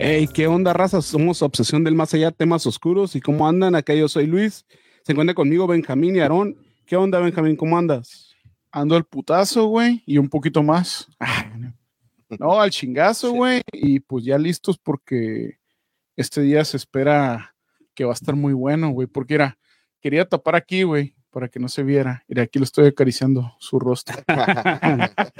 Hey, ¿qué onda, raza? Somos Obsesión del Más Allá, temas oscuros. ¿Y cómo andan? Acá yo soy Luis. Se encuentra conmigo Benjamín y Aarón. ¿Qué onda, Benjamín? ¿Cómo andas? Ando al putazo, güey, y un poquito más. Ah, No, al chingazo, güey. Y pues ya listos porque este día se espera que va a estar muy bueno, güey. Porque era, quería tapar aquí, güey, para que no se viera. Y de aquí lo estoy acariciando su rostro.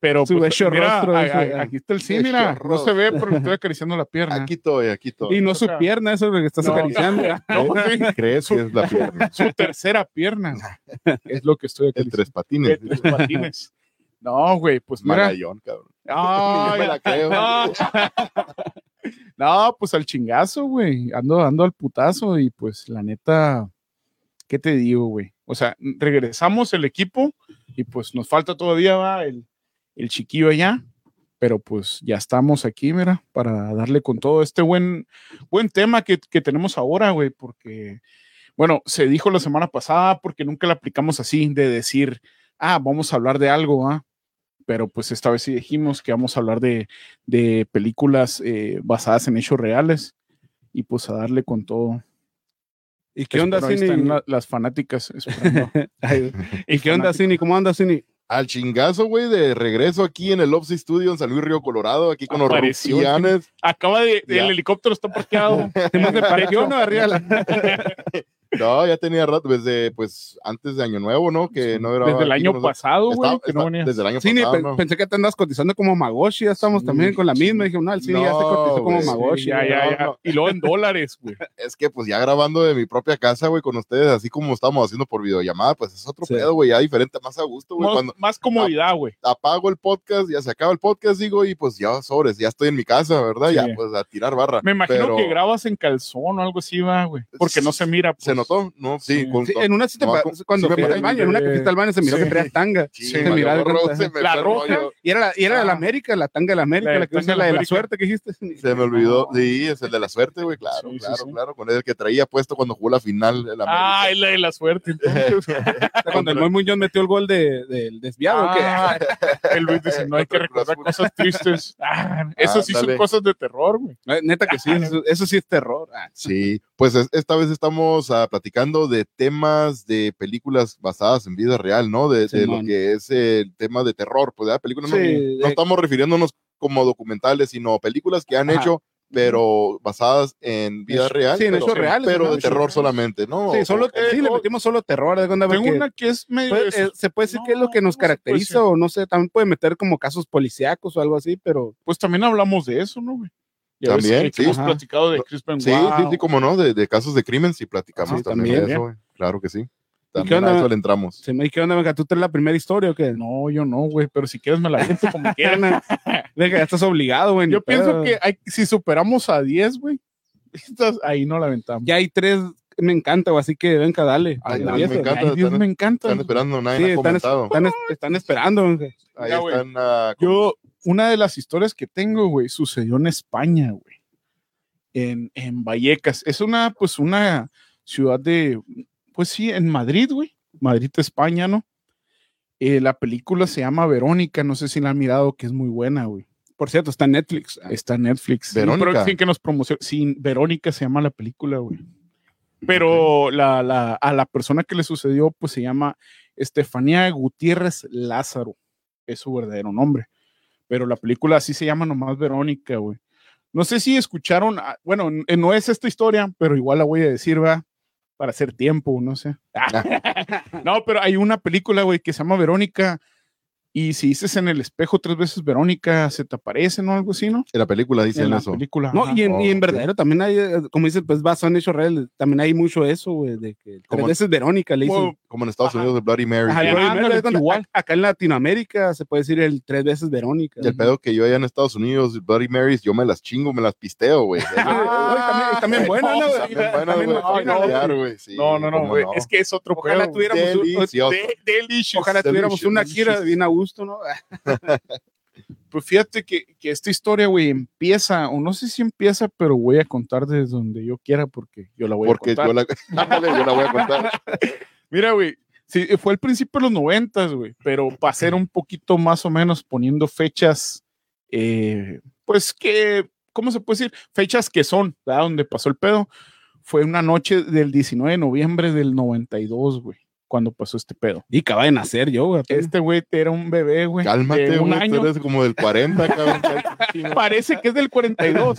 Pero pues, Su bello mira, rostro, a- a- ese. aquí está el sí, Bello mira. No se ve, rostro. pero le estoy acariciando la pierna. Aquí estoy, aquí estoy. Y no su acá. pierna, eso es lo que estás No. acariciando. No, güey, ¿Crees que es la pierna? su tercera pierna güey, es lo que estoy El acariciando. tres patines. Tres patines. No, güey, pues mira. Ah, Magallón, cabrón. Ay, Yo me la creo. no. No, pues al chingazo, güey. Ando, ando al putazo y pues la neta, ¿qué te digo, güey? O sea, regresamos el equipo y pues nos falta todavía va, el, el chiquillo allá, pero pues ya estamos aquí, mira, para darle con todo este buen, buen tema que, que tenemos ahora, güey, porque, bueno, se dijo la semana pasada porque nunca la aplicamos así, de decir, ah, vamos a hablar de algo, ah. Pero pues esta vez sí dijimos que vamos a hablar de, de películas eh, basadas en hechos reales y pues a darle con todo. ¿Y qué onda, Espero ahí Cini? están la- las fanáticas esperando. Ay, ¿Y qué onda, Cini? ¿Cómo andas, Cini? Al chingazo, güey, de regreso aquí en el Opsi Studio en San Luis Río, Colorado, aquí con los Apareció, rufianes. Acaba de, Ya. el helicóptero está parqueado. ¿Te más de parqueo, no, arriba? la- No, ya tenía rato, desde, pues, antes de Año Nuevo, ¿no? Que no grababa Desde el aquí año con nosotros. pasado, güey, Estaba- que no está- venía. Desde el año Cini, pasado, pe- ¿no? pensé que te andas cotizando como Magoshi, ya estamos Sí, también con la sí. misma. Dije, no, el Cini ya se No, cotizó como güey, Magoshi. Sí, ya, ya, ya. no. Y luego en dólares, güey. Es que, pues, ya grabando de mi propia casa, güey, con ustedes, así como estamos haciendo por videollamada, pues, es otro Sí. pedo, güey, ya diferente, más a gusto, güey. Más, Cuando, más comodidad, güey. apago el podcast, ya se acaba el podcast, digo, y pues ya sobres, ya estoy en mi casa, ¿verdad? Sí. Ya, pues a tirar barra. Me imagino Pero, que grabas en calzón o algo así, va, güey. Porque no se mira. ¿Se pues. notó? No, sí, Sí. con- Sí, en una sí te No, pa- con- cuando sí me fuiste al parece baño, en una que que- fuiste al baño se miró sí. que traías tanga. Sí, se valió miraba gorro, cuenta. se me La fue el roja. rollo, Y era, la, y era de la Ah. América, la tanga de la América, La la que tanga usa de la la de la América. suerte que hiciste. Se me olvidó, sí, es el de la suerte, güey, claro, Sí, sí, claro, sí. Ah, claro, con el que traía puesto cuando jugó la final. el América. Ay, la de la suerte. entonces. Cuando el Moy Muñoz metió el gol de- del desviado, ¿o qué? Ah, el Luis dice, no hay que recordar cosas tristes. Ah, esas sí son Ándale. cosas de terror, güey. Eh, Neta que sí, Ah. eso, eso sí es terror. Ah, Sí, pues es- esta vez estamos ah, platicando de temas de películas basadas en vida real, ¿no? De, de lo Simón. que es el tema de terror, pues de películas. no- Sí, no, de- estamos refiriéndonos como documentales, sino películas que han Ajá. hecho, pero basadas en vida Hecho- real. sí, en pero, hechos reales, Pero ¿no? de Hechos terror reales. solamente, ¿no? sí, solo, eh, sí, le oh, metenimos solo terror. haz de cuenta, Tengo porque una que es medio. pues, puede- de eh, sus- se puede decir que es lo que nos No, no se puede decir. caracteriza o no sé, también puede meter como casos policíacos o algo así, pero pues también hablamos de eso, ¿no, güey? Ya ves También, que sí. Hemos Ajá. platicado de Crispin Sí, Wow. sí, sí, como no, de, de casos de crimen, sí platicamos Sí, también, también. ¿eh? de eso, güey. Claro que sí. qué También a onda? eso le entramos. se me ¿y qué onda, venga, tú traes la primera historia o qué? No, yo no, güey, pero si quieres me la aviento como quieras. Venga, ya estás obligado, güey. Yo ni pedo. pienso que hay- si superamos a 10, güey, estas- ahí no la aventamos. ya hay tres, me encanta, güey, así que venga, dale. Ay, me Empieza. encanta, Ay, Dios, están- me encanta. Están esperando, nadie Sí, ha están, comentado. están, están esperando. venga. Ahí Ya, güey. están. ah, Yo, una de las historias que tengo, güey, sucedió en España, güey. En, en Vallecas. Es una, pues, una ciudad de, pues sí, en Madrid, güey. Madrid, España, ¿no? Eh, la película se llama Verónica, no sé si la han mirado, que es muy buena, güey. Por cierto, está en Netflix. Está en Netflix. Sí, Verónica. pero sin que nos promocione. Sí, Verónica se llama la película, güey. Pero la, la- a la persona que le sucedió, pues se llama Estefanía Gutiérrez Lázaro. Es su verdadero nombre. Pero la película así se llama nomás Verónica, güey. No sé si escucharon, ah, bueno, n- no es esta historia, pero igual la voy a decir, va, para hacer tiempo, no sé. no, pero hay una película, güey, que se llama Verónica. Y si dices en el espejo tres veces Verónica, se te aparece, ¿no? Algo así, ¿no? En la película dicen en la eso. película. No, ajá. y en, y en Oh, verdadero también hay, eh, como dices, pues basado en hechos reales, también hay mucho eso, güey, de que tres Como- veces Verónica le dicen. Bueno, Como en Estados Ajá. Unidos de Bloody Mary. Ajá, que- ya, Bloody Mary, ándale, es cuando- igual. a- acá en Latinoamérica se puede decir el tres veces Verónica. Y el pedo que yo allá en Estados Unidos, Bloody Marys, yo me las chingo, me las pisteo, Ah, güey. Ah, y también- y también buena, no, ¿no, güey? también pues, También buena, buenas, güey, no, para no, pistear, güey, sí, No, no, no, cómo güey. Es que es otro Ojalá pedo, güey. tuviéramos, un- Delicioso. De- delicious. ojalá tuviéramos Delicious. una Kira bien a gusto, ¿no? Ah, Pues fíjate que, que esta historia, güey, empieza, o no sé si empieza, pero voy a contar desde donde yo quiera porque yo la voy Porque a contar. yo la, Ándale, yo la voy a contar. Mira, güey, sí, eh, fue al principio de los noventas, güey, pero para ser un poquito más o menos poniendo fechas, eh, pues que ¿cómo se puede decir? Fechas que son, ¿verdad? Donde pasó el pedo. Fue una noche del 19 de noviembre del 92, güey, cuando pasó este pedo. Y acaba de nacer yo, güey. apenas. Este güey era un bebé, güey. de Cálmate, un güey, año. tú eres como del 40, cabrón. Parece que es del 42,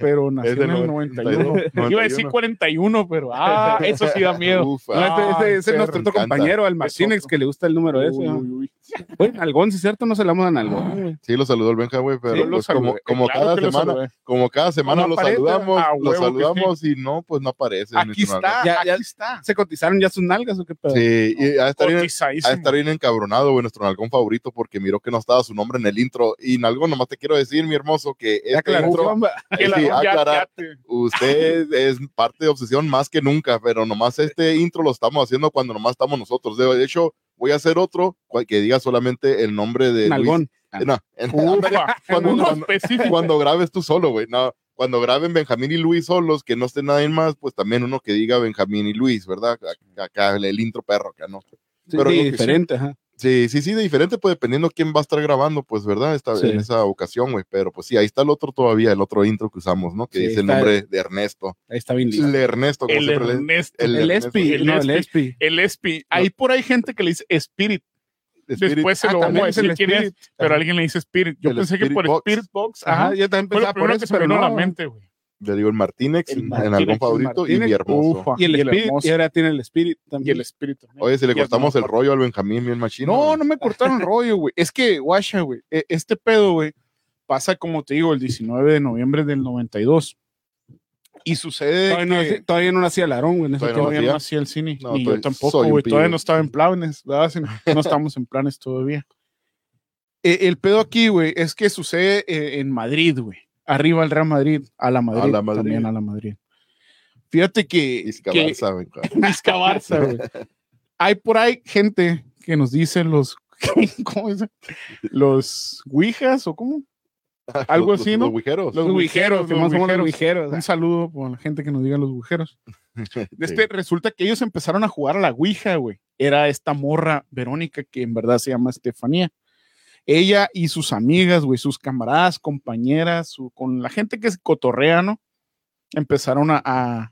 pero nació Es del en el 91. 91. Iba a decir 41, pero ah, eso sí da miedo. Uf, No, este- este- Ay, ese es perro, nuestro me otro encanta. compañero, al Besote. Martínez, que le gusta el número ese. Uy, ¿no? uy, uy. Oye, Nalgón, si es cierto, no se le damos a Nalgón. güey. sí, lo saludó el Benja, güey, pero Yo lo pues, como, saludé, como claro cada que lo semana, saludé. como cada semana No lo aparece, saludamos, a lo huevo que saludamos y no, pues no aparece. Aquí nuestro está, Ya- aquí ya- está. ¿Se cotizaron ya sus nalgas o qué pedo? Nalgón. Sí, y ha de estar bien, ha de Cotizadísimo. estar bien encabronado, güey, nuestro Nalgón favorito, porque miró que no estaba su nombre en el intro. Y Nalgón, nomás te quiero decir, mi hermoso, que Ya este aclaró, intro, hombre. Que la- sí, ya- aclarar. ya te- Usted es parte de obsesión más que nunca, pero nomás este intro lo estamos haciendo cuando nomás estamos nosotros. De de hecho, voy a hacer otro cual- que diga solamente el nombre de. Nalgón. Luis. Eh, No, en- Ufa, Cuando- uno cuando- específico. cuando grabes tú solo, güey. No, cuando graben Benjamín y Luis solos, que no esté nadie más, pues también uno que diga Benjamín y Luis, ¿verdad? Ac- Acá el intro perro, acá no. Sí, Pero sí, lo que sí- diferente, ajá. Sí, sí, sí, de diferente, pues dependiendo quién va a estar grabando, pues, ¿verdad? Esta, Sí. En esa ocasión, güey. Pero pues sí, ahí está el otro todavía, el otro intro que usamos, ¿no? Que Sí, dice el está- nombre de Ernesto. Ahí está bien lindo. El Ernesto, como el siempre le- Ernesto, el- el, El Ernesto. Espi, El no, el Espi. Espi. Ahí por ahí gente que le dice Spirit. Spirit- Después se Ah, lo también vamos a es el decir quién es, Spirit. pero alguien le dice Spirit. Yo El pensé que Spirit por Box. Spirit Box, ajá. Ajá, yo también Fue lo pensaba por primero eso, que se me pero vino no. a la mente, güey. Le digo el Martínez, El en Martínez, algún el favorito, y Martínez. mi hermoso. Ufa, Y el Spirit, Ah, hermoso. y ahora tiene el Spirit Y también. el Spirit también. Oye, si le Y el cortamos el Martínez. rollo al Benjamín, bien machino. No, güey. no me cortaron rollo, güey. Es que, guacha, güey, e- este pedo, güey, pasa, como te digo, el 19 de noviembre del 92. Y sucede todavía, no, que Pues, nací- todavía no nacía el Aarón, güey. en ese Todavía tiempo. todavía nacía. no hacía el cine, No, ni todavía yo tampoco, soy un güey. Todavía pibe. no estaba en planes, ¿verdad? Si No no estamos en planes todavía. Eh, el pedo aquí, güey, es que sucede eh, en Madrid, güey. Arriba al Real Madrid, a la Madrid, la Madrid. también a la Madrid. Fíjate que, Y que Cabarza, güey. Vizca Barça, güey. Hay por ahí gente que nos dicen los. ¿Cómo dice? Los Ouijas o cómo? Algo Ah, Los- así, los- ¿no? Los güijeros. Los Ouijeros. Simón, Los somos los ah, ouijeros. ligeros. Un saludo por la gente que nos diga los Ouijeros. De Sí. este, Resulta que ellos empezaron a jugar a la Ouija, güey. Era esta morra Verónica, que en verdad se llama Estefanía. Ella y sus amigas, güey, sus camaradas, compañeras, su- con la gente que se cotorrea, ¿no? Empezaron a, a-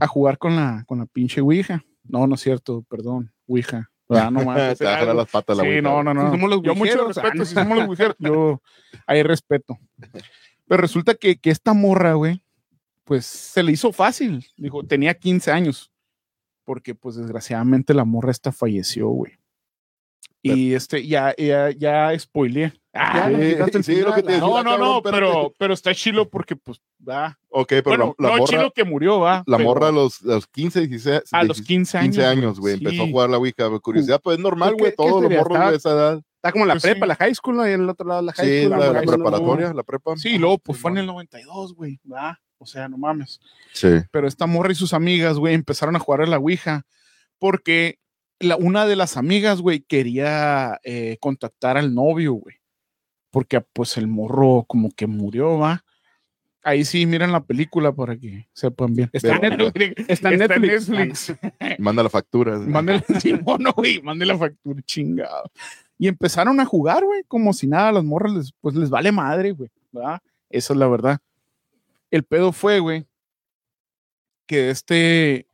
a jugar con la, con la pinche Ouija. No, no es cierto, perdón, Ouija. Ah, no mames, Te va a jalar las patas la Sí, güija, no, güey. no, no. Si somos los Yo mucho wijeros, respeto, ah, no. si somos los wijeros, yo hay respeto. Pero resulta que, que esta morra, güey, pues se le hizo fácil. Dijo, tenía 15 años. Porque, pues, desgraciadamente la morra esta falleció, güey. Y este, ya, ya, ya spoileé. Ya, Sí, le quitaste el sí, lo que te final, decía, no, no, cabrón, no, espérate. pero, pero está chilo porque, pues, va. Ok, pero Bueno, la, la no morra, chilo que murió, va. la pero morra a los, a los 15, 16, a los 15 15 años. años, güey, sí. empezó a jugar la Ouija. güey. Curiosidad, pues es normal, ¿Qué- güey, qué todos los sería? morros güey, de esa edad. Está como la Pues prepa, sí. la high school, ¿no? Y en el otro lado la high Sí, school. la, la la high school, preparatoria, la prepa. Sí, y luego, pues, fue en el 92, güey, va. O sea, no mames. Sí. pero esta morra y sus amigas, güey, empezaron a jugar a la Ouija porque la, una de las amigas, güey, quería eh, contactar al novio, güey, porque pues el morro como que murió, va. Ahí sí, miren la película para que sepan bien. Está en Netflix. Está en Está en Netflix. Ah, Netflix. Manda la factura. Mande la, sí, mono, güey, mande la factura, chingado. Y empezaron a jugar, güey, como si nada, las morras les, pues les vale madre, güey, ¿verdad? Esa es la verdad. El pedo fue, güey, que este,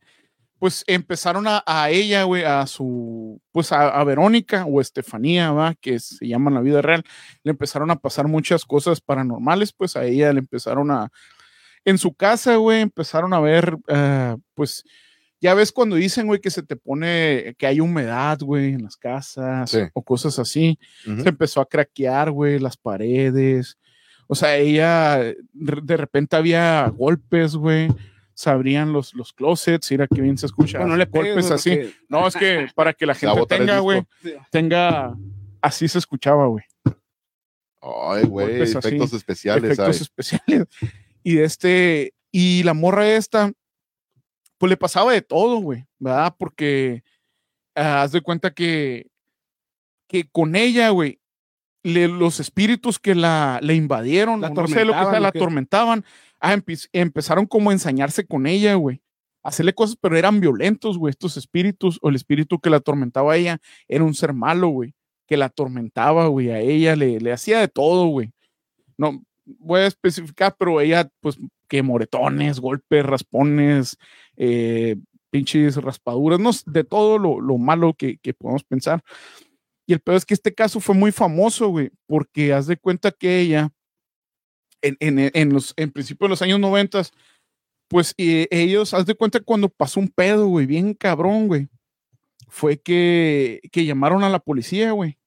pues empezaron a, a ella, güey, a su, pues a, a Verónica o Estefanía, va, que se llama en la vida real, le empezaron a pasar muchas cosas paranormales, pues a ella le empezaron a, en su casa, güey, empezaron a ver, ah, pues, ya ves cuando dicen, güey, que se te pone, que hay humedad, güey, en las casas Sí. o cosas así, Ujú. se empezó a craquear, güey, las paredes, o sea, ella, de- de repente había golpes, güey. Se abrían los, los closets, mira que bien se escucha. Bueno, no le pegues, golpes güey, así. porque- No, es que para que la Se va a gente botar el tenga, güey, disco. tenga. Así se escuchaba, güey. Ay, güey, Golpes así, efectos especiales. Efectos ay. especiales. Y este. Y la morra esta, pues le pasaba de todo, güey, ¿verdad? Porque ah, haz de cuenta que. Que con ella, güey, le- los espíritus que la, la invadieron, La o no sé lo que sea, atormentaban, la ¿o qué? atormentaban, ah, empe- empezaron como a ensañarse con ella, güey. hacerle cosas, pero eran violentos, güey, estos espíritus, o el espíritu que la atormentaba a ella, era un ser malo, güey, que la atormentaba, güey, a ella, le, le hacía de todo, güey. No, voy a especificar, pero ella, pues, que moretones, golpes, raspones, eh, pinches raspaduras, no, sé, de todo lo, lo malo que, que podemos pensar. Y el peor es que este caso fue muy famoso, güey, porque haz de cuenta que ella, en, en, en los, en principio de los años noventas, pues eh, ellos, haz de cuenta cuando pasó un pedo, güey, bien cabrón, güey, fue que, que llamaron a la policía, güey.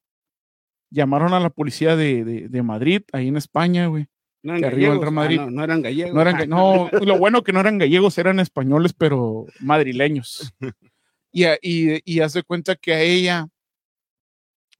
Llamaron a la policía de, de, de Madrid, ahí en España, güey. No eran que arriba gallegos. el Real Madrid. Ah, no, no eran gallegos. No, eran, ga- no, lo bueno que no eran gallegos, eran españoles, pero madrileños. Y, a- y, y haz de cuenta que a ella,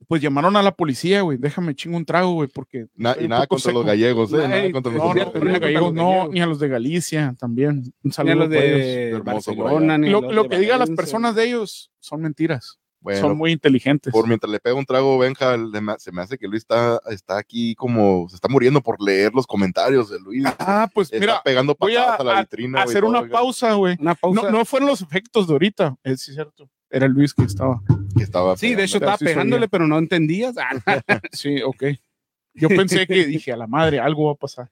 pues llamaron a la policía, güey. Déjame chingo un trago, güey, porque Na- y Un nada poco contra los seco. gallegos, ¿eh? Nah, Nada eh, contra los no, no, Pero no gallegos. ni a contra gallegos, los no, gallegos. ni a los de Galicia también. Un Ni saludo a los para ellos. de Hermoso por Barcelona, ni Lo, los lo de que digan las Valencia. personas de ellos son mentiras. Bueno, son muy inteligentes. por mientras le pega un trago, Benja, le me- se me hace que Luis está, está aquí como, se está muriendo por leer los comentarios de Luis. Ah, pues está mira, pegando voy a- patadas a, la a- vitrina. güey, hacer todo, una oiga, pausa, güey. Una pausa. No, no fueron los efectos de ahorita. Es sí, cierto. Era Luis que estaba. que estaba Sí, de hecho pegando. estaba Sí, soy yo. pegándole, pero no entendías. Ah, Sí, ok. Yo pensé que dije, a la madre, algo va a pasar.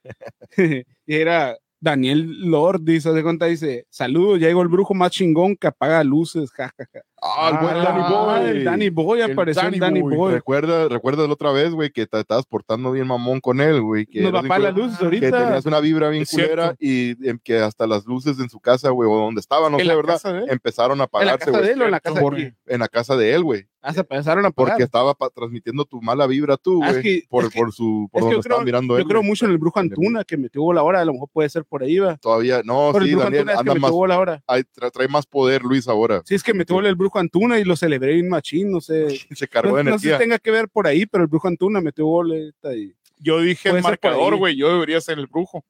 y era Daniel Lord, dice, haz de cuenta, dice, saludos, ya llegó el brujo más chingón que apaga luces, jajaja. Ah, el buen Ah, Danny Boy. el Danny Boy El apareció, Danny el Danny Boy. Boy. Recuerda, recuerda la otra vez, güey, que te estabas portando bien mamón con él, güey. que Nos va a eras apagar las bien luces culero, Que ahorita. tenías una vibra bien Es cierto. culera y em, que hasta las luces en su casa, güey, o donde estaban, no En sé, la ¿verdad? Eh, casa de él. Empezaron a En la apagarse, casa güey. de él o en la casa de Por- aquí. en la casa de él, güey. Ah, se empezaron a Porque pagar. estaba pa- transmitiendo tu mala vibra tú, Ah, es güey. que- por, es que- por su, es por que donde yo estaba creo- mirando él. Yo creo güey. mucho en el brujo Antuna, que metió la hora, a lo mejor puede ser por ahí, va. Todavía, no, Por Oh, sí, el brujo Daniel, Antuna es que anda metió más, la hora. ay, tra- trae más poder Luis ahora. Sí, es que metió el brujo Antuna y lo celebré en machín, no sé. Se No, cargó de no sé si energía. tenga que ver por ahí, pero el brujo Antuna metió eh, boleta y... Yo dije el Puede ser por marcador, ahí. güey. Yo debería ser el brujo.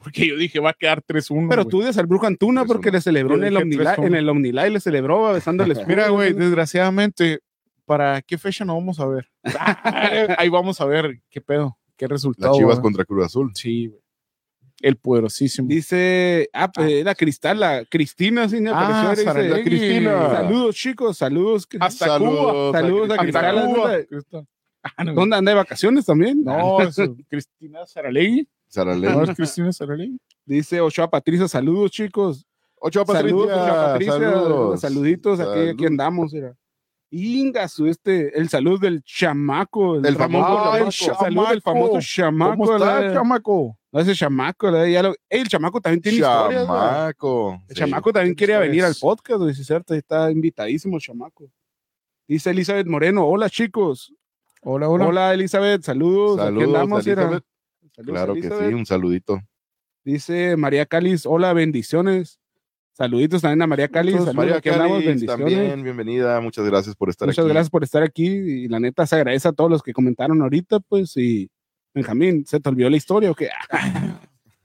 Porque yo dije, va a quedar 3-1. Pero güey. tú dices al brujo Antuna Eso porque no. le celebró Yo en el, dije tres Omnila, con- en el Omnilá y le celebró va, besando el escudo. Mira, güey, desgraciadamente, ¿para qué fecha no vamos a ver? Ahí vamos a ver qué pedo, qué Las resultado. chivas ¿verdad? contra Cruz Azul. Sí, güey. El poderosísimo. Dice, ah, pues, era Cristal, la Cristina, sí, me Ah, apareció. ahora, dice, Saralegui. Cristina. Saludos, chicos, saludos. Hasta Ah, Saludos Cuba. Saludos a Cristina. Cristina. Hasta Cristal, Cuba. ¿dónde- Cristal. Ah, no, ¿Dónde anda de vacaciones también? no, es Cristina Saralegui. Saralén. ¿No es Cristina Saralegui? Dice Ochoa Patricia, saludos, chicos. Ochoa Saludos, Ochoa Patricia. Patricia. Saludos. Saluditos, aquí, aquí Saludos. andamos. Mira. Inga, su este, el saludo del chamaco. Del famoso chamaco. chamaco. el saludo del famoso chamaco. ¿Cómo la- está, chamaco? No, ese chamaco, la- ya lo- Ey, el chamaco también tiene historias. güey. Chamaco. El Sí. chamaco también tiene quería venir al historias. podcast, güey, sí, cierto, ahí está invitadísimo el chamaco. Dice Elizabeth Moreno, hola chicos. Hola, Hola, hola. Elizabeth, saludos. aquí Saludos, andamos, era. Elizabeth. Saludos, Claro que Elizabeth. sí, un saludito. Dice María Cáliz, hola, bendiciones. Saluditos también a María Cáliz. Entonces, saludos, María aquí andamos, Cáliz, bendiciones. también, bienvenida. Muchas gracias por estar Muchas aquí. gracias por estar aquí y la neta se agradece a todos los que comentaron ahorita, pues, y Benjamín, ¿se te olvidó la historia o qué? Ah,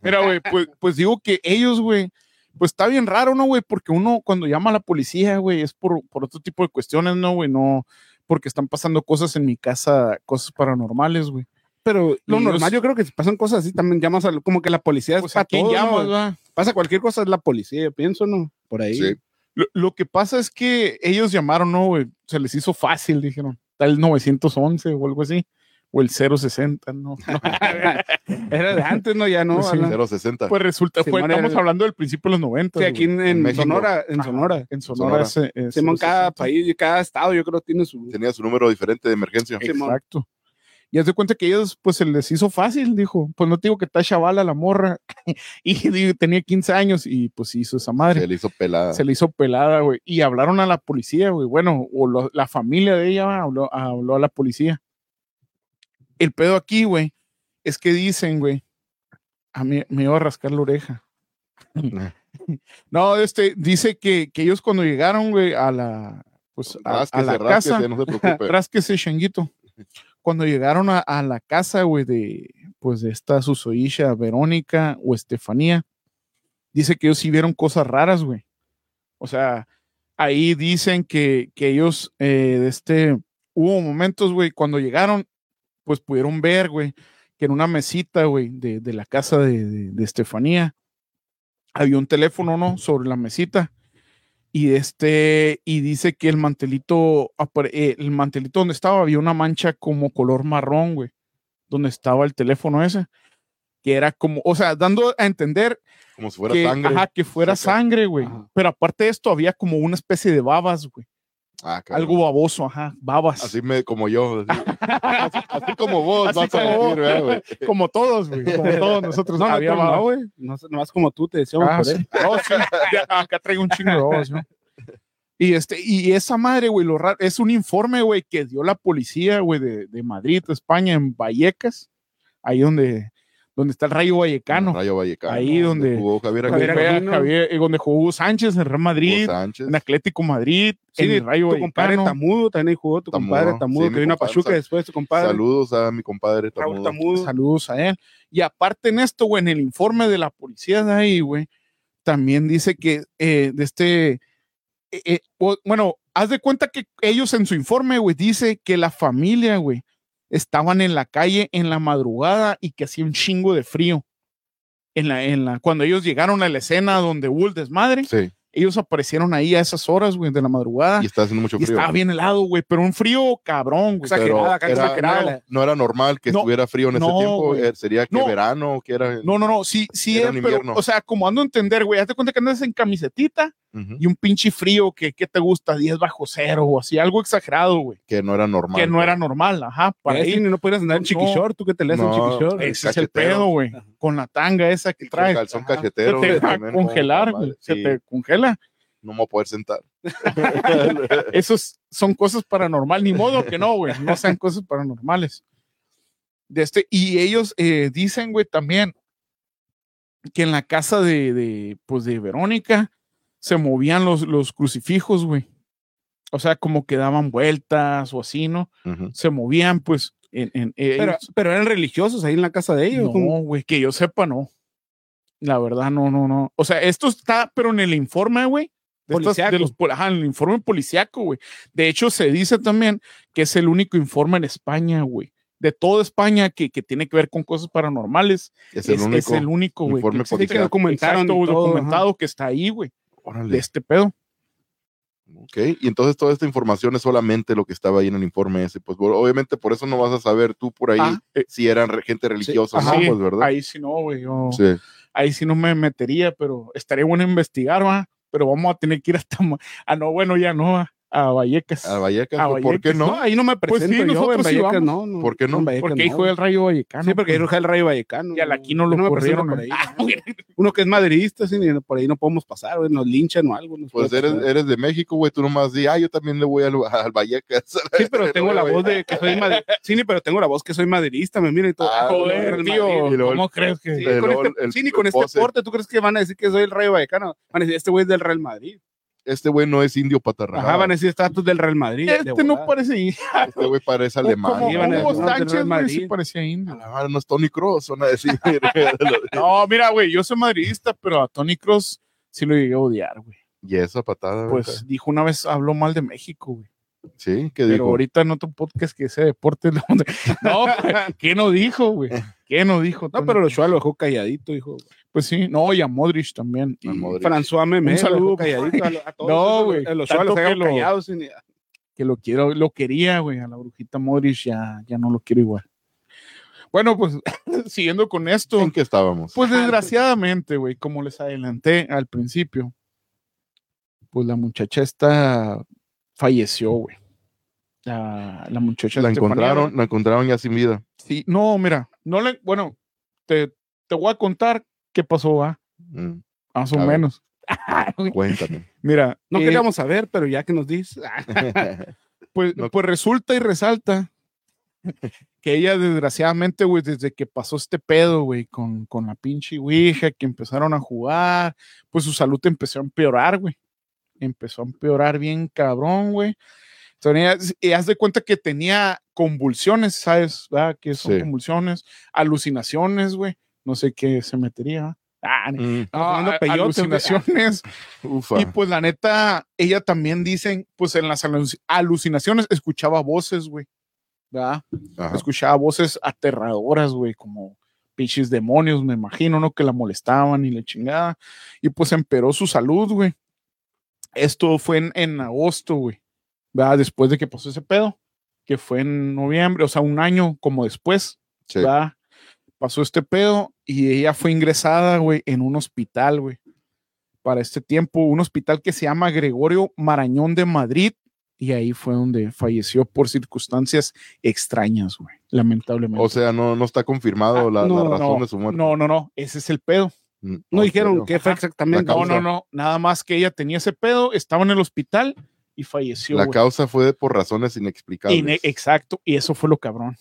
Mira, güey, pues, pues digo que ellos, güey, pues está bien raro, ¿no, güey? Porque uno cuando llama a la policía, güey, es por, por otro tipo de cuestiones, ¿no, güey? No, porque están pasando cosas en mi casa, cosas paranormales, güey. Pero lo Y normal, los- yo creo que si pasan cosas así, también llamas a, como que la policía es Pues para a quién todo, ¿no? llamas, va? Pasa cualquier cosa, es la policía, yo pienso, ¿no? Por ahí. Sí. Lo, lo que pasa es que ellos llamaron, ¿no, güey? Se les hizo fácil, dijeron. Está el 911 o algo así. O el 060, ¿no? No, Era de antes, ¿no? Ya no. Sí, Alan. 060. pues resulta, Sí, fue, no, era- estamos hablando del principio de los 90. Sí, aquí en, en En México. Sonora, en Sonora. En Sonora. eh, Simón Simón, cada país y cada estado, yo creo, tiene su. Tenía su número diferente de emergencia. eh, Simón. Exacto. Y haz de cuenta que ellos, pues se les hizo fácil, dijo. Pues no te digo que está chavala la morra. y digo, tenía 15 años y pues hizo esa madre. Se le hizo pelada. Se le hizo pelada, güey. Y hablaron a la policía, güey. Bueno, o lo- la familia de ella va, habló, habló a la policía. El pedo aquí, güey, es que dicen, güey, a mí me iba a rascar la oreja. no, este, dice que, que ellos cuando llegaron, güey, a la, pues, a, a Rásquese, la rásquese, casa, no se preocupe. Trásquese, changuito. Cuando llegaron a, a la casa, güey, de, pues, de esta Susoisha, Verónica o Estefanía, dice que ellos sí vieron cosas raras, güey. O sea, ahí dicen que, que ellos, eh, de este, hubo momentos, güey, cuando llegaron, pues pudieron ver, güey, que en una mesita, güey, de, de la casa de, de- de Estefanía, había un teléfono, ¿no? Sobre la mesita. Y este, y dice que el mantelito, apare- eh, el mantelito donde estaba había una mancha como color marrón, güey, donde estaba el teléfono ese. que era como, o sea, dando a entender como si fuera que, sangre. ajá, que fuera Saca. sangre, güey. Ajá. Pero aparte de esto, había como una especie de babas, güey. Ah, cabrón. Algo baboso, ajá, babas. Así me, como yo. Así, así- así como vos, Así vas a como vos. decir, ¿verdad, güey? Como todos, güey. Como todos nosotros. No, no, había no, babas. no, güey. No, sé, nomás como tú te decíamos Ah, por sí. él. No, sí, ya, acá traigo un chingo de babas, ¿no? Y, este, y esa madre, güey, lo raro, es un informe, güey, que dio la policía, güey, de, de Madrid, España, en Vallecas, ahí donde, donde está el Rayo Vallecano, Rayo Vallecano. Ahí donde- jugó Ah, Javier donde, Javier Aguirre, juega Aquino. Javier- eh, donde jugó Hugo Sánchez en Real Hugo Madrid, Sánchez. en Atlético Madrid, Sí, en el Rayo tu compadre Vallecano. Tamudo también ahí jugó, tu Tamudo, compadre Tamudo, sí, mi que vino a compadre, Pachuca sal- después, tu compadre. Saludos a mi compadre Raúl Tamudo. Tamudo. Saludos a él. Y aparte en esto, güey, en el informe de la policía de ahí, güey, también dice que eh, de este, eh, eh, o- bueno, haz de cuenta que ellos en su informe, güey, dice que la familia, güey, estaban en la calle en la madrugada y que hacía un chingo de frío. En la, en la, cuando ellos llegaron a la escena donde hubo el desmadre, Sí, ellos aparecieron ahí a esas horas, güey, de la madrugada. y está haciendo mucho Ah, Y frío. estaba bien helado, güey, pero un frío cabrón, güey. Pero exagerada, acá era- exagerada. No era normal que No, estuviera frío en ese no, tiempo. güey. eh, Sería que No. verano, que era. No, no, no, sí, sí, Era es, en pero, invierno. o sea, como ando a entender, güey, hazte cuenta que andas en camisetita Ujú, y un pinche frío que, ¿qué te gusta? 10 bajo cero o así, algo exagerado, güey, Que no era normal. que no era normal, ajá, para Para ahí. ir no podrías andar en No. chiquishort, tú que te lees en No, chiquishort. eh, Ese es el cachetero. pedo, güey, Ajá. con la tanga esa que El traes. calzón ajá. Se cajetero. te güey, va a también, no, congelar, madre, güey, se sí, te congela. No me voy a poder sentar. Esos son cosas paranormales, ni modo que no, güey, no sean cosas paranormales. De este, y ellos eh, dicen, güey, también que en la casa de, de, pues, de Verónica se movían los, los crucifijos, güey. O sea, como que daban vueltas o así, ¿no? Ujú. Se movían, pues, en... en Pero, ellos- pero eran religiosos ahí en la casa de ellos. como- no, güey, que yo sepa, no. La verdad, no, no, no. O sea, esto está, pero en el informe, güey. De, estas- de Policiaco. los, pol- ajá, en el informe policiaco, güey. De hecho, se dice también que es el único informe en España, güey. De toda España que, que tiene que ver con cosas paranormales. Es Es el único. es el único, güey. informe que existe. Sí, que policiaco. documentaron. Exacto, y todo, ajá. documentado que está ahí, güey. De Órale. este pedo. Ok, y entonces toda esta información es solamente lo que estaba ahí en el informe ese. Pues bueno, obviamente por eso no vas a saber tú por ahí Ah, eh, si eran re- gente religiosa o ajá, no, pues, ¿verdad? Ahí sí no, güey. yo- Sí. ahí sí no me metería, pero estaría bueno investigar, va. Pero vamos a tener que ir hasta. Ma- Ah, no, bueno, ya no, a, a Vallecas. A Vallecas, A pues, ¿por qué Vallecas, no? No, ahí no me Pues sí, presento yo en nosotros sí Vallecas, vamos. no, no. ¿Por qué no? en Vallecas Porque no, hijo del Rayo Vallecano. pues. Sí, porque ahí ruge el Rayo Vallecano. Y a la Aquino lo Yo me presento corrieron, por güey. ahí, ¿no? Uno que es madridista, sí, ni- por ahí no podemos pasar, güey, nos linchan o algo. nos Pues puede eres, eh. pasar. eres de México, güey, tú nomás di, ah, yo también le voy al, al Vallecas. Sí, pero tengo la güey. voz de que soy madridista. Sí, ni, pero tengo la voz que soy madridista, me mira y todo. Ah, el Joder, Madrid, tío. y luego el- ¿Cómo crees que.? Sí, El- con el- este, el- sí, ni con el este pose. porte, ¿tú crees que van a decir que soy el Rayo Vallecano? Van a decir, este güey es del Real Madrid. Este güey no es indio Ajá, patarrajada. van a decir, estatus del Real Madrid. de Este no volada. parece. Este güey parece alemán. Como Sí, van a Hugo decir, no, del Sánchez, Real güey, sí Madrid. parecía A indio. la madre, no es Tony Cross, van a decir. No, mira, güey, yo soy madridista, pero a Tony Cross sí lo llegué a odiar, güey. y esa patada, güey. Pues dijo una vez, habló mal de México, güey. Sí, que Pero dijo. ahorita en otro podcast que ese deporte. es lo- No, güey, ¿qué no dijo, güey? ¿Qué no dijo? No, Tony? pero Ochoa lo dejó calladito, hijo. Pues sí, no, y a Modric también. A Y- Modric. François Memé. Un saludo, lo dejó calladito. A, lo- a todos No, esos, güey, El Ochoa tanto los que dejaron lo- callados. sin- que lo quiero, lo quería, güey, a la brujita Modric ya, ya no lo quiero igual. Bueno, pues siguiendo con esto, ¿En qué estábamos? pues desgraciadamente, güey, como les adelanté al principio, pues la muchacha esta falleció, güey. La, la muchacha la Estefanía, encontraron, güey. la encontraron ya sin vida. Sí, no, mira, no le, bueno, te, te voy a contar qué pasó, va, Mm, más A o ver. menos. cuéntame. Mira, No eh, queríamos saber, pero ya que nos ah, dices. Pues, No- pues resulta y resalta que ella, desgraciadamente, güey, desde que pasó este pedo, güey, con, con la pinche Ouija, que empezaron a jugar, pues su salud empezó a empeorar, güey. Empezó a empeorar bien cabrón, güey. Entonces, ella- y haz de cuenta que tenía convulsiones, ¿sabes? ¿Verdad? Que son Sí. convulsiones, alucinaciones, güey. No sé qué se metería. Ah, ni- Mm, no, Fernando a- Peyote, güey. alucinaciones, ufa. y pues la neta, ella también dicen, pues en las alu- alucinaciones escuchaba voces, güey. ¿Verdad? Ajá. Escuchaba voces aterradoras, güey, como pinches demonios, me imagino, ¿no? Que la molestaban y la chingada. Y pues empeoró su salud, güey. Esto fue en, en agosto, güey. ¿Verdad? Después de que pasó ese pedo, que fue en noviembre, o sea, un año como después, Sí. ¿verdad? pasó este pedo y ella fue ingresada, güey, en un hospital, güey. Para este tiempo, un hospital que se llama Gregorio Marañón de Madrid. Y ahí fue donde falleció por circunstancias extrañas, güey. Lamentablemente. O sea, no, no está confirmado Ah, la, la no, razón no, de su muerte. No, no, no. Ese es el pedo. Mm, No dijeron pero- qué fue Ajá. exactamente. La No, causa. no, no. Nada más que ella tenía ese pedo, estaba en el hospital y falleció. La güey. causa fue de- por razones inexplicables. Ine- exacto. Y eso fue lo cabrón.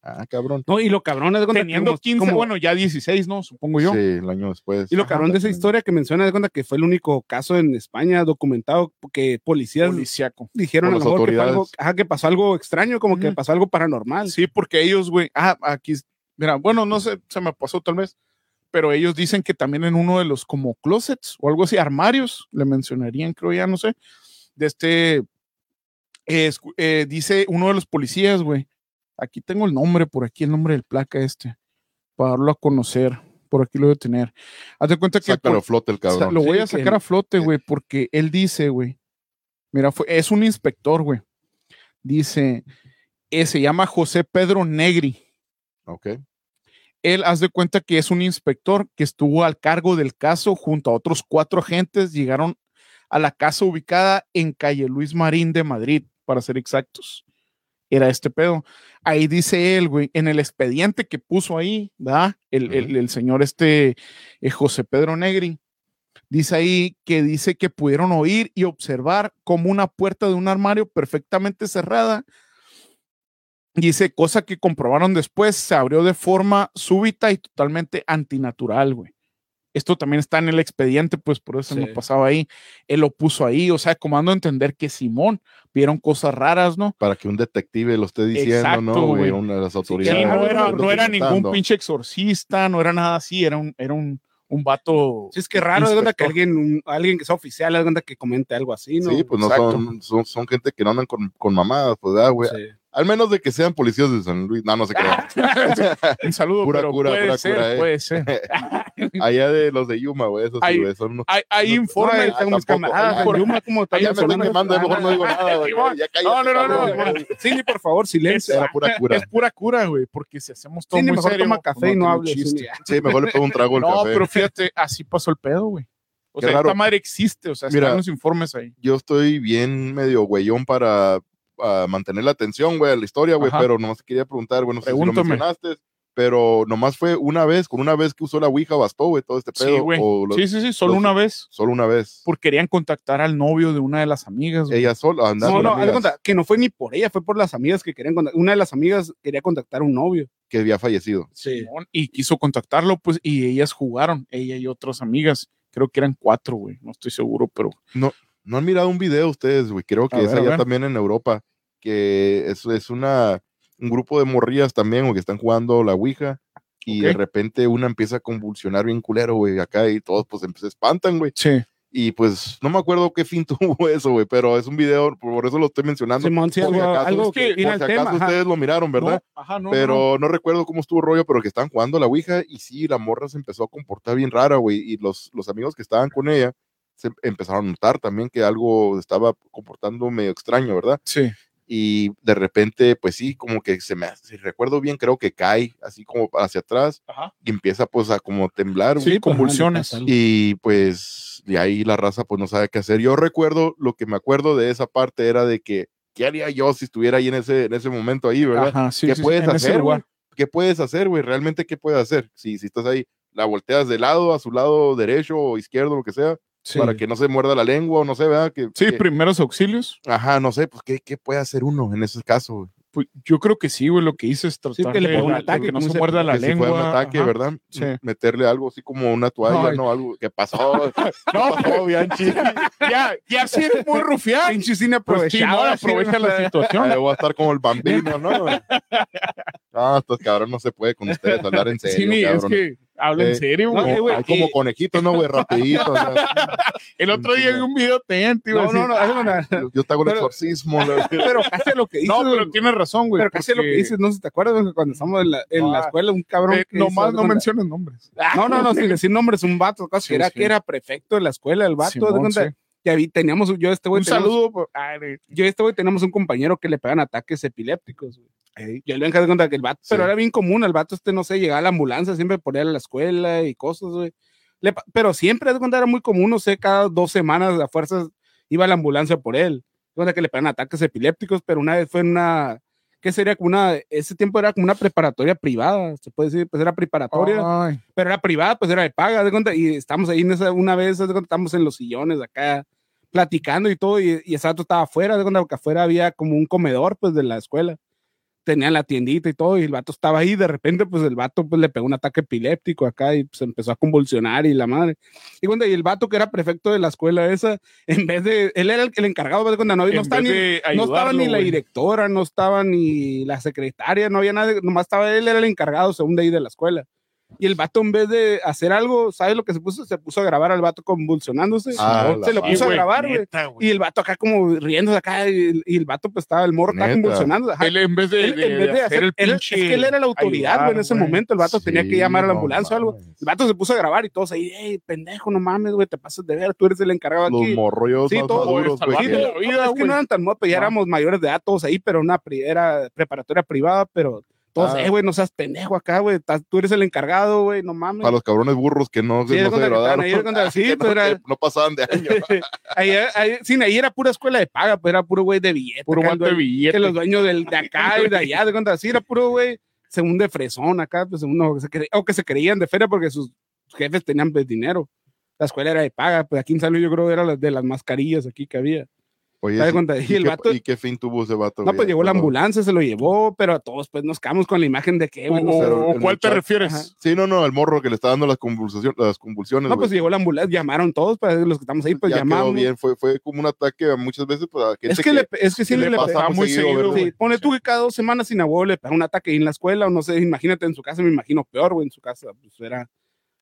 ah, cabrón. No, y lo cabrón es de cuenta que Teniendo como- 15, como- bueno, ya 16, ¿no? Supongo yo. Sí, el año después. Y lo Ajá. cabrón de esa historia que menciona de cuenta que fue el único caso en España documentado que policías Policiaco. dijeron a lo Por las mejor que, fue algo, autoridades. ajá, que pasó algo extraño, como que Ujú. pasó algo paranormal. Sí, porque ellos, güey, ah, aquí, mira, bueno, no sé, se me pasó tal vez, pero ellos dicen que también en uno de los como closets o algo así, armarios, le mencionarían, creo ya, no sé, de este, eh, escu- eh, dice uno de los policías, güey, aquí tengo el nombre, por aquí el nombre del placa este, para darlo a conocer, por aquí lo voy a tener. Haz de cuenta que... Sácalo por- a flote el o sea, cabrón. lo voy Sí, que- a sacar a flote, güey, porque él dice, güey. Mira, fue, es un inspector, güey. Dice, eh, se llama José Pedro Negri. Ok. Él, haz de cuenta que es un inspector que estuvo al cargo del caso junto a otros cuatro agentes. Llegaron a la casa ubicada en calle Luis Marín de Madrid, para ser exactos. Era este pedo. Ahí dice él, güey, en el expediente que puso ahí, ¿da? El, el- el señor este, eh, José Pedro Negri, dice ahí que dice que pudieron oír y observar como una puerta de un armario perfectamente cerrada. Dice, cosa que comprobaron después, se abrió de forma súbita y totalmente antinatural, güey. Esto también está en el expediente, pues por eso Sí. no pasaba ahí él lo puso ahí, o sea, como dando a entender que Simón vieron cosas raras, ¿no? Para que un detective lo esté diciendo, Exacto, ¿no? güey. güey? Una de las Que autoridades. no lo era, está no era ningún documentando. pinche exorcista, no era nada así, era un, era un, un vato. Sí, es que raro, de cuenta que inspector. alguien, un- alguien que sea oficial, de cuenta que comente algo así, ¿no? Sí, pues no Exacto. son, son, son gente que no andan con, con mamadas, pues, ah, güey. Sí. Al menos de que sean policías de San Luis. No, no se crean. Un saludo, Pura pero cura, puede pura ser, cura, eh. puede ser. Allá de los de Yuma, güey. Esos sí, Ay, güey, son unos. Hay, hay No, Ay, informes. ah, tengo mis tampoco. camaradas, Ah, en Yuma, Ah, como tal, Ya me son están unos- quemando, a lo mejor no digo nada, güey. Simón. Ya cállate, No, no, no, no, cabrón. Simón. Cindy, por favor, silencio. Era pura cura. es pura cura, güey, porque si hacemos todo Cindy, muy mejor serio, toma café y no tiene hables. chiste. Cindy. Sí, mejor le pongo un trago al No, café. pero fíjate, así pasó el pedo, güey. O eh. Qué sea, raro. esta madre existe, o sea, Mira. están los informes ahí. Yo estoy bien medio güeyón para ah, mantener la atención, güey, a la historia, güey, Ajá. pero nomás te quería preguntar, bueno, si lo Pregúntame. mencionaste, pero nomás fue una vez, con una vez que usó la Ouija bastó, güey, todo este pedo. Sí, güey. o lo- Sí, sí, sí, solo los- una vez. Solo una vez. porque querían contactar al novio de una de las amigas. güey. Ella sola, andaba Pues, No, no, con haz de amigas cuenta que no fue ni por ella, fue por las amigas que querían contactar. Una de las amigas quería contactar a un novio. que había fallecido. Sí. Simón, Y quiso contactarlo, pues, y ellas jugaron, ella y otras amigas. Creo que eran cuatro, güey. No estoy seguro, pero No han mirado un video ustedes, güey, creo A que es ver, a allá ver. también en Europa, que es, es una, un grupo de morrillas también, güey, que están jugando la Ouija. Y de Ok. repente una empieza a convulsionar bien culero, güey, acá y todos pues se espantan, güey. sí. Y pues no me acuerdo qué fin tuvo eso, güey, pero es un video, por eso lo estoy mencionando. Simón, sí, Por si algo, acaso, algo es que Por ir si al acaso tema. ajá. ustedes lo miraron, ¿verdad? No, ajá, no, pero no, no. no. recuerdo cómo estuvo el rollo, pero que estaban jugando la Ouija y sí, la morra se empezó a comportar bien rara, güey, y los, los amigos que estaban con ella se empezaron a notar también que algo estaba comportando medio extraño, ¿verdad? Sí. Y de repente, pues sí, como que se me, hace- si recuerdo bien, creo que cae así como hacia atrás Ajá. y empieza pues a como temblar, Sí, güey. convulsiones. pues, ajá, le pasa algo. Y pues de ahí la raza pues no sabe qué hacer. Yo recuerdo, lo que me acuerdo de esa parte era de que, ¿qué haría yo si estuviera ahí en ese, en ese momento ahí, verdad? Ajá, sí, ¿Qué sí, sí, puedes en ese hacer, lugar. ¿Qué puedes hacer, güey? Realmente, ¿qué puedes hacer? Si, si estás ahí, la volteas de lado, a su lado derecho o izquierdo, lo que sea, Sí. para que no se muerda la lengua o no sé, ¿verdad? Que, Sí, que- primeros auxilios. Ajá, no sé, pues, ¿qué, qué puede hacer uno en ese caso? güey? Pues, yo creo que sí, güey, lo que hice es tratar que le de- pegó un de- de ataque, que no como se se- muerda la que si lengua. fue un ataque, ajá. ¿verdad? Sí. Meterle algo así como una toalla, Ay. ¿no? Algo que pasó. No, pasó, Bianchi. ya, ya sí es muy rufián. Pinche cine Pues sí, aprovechado, ahora así, o aprovecha sea, la situación. Ahí voy a estar como el bambino, ¿no? Ah, estos cabrón no se puede con ustedes hablar en Sí, serio, ni- es cabrón. que habla en Eh, serio, no, güey. eh, güey, Hay como y- conejitos, ¿no, güey? Rapidito. o sea, El otro día vi un video teniente. No, no, no, haz de cuenta. yo, yo te hago el Pero- exorcismo. la- Pero casi lo que dices. No, güey. pero tienes razón, güey. Pero casi lo que porque- dices, no sé si te acuerdas güey, cuando estábamos en la, en la Ah, escuela, un cabrón. Eh, que hizo, Ah, nomás haz de no cuenta- menciones nombres. No, no, no, sin decir nombres, un vato, casi Sí, era sí. que era prefecto de la escuela, el vato, haz de Simón, cuenta, sí. Ya vi, teníamos, yo este güey, Un teníamos- saludo. por- yo este güey tenemos un compañero que le pegan ataques epilépticos, güey. Yo le encanta cuenta que el vato, Sí. pero era bien común, el vato este, no sé, llegaba a la ambulancia, siempre ponía a la escuela y cosas, güey. Le pa- pero siempre, haz de cuenta, era muy común, no sé, cada dos semanas a fuerzas iba a la ambulancia por él. Haz de cuenta que le pegan ataques epilépticos, pero una vez fue en una, ¿qué sería? Como una, ese tiempo era como una preparatoria privada, se puede decir, pues era preparatoria Ay, pero era privada, pues era de paga, haz de cuenta, y estamos ahí en esa, una vez, haz de cuenta, estamos en los sillones acá, platicando y todo, y, y ese vato estaba afuera, haz de cuenta, porque afuera había como un comedor, pues, de la escuela, tenía la tiendita y todo, y el vato estaba ahí, de repente, pues, el vato, pues, le pegó un ataque epiléptico acá, y pues, empezó a convulsionar, y la madre, y cuenta, y el vato que era prefecto de la escuela esa, en vez de, él era el, el encargado, haz de cuenta, no, no en estaba vez ni- de no estaba ayudarlo, ni la güey. directora, no estaba ni la secretaria, no había nadie, nomás estaba él, era el encargado según de ahí de la escuela. Y el vato en vez de hacer algo, ¿sabes lo que se puso? Se puso a grabar al vato convulsionándose. Ah, se lo la puso a madre. grabar, güey. Neta, güey. Y el vato acá como riendo acá, y el, y el vato pues estaba, el morro estaba Neta. convulsionando. ajá. Él en vez de, Él, de- en vez de de hacer el él- pinche es que él era la autoridad, güey, en ese ayudar, momento el vato tenía que Sí, llamar a la no ambulancia o algo. mames. El vato se puso a grabar y todos ahí, hey, pendejo, no mames, güey, te pasas de ver, tú eres el encargado Los aquí. morros Sí, más todo, maduros, güey. güey, Sí, que- Ah, no, Pues la vida, es que güey. no eran tan mopes, ya Ah. éramos mayores de edad todos ahí, pero una pri- era preparatoria privada, pero todos, Ah. eh, güey, no seas pendejo acá, güey, estás- tú eres el encargado, güey, no mames. Para los cabrones burros que Sí, no, no haz de se cuenta que estaban graduaron. ahí, haz de cuenta- sí, que no, pues, era- que no pasaban de año. ahí, ahí- sí, ahí era pura escuela de paga, pues era puro güey de billete. Puro acá, guante de dueño- que billete. los dueños del, de acá y de allá, de cuenta, sí, era puro güey, según de fresón acá, pues según no, que se cre- o que se creían de feria porque sus jefes tenían pues, dinero. La escuela era de paga, pues aquí en San Luis yo creo que era la- de las mascarillas aquí que había. Oye, Haz de sí, cuenta, y el qué- vato- ¿y qué fin tuvo ese vato? No, güey? pues llegó la Perdón. ambulancia, se lo llevó, pero a todos pues nos quedamos con la imagen de que, ¿O, güey, no, o- sé, pero o el cuál te muchacho- refieres? Ajá. Sí, no, no, el morro que le está dando las convulsiones. Las convulsiones No, güey. pues llegó la ambulancia, llamaron todos, pues los que estamos ahí, pues ya quedó llamamos. bien. Fue, fue como un ataque a muchas veces pues, a gente Es que, le, es que sí que le, le le pasa pegaba muy seguido, Sí, ¿verdad? güey? pone tú que cada dos semanas sin abuelo le pega un ataque ahí en la escuela, o no sé, imagínate en su casa, me imagino peor, güey, en su casa, pues era,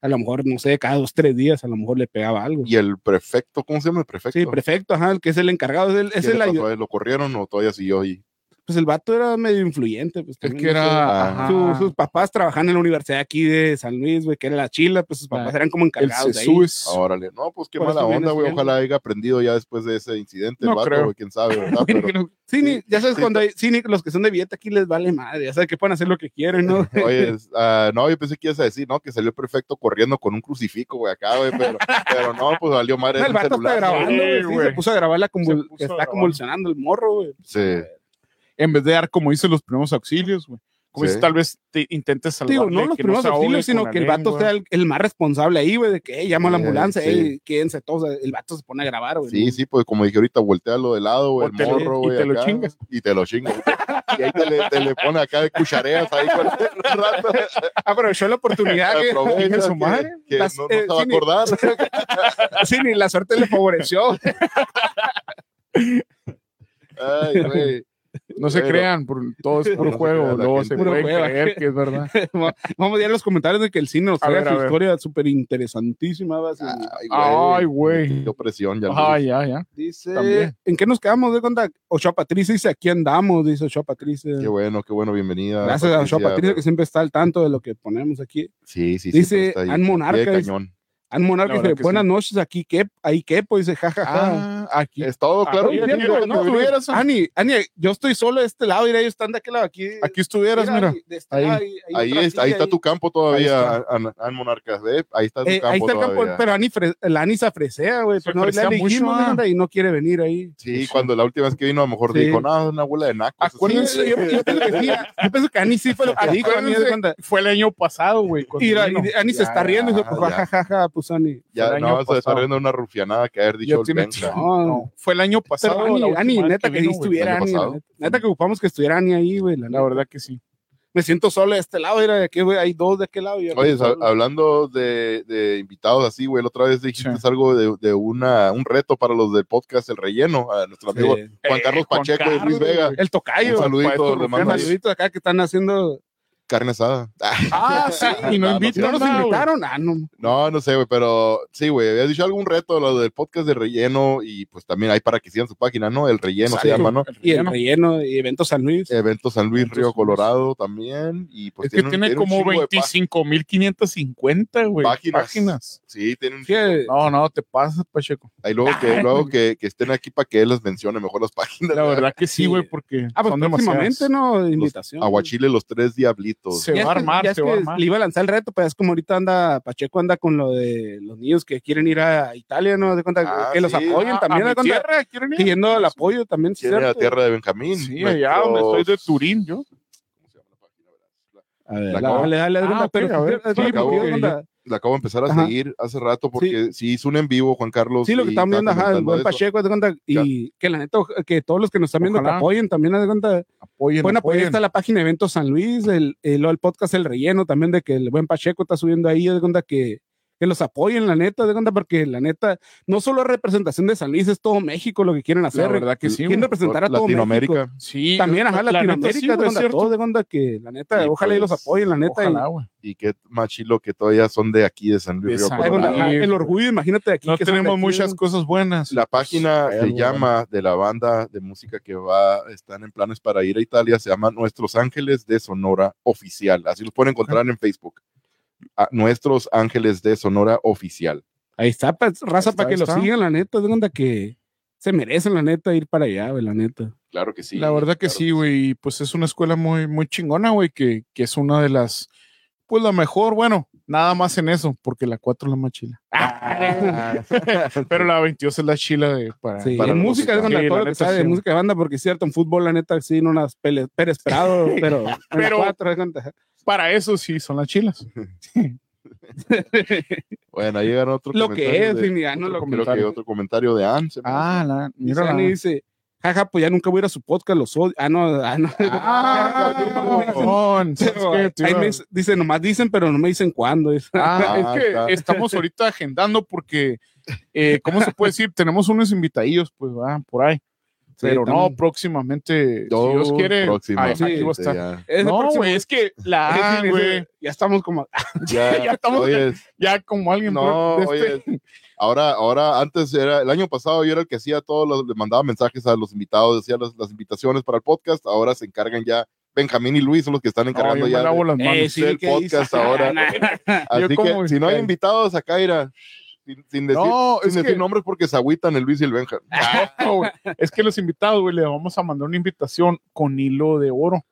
a lo mejor, no sé, cada dos, tres días a lo mejor le pegaba algo. Y el prefecto, ¿cómo se llama el prefecto? Sí, perfecto, ajá, el que es el encargado, es el, ¿Qué es le el pasó ayu- a él? ¿Lo corrieron o todavía siguió ahí? pues el vato era medio influyente. Pues, Es también, que no sé. era Ah. ajá, Su- sus papás trabajan en la universidad aquí de San Luis, güey, que era la chila, pues sus papás Ah, eran como el encargados de ahí. Jesús. Ah, Órale, no, pues qué Por mala eso viene onda, güey. siguiendo. Ojalá haya aprendido ya después de ese incidente el No vato, creo. güey, quién sabe, ¿verdad? Pero, Sí, ni- ya sabes, Sí, cuando hay, sí, ni- los que son de billete aquí les vale madre, ya sabes que pueden hacer lo que quieren, ¿no? oye, es- ah, no, yo pensé que ibas a decir, no, que salió el prefecto corriendo con un crucifijo, güey, acá, güey, pero, pero no, pues valió madre. el un vato está celular, grabando, güey. güey, Sí, sí, se güey. puso a grabar la convul- Se puso que a está grabar. convulsionando el morro, güey. Sí. En vez de dar, como dice, los primeros auxilios, güey. Como Sí. dices, tal vez te intentes salvarle. Digo, no los que primeros se ahogue auxilios, con sino la que el vato lengua. sea el, el más responsable ahí, güey, de que hey, llama a la Eh, ambulancia, sí. hey, quédense todos, o sea, el vato se pone a grabar, güey. Sí, sí, pues como dije ahorita, voltea lo de lado, güey, O el te lo- morro, y güey. te lo acá, chingas. Y te lo chingas. Y ahí te le, te le pone acá de cuchareas ahí con el rato. Aprovechó la oportunidad que, Aprovecha chinga su que- madre. que Las- no, no eh, se va a sí, ni- acordar. sí, ni la suerte le favoreció. Ay, güey. No se Pero- crean, por- todo es No, puro no se juego. crea la Luego gente. se Puro pueden juego. creer que es verdad. Vamos a ir a los comentarios de que el cine nos A trae ver, a su ver. historia súper interesantísima. va a ser- Ay, güey. Qué opresión, ya. Ah, ya, ya. Dice, También. ¿en qué nos quedamos? De cuenta, Ochoa Patricia dice, aquí andamos, dice Ochoa Patricia. Qué bueno, qué bueno, bienvenida. Gracias a Ochoa Patricia que pero- siempre está al tanto de lo que ponemos aquí. Sí, sí, dice siempre está ahí, Ann Monarca, pie de dice- cañón. An Monarca La verdad dice, que sí. buenas noches, aquí que, ahí quepo, dice, jajaja. Ah, aquí. Es todo, claro. Ah, ya yo digo tiene, que ¿no? te Tú venía- eras- Ani, Ani, yo estoy solo de este lado y ellos están de aquel lado aquí. Aquí estuvieras, mira. de este ahí. lado, Ahí, otra es- ahí silla, está tu campo todavía, Ahí Ann Ann Monarca. ¿ve? Ahí está tu Eh, campo. ahí está el campo, todavía. pero Ani, fre- la Ani se afresea, güey. Se pues no, le afresea mucho, dijimos, ah. anda, y no quiere venir ahí. Sí, cuando la última vez que vino, a lo mejor Sí. Ah, dijo, no, es una bola de nacos. Pues así". Acuérdense- Sí, yo, yo pienso que sí, yo pienso que Ani sí fue lo que dijo. Ani, haz de cuenta. Fue el año pasado, güey. cuando Y, la- vino. y Ani se Ya, está riendo y dice, pues, ya. jajaja, pues Ani. fue Ya, el no, año se está pasado. riendo una rufianada que haber dicho Ya el tiene Benja. No, No, fue el año pasado. Pero Ani, la última Ani, vez neta que, ahí vino, güey. estuviera el año Ani. pasado. Neta, neta que ocupamos que estuviera Ani ahí, güey. la La neta. verdad que sí. Me siento solo de este lado, era de aquí, güey, hay dos de aquel lado. y yo Oye, estoy sab- solo. hablando de, de invitados así, güey, la otra vez dijiste Sí. algo de, de una, un reto para los del podcast El Relleno, a nuestro amigo Sí. Juan Eh, Carlos Juan Pacheco y Luis Carlos, Vega. güey. El tocayo. Un saludito, Paesto le mando Rufián, ahí. saludito acá que están haciendo carne asada. Ah, sí, y no No, no invitan. ¿No nos nada, güey. invitaron? Ah, no. No, no sé, güey, pero sí, güey, habías dicho algún reto, lo del podcast de relleno y pues también hay para que sigan su página, ¿no? El relleno se Exacto. llama, ¿no? Eh, Y el Relleno. relleno y evento San Luis. Evento San Luis, Eventos Río San Luis. Colorado también. Y pues es que un- tiene un como chingo de pá- 25.550, güey. Páginas. Páginas. Sí, tienen Sí, eh, No, no, te pasas, Pacheco. Ahí luego, que, Ay, luego que, que estén aquí para que él las mencione mejor las páginas. La verdad que sí, Sí. güey, porque Ah, pues son próximamente, demasiadas. Pues ¿no? Invitación. Aguachile, los tres diablitos. Se Ya es va a que- ya armar, es se va a que armar. Le iba a lanzar el reto, pero es como ahorita anda, Pacheco anda con lo de los niños que quieren ir a Italia, ¿no? De cuenta Ah, que los sí. apoyen Ah, también, a de mi cuenta, tierra, ¿quieren ir? pidiendo el apoyo también. sí, Tiene la cierto. tierra de Benjamín. Sí, allá donde estoy de Turín, yo. ¿Cómo se llama la página? La- A ver, La la- acabo. dale, dale, Ah, onda, ok, pero a ver, sí, sí, sí, acabo, porque, eh, onda, La acabo de empezar a Ajá. seguir hace rato porque sí. hizo un en vivo, Juan Carlos. sí, lo que y estamos viendo, estaba ajá, el comentando buen eso. Pacheco, haz de cuenta, y que la neta, oja- que todos los que nos están viendo que Ojalá. apoyen también, haz de cuenta, Apoyen, pueden apoyar, apoyen. está la página de Eventos San Luis, el, el, el podcast El Relleno también, de que el buen Pacheco está subiendo ahí, haz de cuenta que, que los apoyen, la neta, haz de cuenta, porque la neta, no solo es representación de San Luis, es todo México lo que quieren hacer, La verdad que sí, quieren güey. representar a todo México. Latinoamérica. Sí, También, ajá, la- la neta Latinoamérica, sí, haz de güey, es cuenta, cierto. todos, haz de cuenta que, la neta, Y ojalá y los pues, apoyen, la neta, y- Ojalá, güey. Y qué más chilo que todavía son de aquí, de San Luis. De Río San- haz de cuenta, Colorado. ajá, el orgullo, imagínate de aquí. No que son de tenemos aquí, muchas cosas buenas. La página Pues, se algo, llama de la banda de música que va, están en planes para ir a Italia, se llama Nuestros Ángeles de Sonora Oficial. Así los pueden encontrar en Facebook. Ah, Nuestros Ángeles de Sonora Oficial. Ahí está, pa- raza, Ahí para está, que ahí lo está. sigan, la neta, de onda que se merecen, la neta, ir para allá, güey, la neta. Claro que sí. la verdad que claro sí, güey. y Pues es una escuela muy, muy chingona, güey, que, que es una de las, pues la mejor, bueno, nada más en eso, porque la 4 es la más chila. Pero la 22 es la chila de, Ah, para, Sí, para en la música, música. de onda, Sí, todo la lo que neta, sabe de sí. música de banda, porque es cierto, en fútbol, la neta, sí, no las pele- Pérez Prado, pero. en la Pero- cuatro, de onda. para eso sí son las chilas. Bueno, ahí llegaron otro lo comentario que es, de- y mira, no otro lo creo comentario. que otro comentario de Ann. se me Ah, la, Dice, mira la- Ani dice, jaja, pues ya nunca voy a ir a su podcast, los odio. Ah, no, ah, no. Ah, cabrón, ¿sabes qué, tío? Ahí me dice- dice, nomás dicen, pero no me dicen cuándo. dice. Ah, Ah, es que está. estamos ahorita agendando porque, eh, ¿cómo se puede decir? Tenemos unos invitadillos, pues, van por ahí. Pero no, también. próximamente, Todo si Dios quiere, próximamente, ahí- aquí va a sí, estar. Este, ya. Ese No, próximo- güey, es que la ese- ah, ese- güey, Ya estamos como. Ya, Ya estamos- oye, ya como alguien bro, No, de oye, este- Ahora, ahora, antes era, el año pasado yo era el que hacía todos los, le mandaba mensajes a los invitados, hacía las, las invitaciones para el podcast, ahora se encargan ya, Benjamín y Luis son los que están No, yo encargando me ya. de- lavo las manos. Eh, sí, del ¿qué dices? podcast ahora. Nah, nah. Así yo que, como- si no hay invitados acá, irá, sin, sin decir, no, sin es decir que, Ah, nombres porque se agüitan el Luis y el Benja. no, güey, es que los invitados, güey, le vamos a mandar una invitación con hilo de oro.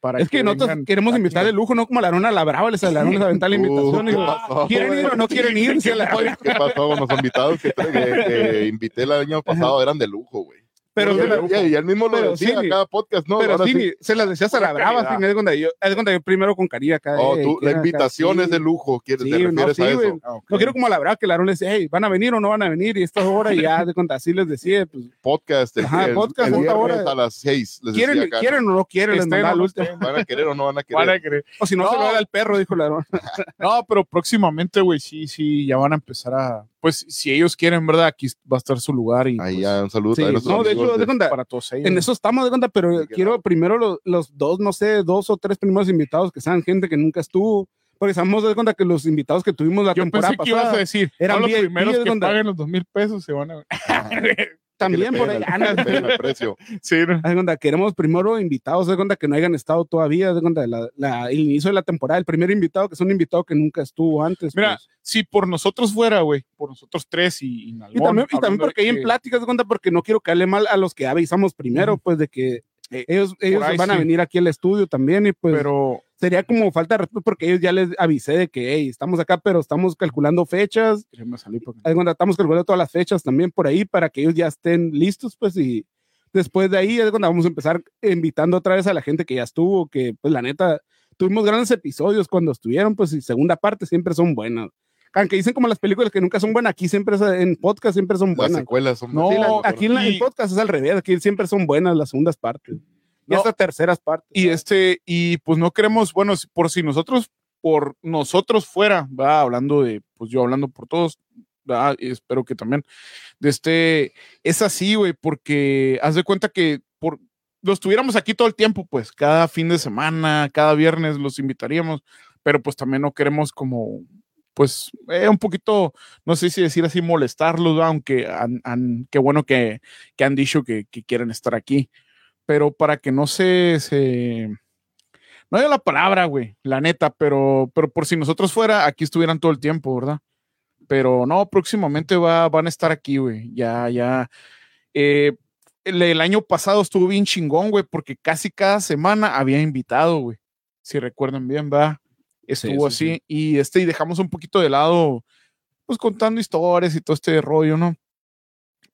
Para Es que nosotros vengan queremos aquí. invitar de lujo, no como la arona a la brava, les la arona a aventar la Uh, invitación. ¿qué y digo, pasó, ¿Quieren güey? ir o no quieren ir? Sí, a la- ¿Qué pasó con los invitados que, tra- que- que invité el año pasado? Eran de lujo, güey. pero y, se la- el- y el mismo lo pero decía sí, cada podcast, ¿no? pero Ahora sí, sí. ni- se las decías a la Pura brava, calidad. sí, es donde yo, es donde yo primero con Cari acá. Oh, eh, tú, que la acá, invitación sí. es de lujo, ¿quieres? Sí, ¿Te no, refieres sí, a güey. eso? Ah, ok. No quiero como la brava que la arona le dice, hey, ¿van a venir o no van a venir? Y estas horas y ya, de cuenta, así les decía, pues, podcast el, Ajá, el- podcast, el otra viernes hora. a las 6. Les decía ¿quieren, acá, ¿quieren o no quieren? Les Estén mandaba o al no último. estén, ¿no? ¿Van a querer o no van a querer? van a querer. O si no, se lo No. da al perro, dijo la arona. No, pero próximamente, güey, sí, sí, ya van a empezar a. Pues si ellos quieren, ¿verdad? Aquí va a estar su lugar y pues, Ahí ya, un saludo Sí, también a nuestros no, de amigos hecho, de cuenta, para todos ellos. en eso estamos de cuenta, pero Sí, que quiero no. primero los, los dos, no sé, dos o tres primeros invitados que sean gente que nunca estuvo. Porque estamos de cuenta que los invitados que tuvimos la Yo temporada pensé que ibas pasada a decir, eran eran los VIP, primeros ¿de que dónde? paguen los dos mil pesos se van a. que le también por peguen allá. al- le peguen al precio. sí, no. Haz de cuenta, queremos primero invitados, haz de cuenta que no hayan estado todavía, haz de cuenta, la- la- el inicio de la temporada, el primer invitado que es un invitado que nunca estuvo antes. Mira, pues. si por nosotros fuera, güey, por nosotros tres y, y Nalgón, y también, y hablando también porque de ahí en que- pláticas de cuenta, porque no quiero caerle mal a los que avisamos primero, Ujú. pues de que Eh, ellos, ellos ahí van a sí. venir aquí al estudio también y pues Pero sería como falta de respeto porque ellos ya les avisé de que hey, estamos acá, pero estamos calculando fechas, Déjame salir porque- haz de cuenta, estamos calculando todas las fechas también por ahí para que ellos ya estén listos, pues y después de ahí es cuando vamos a empezar invitando otra vez a la gente que ya estuvo, que pues la neta tuvimos grandes episodios cuando estuvieron, pues y segunda parte siempre son buenas. Aunque dicen como las películas que nunca son buenas, aquí siempre es- en podcast siempre son Las buenas. secuelas son. No, Sí, las- Aquí en, la- en Y- podcast es al revés, aquí siempre son buenas las segundas partes. Y No. hasta terceras partes. Y este, y pues no queremos, bueno, si- por si nosotros, por nosotros fuera, va hablando de, pues yo hablando por todos, ¿verdad? Y espero que también, de este, es así, güey, porque haz de cuenta que por, los tuviéramos aquí todo el tiempo, pues cada fin de semana, cada viernes los invitaríamos, pero pues también no queremos como, pues, eh, un poquito, no sé si decir así, molestarlos, ¿va? aunque han, han- qué bueno que, que han dicho que, que quieren estar aquí, pero para que no se, se- no haya la palabra, güey, la neta, pero, pero por si nosotros fuera, aquí estuvieran todo el tiempo, ¿verdad? Pero no, próximamente va, van a estar aquí, güey, ya, ya. Eh, el, el año pasado estuvo bien chingón, güey, porque casi cada semana había invitado, güey. Si recuerdan bien, va. Estuvo sí, así. Y este, y dejamos un poquito de lado, pues contando historias y todo este rollo, ¿no?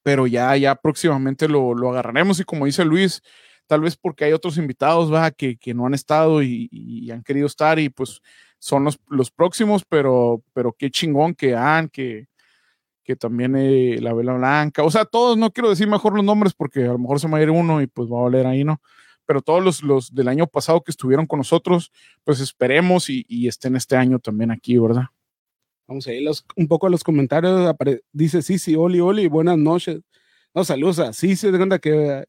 Pero ya, ya próximamente lo, lo agarraremos. Y como dice Luis, tal vez porque hay otros invitados, va, que, que no han estado y, y han querido estar y pues son los, los próximos, pero, pero qué chingón que han, que, que también eh, la vela blanca, o sea, todos, no quiero decir mejor los nombres porque a lo mejor se me va a ir uno y pues va a valer ahí, ¿no? Pero todos los, los del año pasado que estuvieron con nosotros, pues esperemos y, y estén este año también aquí, ¿verdad? Vamos a ir los, un poco a los comentarios. apare- Dice Sisi, Oli, Oli, buenas noches. No, saludos a Sisi, de cuenta que.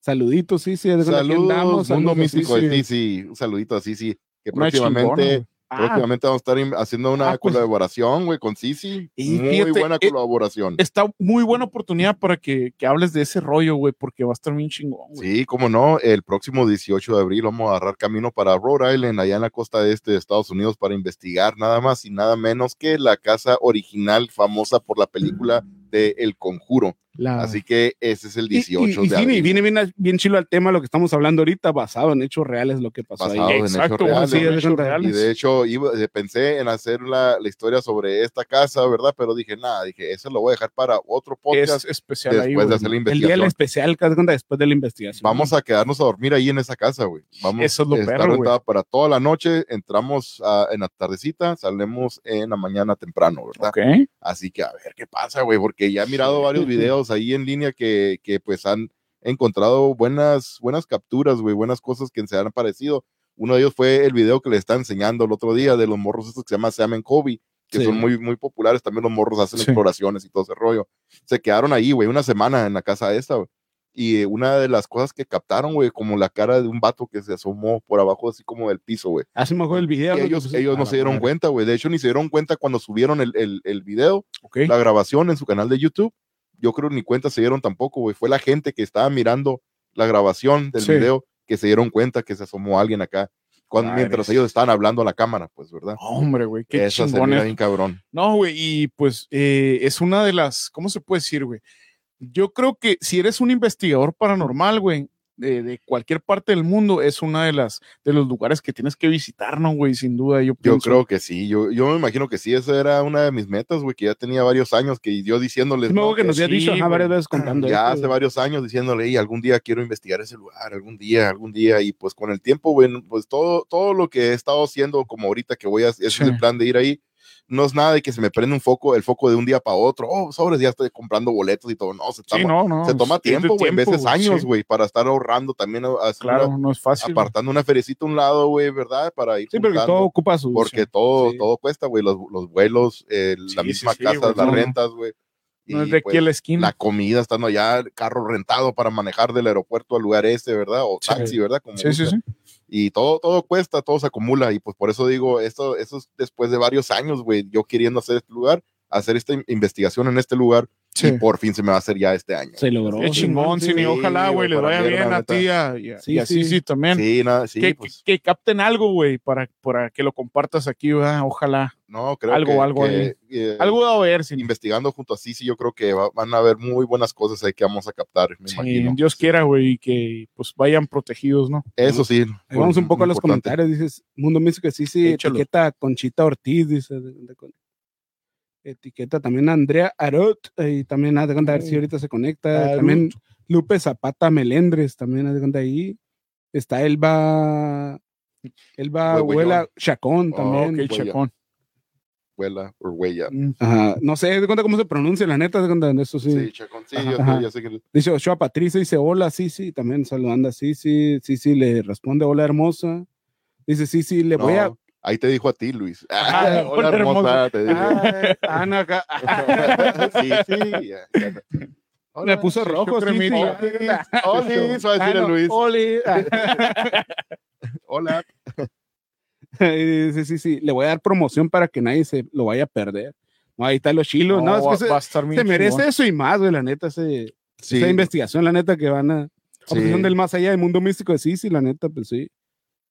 Saluditos, Sisi, de cuenta que Saludos, andamos, mundo saludos a místico Sisi. de Sisi. Un saludito a Sisi, que Una chingona, próximamente, güey. Ah, próximamente vamos a estar in- haciendo una Ah, pues. colaboración, güey, con Sisi. Y Muy fíjate, buena eh, colaboración. está muy buena oportunidad para que, que hables de ese rollo, güey, porque va a estar bien chingón, güey. Sí, cómo no, el próximo 18 de abril vamos a agarrar camino para Rhode Island, allá en la costa este de Estados Unidos, para investigar nada más y nada menos que la casa original famosa por la película de El Conjuro. La- Así que ese es el Ah. Y- y- 18 y, de sí, abril. viene bien, bien chilo al tema lo que estamos hablando ahorita, basado en hechos reales, lo que pasó Basado ahí. en Exacto, hechos güey, reales, sí, güey. de hechos Y reales. de hecho, iba- eh, pensé en hacer la, la historia sobre esta casa, ¿verdad? Pero dije, nada, dije, eso lo voy a dejar para otro es podcast especial ahí, después de güey. hacer la El día del investigación. especial, que haz de cuenta, después de la investigación. Vamos a quedarnos a dormir ahí en esa casa, güey. Vamos Eso es lo a estar perro, güey. rentada para toda la noche. Entramos ah, en la tardecita, salemos en la mañana temprano, ¿verdad? Ok. Así que a ver qué pasa, güey, porque ya he mirado varios videos ahí en línea que, que pues han encontrado buenas, buenas capturas, güey, buenas cosas que se han parecido. Uno de ellos fue el video que le está enseñando el otro día de los morros estos que se llama Sam and Kobe, que Sí. son muy, muy populares. También los morros hacen Sí. exploraciones y todo ese rollo. Se quedaron ahí, güey, una semana en la casa esta, güey. Y eh, una de las cosas que captaron, güey, como la cara de un vato que se asomó por abajo, así como del piso, güey. Hace mejor el video. Y ¿no? ellos, Que- ellos a no la se dieron madre. cuenta, güey. De hecho, ni se dieron cuenta cuando subieron el, el, el video ok. la grabación en su canal de YouTube. Yo creo ni cuenta se dieron tampoco, güey. Fue la gente que estaba mirando la grabación del Sí. video que se dieron cuenta que se asomó alguien acá cuando, Madres. mientras ellos estaban hablando a la cámara, pues, ¿verdad? Hombre, güey, qué Eso se chingón mira es. bien cabrón. No, güey, y pues eh, es una de las, ¿cómo se puede decir, güey? Yo creo que si eres un investigador paranormal, güey, de, de cualquier parte del mundo, es una de las, de los lugares que tienes que visitar, ¿no, güey? Sin duda, yo Yo pienso. creo que sí, yo, yo me imagino que sí, esa era una de mis metas, güey, que ya tenía varios años que yo diciéndoles, Sí, me ¿no? acuerdo que que nos había sí, dicho ajá, güey. varias veces contando. ya esto, hace güey. varios años diciéndole, y algún día quiero investigar ese lugar, algún día, algún día, y pues con el tiempo, güey, no, pues todo, todo lo que he estado haciendo, como ahorita que voy a, ese Sí. es el plan de ir ahí, no es nada de que se me prende un foco, el foco de un día para otro, oh, sobres, ya estoy comprando boletos y todo, no, se, Sí, toma- no, no. pues, se toma es de tiempo, güey, en veces años, sí. güey, para estar ahorrando también, hacer una- Claro, no es fácil. güey. apartando una ferecita a un lado, güey, ¿verdad? Para ir Sí, porque juntando. todo ocupa su. Porque todo, Sí. todo cuesta, güey. Los, los vuelos, eh, Sí, la sí, misma sí, casa, güey, las no, no. rentas, güey. No es Y, de aquí pues, a la esquina. la comida estando allá, carro rentado para manejar del aeropuerto al lugar ese, ¿verdad? O Sí. taxi, ¿verdad? Como sí, sí, gusta. sí. Y todo, todo cuesta, todo se acumula. Y pues por eso digo, esto, eso es después de varios años, güey, yo queriendo hacer este lugar, hacer esta in- investigación en este lugar, Sí. y por fin se me va a hacer ya este año. Se logró. Qué sí, chingón, sí, sí, sí. ni ojalá, Sí, güey, güey, les para vaya mí era bien la a ti y a- Sí, y así sí. sí también. Sí, nada, sí, que, pues. que capten algo, güey, para, para que lo compartas aquí, ¿verdad? Ojalá. No, creo algo, que- algo que, ahí. eh, Algo va a haber, sin investigando junto a Sisi, yo creo que va- van a haber muy buenas cosas ahí que vamos a captar, me Sí, imagino. Dios quiera, güey, y que pues vayan protegidos, ¿no? Eso sí. Ahí vamos un poco a los importante. comentarios. Dices, Mundo Místico, sí, sí, Échalo. etiqueta a Conchita Ortiz, dice. de- de- con- Etiqueta también a Andrea Arot, eh, y también haz de cuenta, a ver si ahorita se conecta. Arot. Ah, También Lupe Zapata Melendres, también haz de cuenta ahí. Está Elba. Elba Güey, güey, Huela Chacón Oh, también. Ok, Huella. chacón. Huela, o huella. Mm. Ajá, No sé, haz de cuenta cómo se pronuncia, la neta, haz de cuenta, eso Sí, sí. Chacón, sí, Ajá, yo ajá. sé, yo sé que. Dice Ochoa Patricia, dice hola, sí, sí, también saludando a Sisi, Sisi le responde hola hermosa. Dice Sisi, le voy a... No, Ahí te dijo a ti, Luis. Ah, Ah, hola, hola, hermosa, hermosa. te digo. Ah, Ana, acá. sí, sí. ya, ya. Le puso Chicho rojo, sí, sí. Cremita. Oli, se va Ah, a Ah, decir el Luis. Oli. Hola. sí, sí, sí. Le voy a dar promoción para que nadie se lo vaya a perder. No, ahí están los chilos. No, va- es que va se, a estar bien se merece chingón. eso y más, güey, la neta. Ese, Sí. Esa investigación, la neta, que van a. Obsesión del más allá del mundo místico de sí, sí, la neta, pues sí.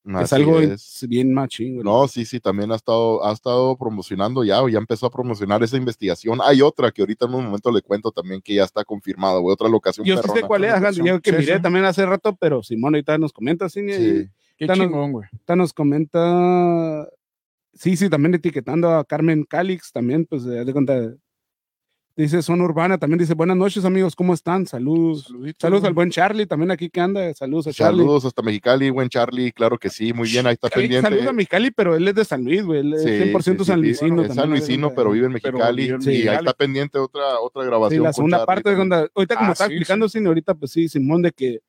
es Así algo es. bien machín, güey. No, sí, sí, también ha estado, ha estado promocionando ya, o ya empezó a promocionar esa investigación. Hay otra que ahorita en un momento le cuento también que ya está confirmada, güey, otra locación Yo sí sé perrona. cuál es, ajá, yo que Sí, miré sí. también hace rato, pero Simón ahorita nos comenta, sí, y Sí. Qué Danos- chingón, güey. ahorita nos comenta. Sí, sí, también etiquetando a Carmen Calix, también, pues, eh, haz de cuenta. Dice, son urbana, también dice, buenas noches, amigos, ¿cómo están? Saludos. Saluditos, Saludos güey. al buen Charlie, también aquí que anda. Saludos a Charlie. Saludos hasta Mexicali, buen Charlie, claro que sí, muy bien, ahí está Cali- pendiente. Saludos a Mexicali, pero él es de San Luis, güey. Él es Sí, 100% sí, sí, San sí. Luisino. Es también, San haz de Luisino, cuenta. pero vive en pero Mexicali. vive en sí, ahí Mexicali. está pendiente otra, otra Sí, grabación. la con segunda Charlie parte, también. onda, ahorita como Ah, estaba sí, explicando, Sin, ahorita pues sí, Simón, de que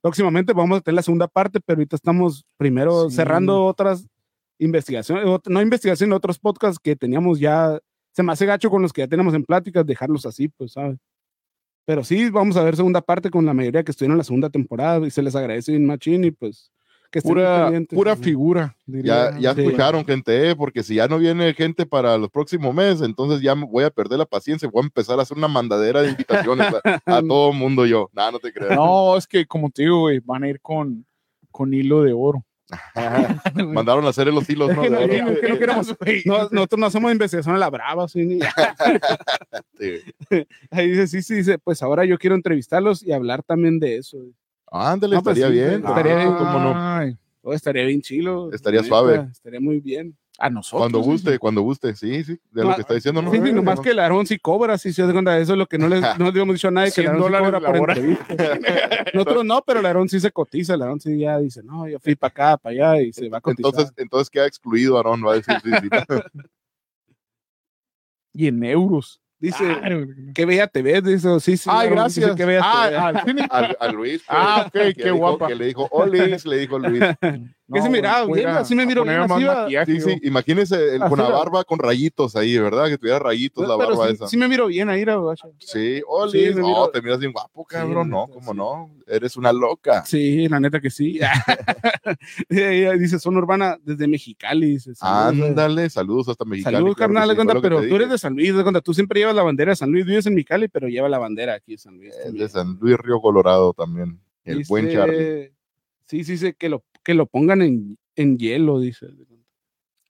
próximamente vamos a tener la segunda parte, pero ahorita estamos primero Sí. cerrando otras investigaciones, ot- no investigaciones, otros podcasts que teníamos ya, se me hace gacho con los que ya tenemos en pláticas, dejarlos así, pues, ¿sabes? Pero sí, vamos a ver segunda parte con la mayoría que estuvieron en la segunda temporada y se les agradece bien machín y pues que estén Pura, pendientes. pura figura. Ya, diría. ya Sí. escucharon, gente, eh, porque si ya no viene gente para los próximos meses, entonces ya me voy a perder la paciencia, voy a empezar a hacer una mandadera de invitaciones a, a todo mundo yo. Nah, no te creas. No, es que como te digo, güey, van a ir con, con hilo de oro. Mandaron a hacer los hilos, Es ¿no? que De no, oro. es que no eh, queremos- No, nosotros no hacemos investigación a la brava, sí, ni- Sí. Ahí dice, sí, sí, dice, pues ahora yo quiero entrevistarlos y hablar también de eso. Ándale, No, pues estaría sí, bien. estaría bien. ¿Cómo no? Ay, Oh, estaría bien chilo. Estaría neta, suave. Estaría muy bien. A pues nosotros. Cuando güey. guste, cuando guste, sí, sí, de lo No, que está diciendo. ¿no? Ah, sí, sí, Eh, nomás no. que el Aarón sí cobra, sí, sí, haz de cuenta, eso es lo que no le no le hemos dicho a nadie, que el 100 Aarón sí dólares cobra la por hora. entrevista. Nosotros no, pero el Aarón sí se cotiza, el Aarón sí ya dice, no, yo fui para acá, para allá, y se va a cotizar. Entonces, entonces queda excluido, Aarón, va a decir. sí, sí. Y en euros. dice, ah. Ay, güey. qué bella te ves, dice, "Oh, sí, sí. Ay, Aarón, dice, gracias. Qué bella te ves. Ah, al cine. A, a Luis. pues, Ah, ok, que qué dijo- guapa. Que le dijo, Olis, le dijo Luis. Que se güey, miraba voy bien, a- así me a miro ponerme bien, más así va. maquillaje, Sí, sí, güey. imagínese el, con la Así era. barba con rayitos ahí, ¿verdad? Que tuviera rayitos pues la Pero barba sí, esa. sí me miro bien ahí, era, guacha. Sí, Oli, Sí, me no, miro- te miras bien guapo, cabrón, Sí, no, neta, cómo sí. no, eres una loca. Sí, la neta que sí. Ella dice, son urbana desde Mexicali. Dice, Ah, saludos, eh. Ándale, saludos hasta Mexicali. Saludos, claro que carnal, sí, de cuenta, fue lo que pero te tú eres dije. de San Luis, de cuenta, tú siempre llevas la bandera de San Luis, vives en Mexicali, pero lleva la bandera aquí de San Luis. Es también. de San Luis Río Colorado también, el Dice- buen Charlie, Sí, sí, dice que lo, que lo pongan en, en hielo, dice.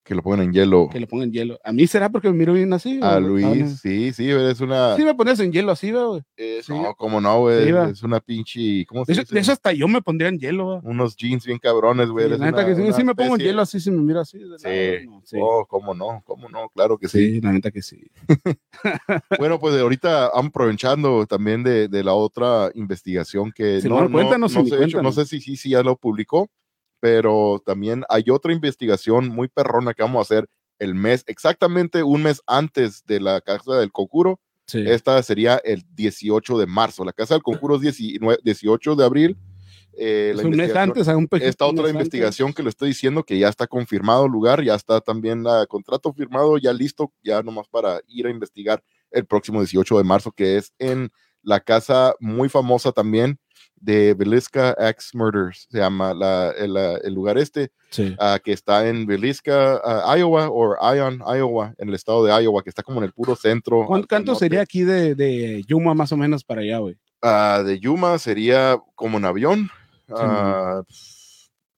que lo ponen en hielo. Que lo pongan en hielo. A mí será porque me miro bien así. A o- ah, no. Luis, Ah. sí, sí, eres una, Sí, me pones en hielo así, ¿verdad, güey. eh, sí. no, cómo no, güey, Sí, va. es una pinche, ¿cómo se De, eso- dice? de eso hasta yo me pondría en hielo, ¿verdad? Unos jeans bien cabrones, güey. Sí, eres la neta una- que sí, una sí me pongo en especie- hielo así, si me miro así. de Sí. lado, no, sí. Oh, cómo no, cómo no, claro que sí. Sí, la neta que sí. Bueno, pues de ahorita aprovechando también de, de la otra investigación que Simón, cuéntanos, no, Sony, sé, no cuéntanos. sé si sí sí ya lo publicó, pero también hay otra investigación muy perrona que vamos a hacer el mes, exactamente un mes antes de la Casa del Cocuro. Sí. Esta sería el 18 de marzo. La Casa del Cocuro es 19 18 de abril. Eh, la Es un mes investigación- antes, a un pequeño esta otra mes antes. investigación que le estoy diciendo que ya está confirmado el lugar, ya está también la contrato firmado, ya listo, ya nomás para ir a investigar el próximo 18 de marzo, que es en la casa muy famosa también de Beliska Axe Murders, se llama la- el, ah, el lugar este, Sí. ah, que está en Beliska, ah, Iowa, o Ion, Iowa, en el estado de Iowa, que está como en el puro centro. ¿Cuán- al ¿Cuánto norte. sería aquí de, de Yuma más o menos para allá, güey? Ah, de Yuma sería como en avión. ah,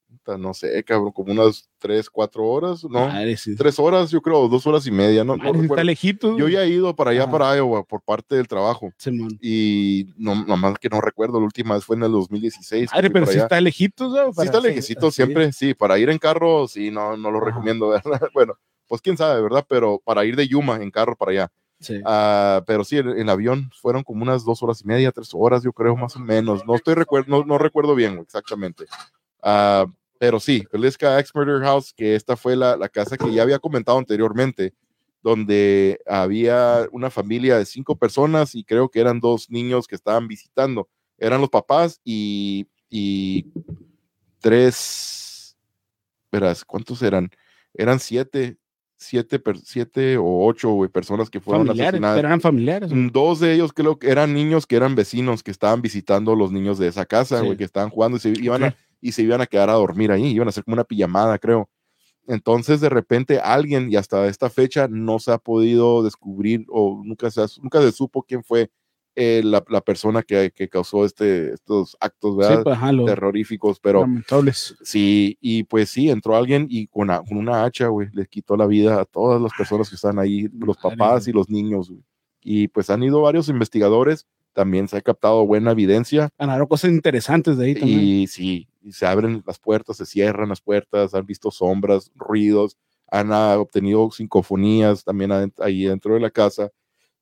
puta, no sé, cabrón, como unas 3, 4 horas, ¿no? Madre, sí. Tres horas, yo creo, o dos horas y media, ¿no? no Madre, sí está recuerdo. lejito. yo ya he ido para allá, Ajá. para Iowa, por parte del trabajo. Simón. Y no, nomás que no recuerdo, la última vez fue en el 2016. que Madre, fui pero para sí allá. está lejito, ¿sabes? Sí está lejecito siempre, sí, para ir en carro, sí, no, no lo Ajá. recomiendo, ¿verdad? Bueno, pues quién sabe, ¿verdad? Pero para ir de Yuma en carro para allá. Ah, pero sí, en, en avión fueron como unas dos horas y media, tres horas, yo creo, más o menos. No estoy recuer- no, no recuerdo bien exactamente. Ah, pero sí, Beliska Axe Murder House, que esta fue la, la casa que ya había comentado anteriormente, donde había una familia de cinco personas y creo que eran dos niños que estaban visitando. Eran los papás y, y tres, verás, ¿cuántos eran? Eran siete, siete, per- siete o ocho güey, personas que fueron familiares, asesinadas. pero eran familiares. güey. Mm, Dos de ellos creo que eran niños que eran vecinos que estaban visitando los niños de esa casa, Sí. güey, que estaban jugando y se iban a, y se iban a quedar a dormir ahí, iban a hacer como una pijamada, creo. Entonces, de repente, alguien, y hasta esta fecha, no se ha podido descubrir o nunca se, ha- nunca se supo quién fue eh, la, la persona que, que causó este, estos actos Sí, ¿verdad? pues, ajá, lo- terroríficos, pero Lamentables. Sí, y pues sí, entró alguien y con, a- con una hacha, güey, les quitó la vida a todas las personas que están ahí, los madre, papás y los niños, güey. Y pues han ido varios investigadores, también se ha captado buena evidencia ganaron cosas interesantes de ahí también. y sí, y se abren las puertas, se cierran las puertas, han visto sombras, ruidos, han ah, obtenido sincofonías también adent- ahí dentro de la casa.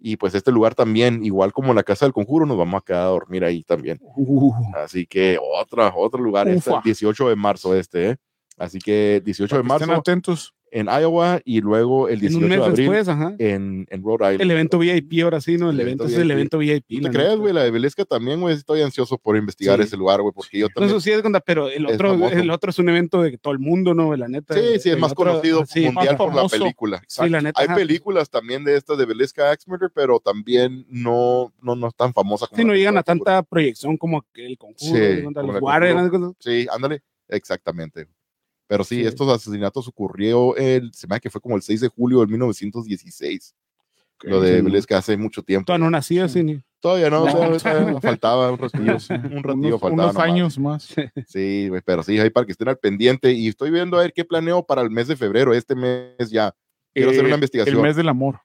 Y pues este lugar también, igual como la casa del conjuro, nos vamos a quedar a dormir ahí también. Uh, Así que otra, otro lugar, este, Ufa. el 18 de marzo este, ¿eh? Así que 18 Para de que Estén marzo atentos. en Iowa y luego el en 18 un mes de abril después, ajá. en, en Rhode Island. El evento VIP, ahora sí, ¿no? El, El evento, evento es el VIP. evento VIP. ¿No la te neta. crees, güey? La de Belesca también, güey. Estoy ansioso por investigar Sí. ese lugar, güey, porque yo No, también... eso sí es onda, pero el Es otro, famoso. el otro es un evento de que todo el mundo, ¿no? La neta. Sí, sí, es el más otro- conocido eh, sí, mundial más por la famoso. película. Sí, la neta. Hay ajá. películas también de estas de Belesca Axe Murder, pero también no, no, no es tan famosa como Sí, la no llegan a película. tanta proyección como que el conjuro, Sí, de onda, como los la Warren, Conjuro. ¿no? Sí, ándale, exactamente. Pero sí, Sí. estos asesinatos ocurrió el, se me hace que fue como el 6 de julio de 1916. Lo de Sí, ¿no? Belesca hace mucho tiempo. Todavía no nací así. ni- Todavía no, No. todavía- todavía faltaba un ratillo, un ratillo Unos, faltaba. unos nomás. años más. Sí, güey, pero sí, ahí para que estén al pendiente. Y estoy viendo a ver qué planeo para el mes de febrero, este mes ya. Quiero hacer Eh, El una investigación. mes del amor.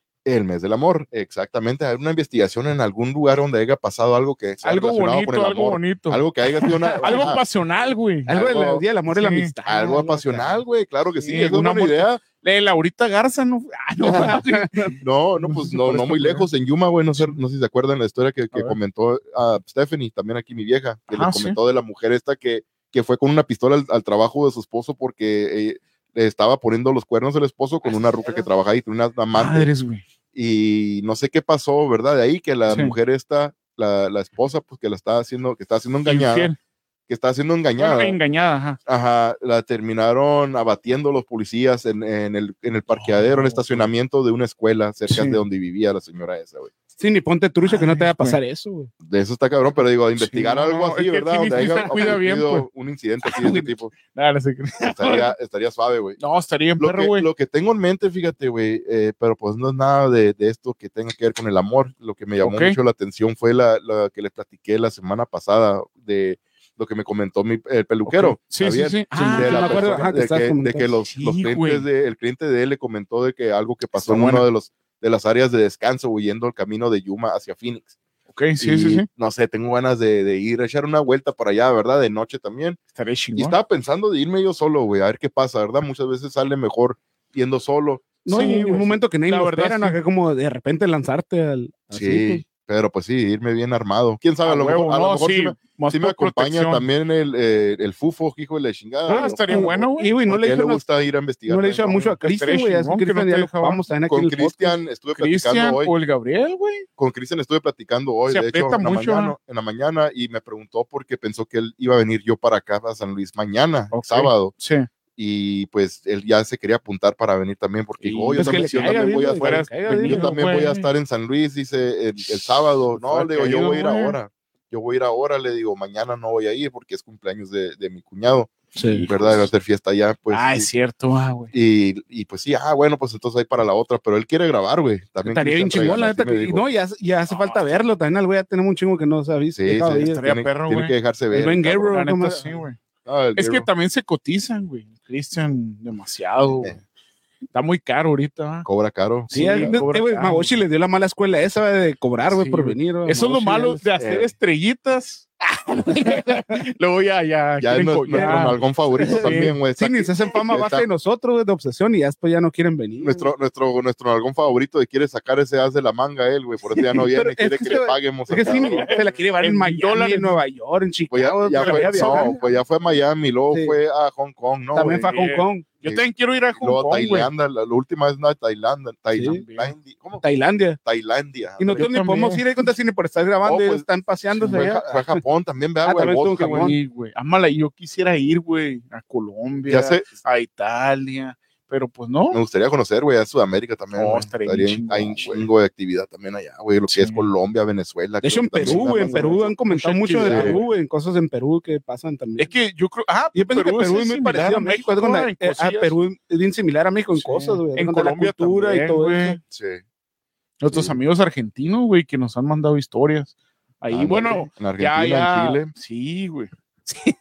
del amor, exactamente. Hay una investigación en algún lugar donde haya pasado algo que sea Algo relacionado bonito, con el algo amor. bonito. Algo, Algo Ah. que haya sido una. ajá. pasional, güey. Algo del Algo- día del amor y la sí, amistad. Algo acá. apasional, güey, claro que sí, Sí, es un una buena amor- idea. La de Laurita Garza, no. Ah, no, güey. No, no, pues no, Por no eso, muy güey. lejos, en Yuma, güey, no sé, no sé si se acuerdan la historia que, que ver. comentó a Stephanie, también aquí mi vieja, que Ah, le sí. comentó de la mujer esta que, que fue con una pistola al, al trabajo de su esposo porque eh, le estaba poniendo los cuernos el esposo con una ruca que trabaja ahí, una amante, Madres, güey. y no sé qué pasó, ¿verdad? De ahí que la Sí. mujer esta, la, la esposa, pues que la está haciendo, que está haciendo engañada, Infiel. que está haciendo Bueno, engañada. Engañada, ajá. Ajá, la terminaron abatiendo los policías en, en el, en el parqueadero, en el Oh. estacionamiento de una escuela cerca Sí. de donde vivía la señora esa, güey. Sí, ni ponte trucha que no te Madres, vaya a pasar eso, güey. De eso está cabrón, pero digo, de investigar no, algo no, es así, que ¿verdad? aquí Donde ni se haya cuida bien, ocurrido pues. un incidente así de este tipo, Nada, no sé qué. estaría, estaría suave, güey. No, estaría bien Lo perro, que, güey. lo que tengo en mente, fíjate, güey, eh, pero pues no es nada de, de esto que tenga que ver con el amor. Lo que me llamó Ok. mucho la atención fue la, la que les platiqué la semana pasada de lo que me comentó mi, el peluquero. Ok. Sí, sí, Javier sí. Ah, de, sí, la me acuerdo, persona- ajá, que de estabas que, de comentando. que los, Sí, los güey. clientes de- el cliente de él le comentó de que algo que Está pasó en buena. uno de los de las áreas de descanso huyendo el camino de Yuma hacia Phoenix. Ok, sí, sí, Y, sí. No sé, tengo ganas de, de ir a echar una vuelta para allá, ¿verdad? De noche también. Estaría Y chingón. estaba pensando de irme yo solo, güey, a ver qué pasa, ¿verdad? Muchas veces sale mejor yendo solo. No, Sí, en un güey. momento que nadie La lo verdad, espera, ¿no? sí. Acá como de repente lanzarte al. así, pues. Sí, pero pues sí, irme bien armado. ¿Quién sabe? A, Ah, lo huevo, mejor, a lo no, mejor sí, sí, me, más sí me por acompaña protección. también el, eh, el fufo, hijo de la chingada. Ah, estaría bueno, güey. Y, güey, no le Porque a él le dijeron a- gusta ir a investigar. no le he también, dicho mucho a Cristian, Estaría güey. Así chingón que que no Cristian te ya lo deja abajo. ocupamos también aquí en con el podcast. Cristian estuve Cristian platicando hoy. o el Gabriel, güey. Con Cristian estuve platicando hoy, Se de hecho, aprieta en la, mucho, mañana, ¿no? en la mañana, y me preguntó porque pensó que él iba a venir yo para acá, a San Luis, mañana, Ok. sábado. Sí. Y pues él ya se quería apuntar para venir también, porque dijo, Y- "Oh, Pues yo que también, le yo caiga, también voy dile, que a le estar, fueras- caiga, yo venir, dile. güey. también voy a estar en San Luis, dice, el, el sábado. No, Fuera le digo, yo caído, voy a ir güey. ahora. Yo voy a ir ahora, le digo, mañana no voy a ir porque es cumpleaños de, de mi cuñado, Sí. ¿verdad? Va a hacer fiesta allá, pues. ah, y- es cierto, ah, güey. y, y pues sí, ah, bueno, pues entonces ahí para la otra, pero él quiere grabar, güey. También Estaría bien Cristian chingón, la neta. Trejo, así me que- dijo. No, ya, ya hace No, falta verlo también al güey. Ya tenemos un chingo que no sabéis. Sí, sí, estaría tiene, perro, tiene güey. que dejarse ver. Ben cabrón. Gabriel, La ¿cómo neta, era? sí, güey. Ah, el Es que Gabriel. también se cotizan, güey. Cristian, demasiado, güey. Está muy caro ahorita, ¿va? cobra caro. Sí, Sí, eh, la cobra eh, güey, caro. Magoshi les dio la mala escuela esa güey, de cobrar, güey, Sí, por güey. venir. güey, Eso es lo Magoshi, malo ya de hacer eh. estrellitas. Luego ya, ya. Ya es quieren nuestro, co- nuestro ya. nalgón favorito Sí. también, Sí, güey. Está ni aquí- se hacen fama Está- baja de nosotros, güey, de obsesión, y ya después ya no quieren venir. Nuestro, nuestro, nuestro nalgón favorito de quiere sacar ese as de la manga él, güey. Por eso ya no viene, Pero quiere es que, que le se- paguemos. Es que al sí, cabrón. se la quiere llevar en En Miami, dólares. en Nueva York, en Chicago. Pues ya, ya se la fue, voy a viajar. no, pues ya fue a Miami, luego Sí. fue a Hong Kong, ¿no? También fue güey? a Hong Eh, Kong, Yo también quiero ir a Hong luego a Kong, güey. Tailandia, la, la última vez no, a Tailandia, Tailandia, ¿cómo? Tailandia. Tailandia. Y nosotros ni también. podemos ir ahí contra ni por estar grabando, Oh, ellos pues, están paseándose fue, allá. a- fue a Japón también, vea, Ah, güey, al también estuvo en bosque, güey. Japón. Sí, güey. Ámala, yo quisiera ir, güey, a Ya Colombia, sé, a Italia. pero pues no. Me gustaría conocer, güey, a Sudamérica también. Oh, güey. estaría Estaría bien hay un chingón, chingo de actividad también allá, güey. Lo que Sí. es Colombia, Venezuela. De hecho, en creo que Perú, también güey, en nada más, Perú güey. han comentado mucho de actividad, Perú, güey, en cosas en Perú que pasan también. Es que yo creo, ah, Yo pienso que Perú es es muy similar parecido a México. haz de cuenta, en eh, a cosillas. Perú es bien similar a México en Sí. cosas, güey. haz de En cuenta, la Colombia cultura y también, todo güey. eso. Sí. Nuestros Sí. amigos argentinos, güey, que nos han mandado historias. Ahí, Ándale. bueno, En ya, Argentina, ya. en Chile. Sí, güey.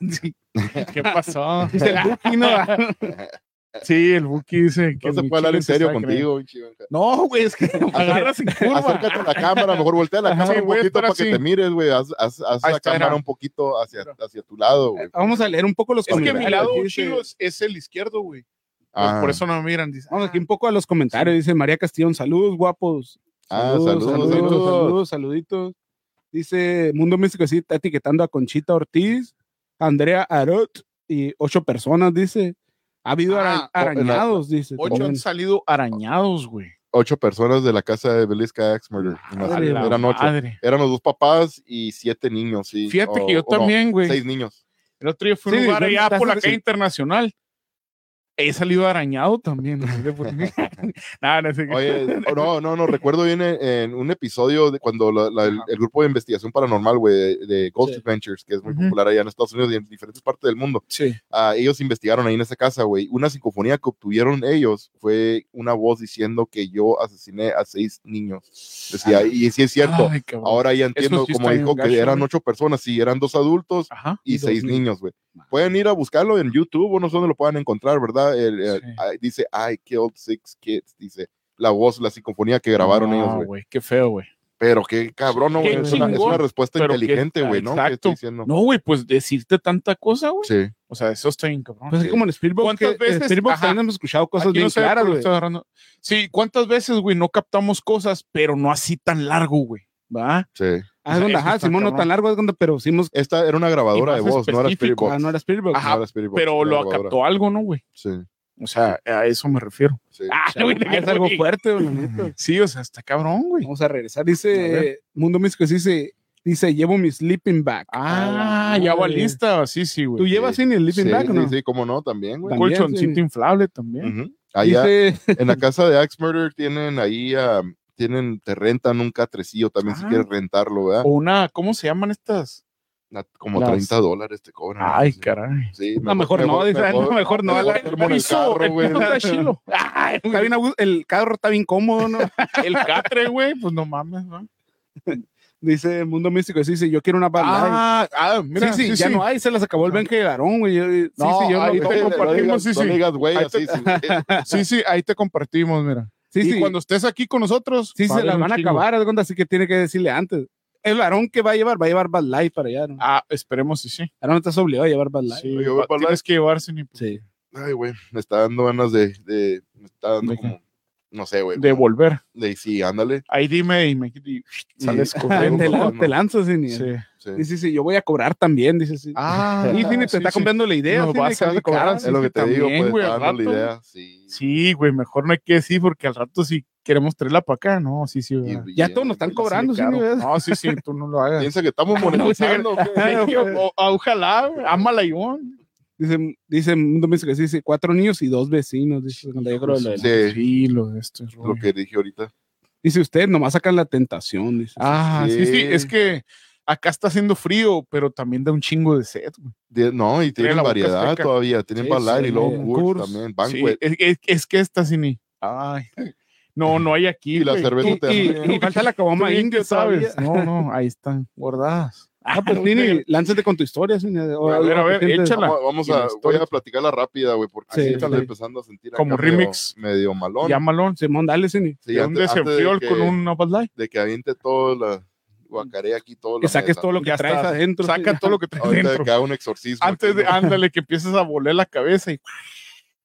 ¿Qué pasó? Dice el Buki, ¿no? sí, el Buki dice que. No se mi puede hablar chile en se serio está contigo, güey, chico. No, güey, es que agarras en curva. Acércate a la cámara, mejor voltea la Ajá, cámara un voy a poquito estar para así. que te mires, güey. Haz, haz- haz Ahí la está, Eh, cámara era. un poquito hacia, hacia tu lado, güey. Vamos a leer un poco los Es que mi comentarios. lado dice- chilo es, es el izquierdo, güey. Ah, Por eso no me miran. Dice, "Ah, Vamos aquí un poco a los comentarios. Dice María Castillón, saludos, guapos. Ah, saludos, saludos, saludos. saludos, saluditos. Dice Mundo Místico, sí, está etiquetando a Conchita Ortiz, Andrea Arot y ocho personas, dice. Ha habido ara- Ah, o- arañados, dice. Ocho han también. salido arañados, güey. ocho personas de la casa de Belisca Axe Murder. A la Eran ocho. Madre. Eran los dos papás y siete niños, sí. Fíjate O- que yo o no, también, güey. seis niños. El otro día fui a un Sí, lugar yo allá estás- por la sí. calle internacional. He salido arañado también. güey, de por- Nada, no sé qué. Oye, oh, no, no, no, recuerdo bien en, en un episodio de cuando la- la- el, Ajá. el grupo de investigación paranormal, güey, de, de Ghost Sí. Adventures, que es muy Ujú. popular allá en Estados Unidos y en diferentes partes del mundo, Sí. ah, ellos investigaron ahí en esa casa, güey. Una sinfonía que obtuvieron ellos fue una voz diciendo que yo asesiné a seis niños. Decía, y sí es cierto. Ay, cabrón. Ahora ya entiendo, Ah. sí como está bien dijo, que gacho, ¿eh? eran güey. ocho personas, sí, eran dos adultos Ajá. y, Y dos seis niños. niños, güey. Pueden ir a buscarlo en YouTube o no sé dónde lo puedan encontrar, ¿verdad? El, el- Sí. ah, dice, I killed six kids, dice la voz, la sinfonía que grabaron No, ellos, güey. Qué feo, güey. Pero qué cabrón, ¿no, Qué güey. Es una, es chingón. una respuesta Pero qué- inteligente, güey, ¿no? ¿Qué exacto. estoy diciendo? No, güey, pues decirte tanta cosa, güey. Sí. O sea, eso está bien, cabrón. Pues es Sí. como en Spielberg. ¿Cuántas que- en veces? Spielberg Ajá. también hemos escuchado cosas Aquí bien no sé por claras, qué güey. estoy agarrando. Sí, ¿cuántas veces, güey, no captamos cosas, pero no así tan largo, güey? ¿Va? Sí. Ah, es O sea, donde, eso ajá, está Simón no cabrón. tan largo, es donde, pero sí hemos. Esta era una grabadora Y de más voz, no era Spirit específico. Box. Ah, no era Spielberg. Ajá, no era Spirit Box, Pero era lo grabadora. captó algo, ¿no, güey? Sí, O sea, a eso me refiero. sí. Ah, güey, Ah, es algo fuerte, güey, la neta. Sí, o sea, está cabrón, güey. Vamos a regresar. A Dice ver. Mundo Místico, dice, dice, llevo mi sleeping bag. Ah, A la ya va madre. lista. Sí, sí, ¿Tú güey. llevas sin el Sí, sleeping bag o sí, no? sí, cómo no, también, güey. Un También, colchoncito sí. inflable también. Ujú. Allá, Dice, en la casa de Axe Murder tienen ahí, ah, tienen, te rentan un catrecillo también si Ah. quieres rentarlo, ¿verdad? O una, ¿cómo se llaman estas? Na- Como Las- 30 dólares te cobran. Ay, sí. caray. Sí, no, mejor, no, dice, no, mejor no. mejor la- duermo en el piso, carro, güey. piso está chilo. Ay, está bien a gusto, el carro está bien cómodo, ¿no? el catre, güey, pues no mames, ¿no? Dice Mundo Místico, dice, yo quiero una Bud Light. ah, sí, sí, ya no hay, se las acabó el Ben Garón, güey. Yo- Sí, No, sí, yo ahí no te tomo. compartimos, sí, sí, sí. sí. No digas, güey, Ahí así. te- sí. Sí, sí, ahí te compartimos, mira. Sí, y sí. cuando estés aquí con nosotros, Sí, se vale las un van a chingo. acabar, haz de cuenta, así que tiene que decirle antes. El varón que va a llevar, va a llevar Bad Light para allá, ¿no? Ah, esperemos, sí, sí. Ahora no estás obligado a llevar Bad Light. sí Oye, voy va- para tienes que llevarse ni Sí. Ay, güey, me está dando ganas de, de me está dando ¿De qué? como, no sé, güey. de como- volver. de- sí, ándale. Ahí dime y me y sales Sí. Ah, corriendo. te, la- no. te lanzas, sí, ni- Sí. Sí. Dice, sí, yo voy a cobrar también, dice, sí. Ah, y Fini, te está comprando la idea. Nos Fini, que vas a vas a sacar, cobrar, es lo que te también, digo, pues, güey, está al dando la rato. idea. Sí. Sí, güey, mejor no hay que decir porque al rato si queremos traerla para acá, no, sí, sí. Y ¿verdad? Ya bien, todos nos están güey, cobrando, Sí, claro. sí, ¿verdad? No, sí, sí, tú no lo hagas. Piensa que estamos monetizando. ¿o qué? Sí, o- o- ojalá, güey, ámala y Dice, dice Mundo Místico, sí, dice, cuatro niños y dos vecinos. Dice, cuando yo creo lo de- Sí. Sí, lo de esto es Lo rollo. que dije ahorita. dice, usted nomás sacan la tentación. Dice, Ah, sí, sí, Sí. es que acá está haciendo frío, pero también da un chingo de sed, güey. De- no, y la tienen boca variedad seca. todavía. Tienen Sí, bailar sí, y luego tienen Kurs Kurs. también, Sí, banquet. es, es- es que esta sí ni. Ay. No, no hay aquí. Y la güey. cerveza Tú- te y, también. y falta la tú caboma bien india, que sabes. ¿sabes? No, no, ahí están guardadas. Ah, pues Fini, lánzate con tu historia. Fini, o- A ver, a ver, o- échala. Vamos, vamos Y a, las voy a tortas. platicarla rápida, güey, porque Sí, sí, dale. estoy empezando a sentir acá Como medio- remix. Medio, malón. Ya malón. "Ah, Simón, dale, Fini. Sí, de un antes- antes de desenfriol que- con una Bud Light. de que aviente todo la guacaré aquí todo Que saques todo lo que Ya traes estás. adentro. Saca sí. todo lo que traes Ahorita dentro. que haga un exorcismo. Antes aquí, de, ¿no? ándale, que empieces a volar la cabeza y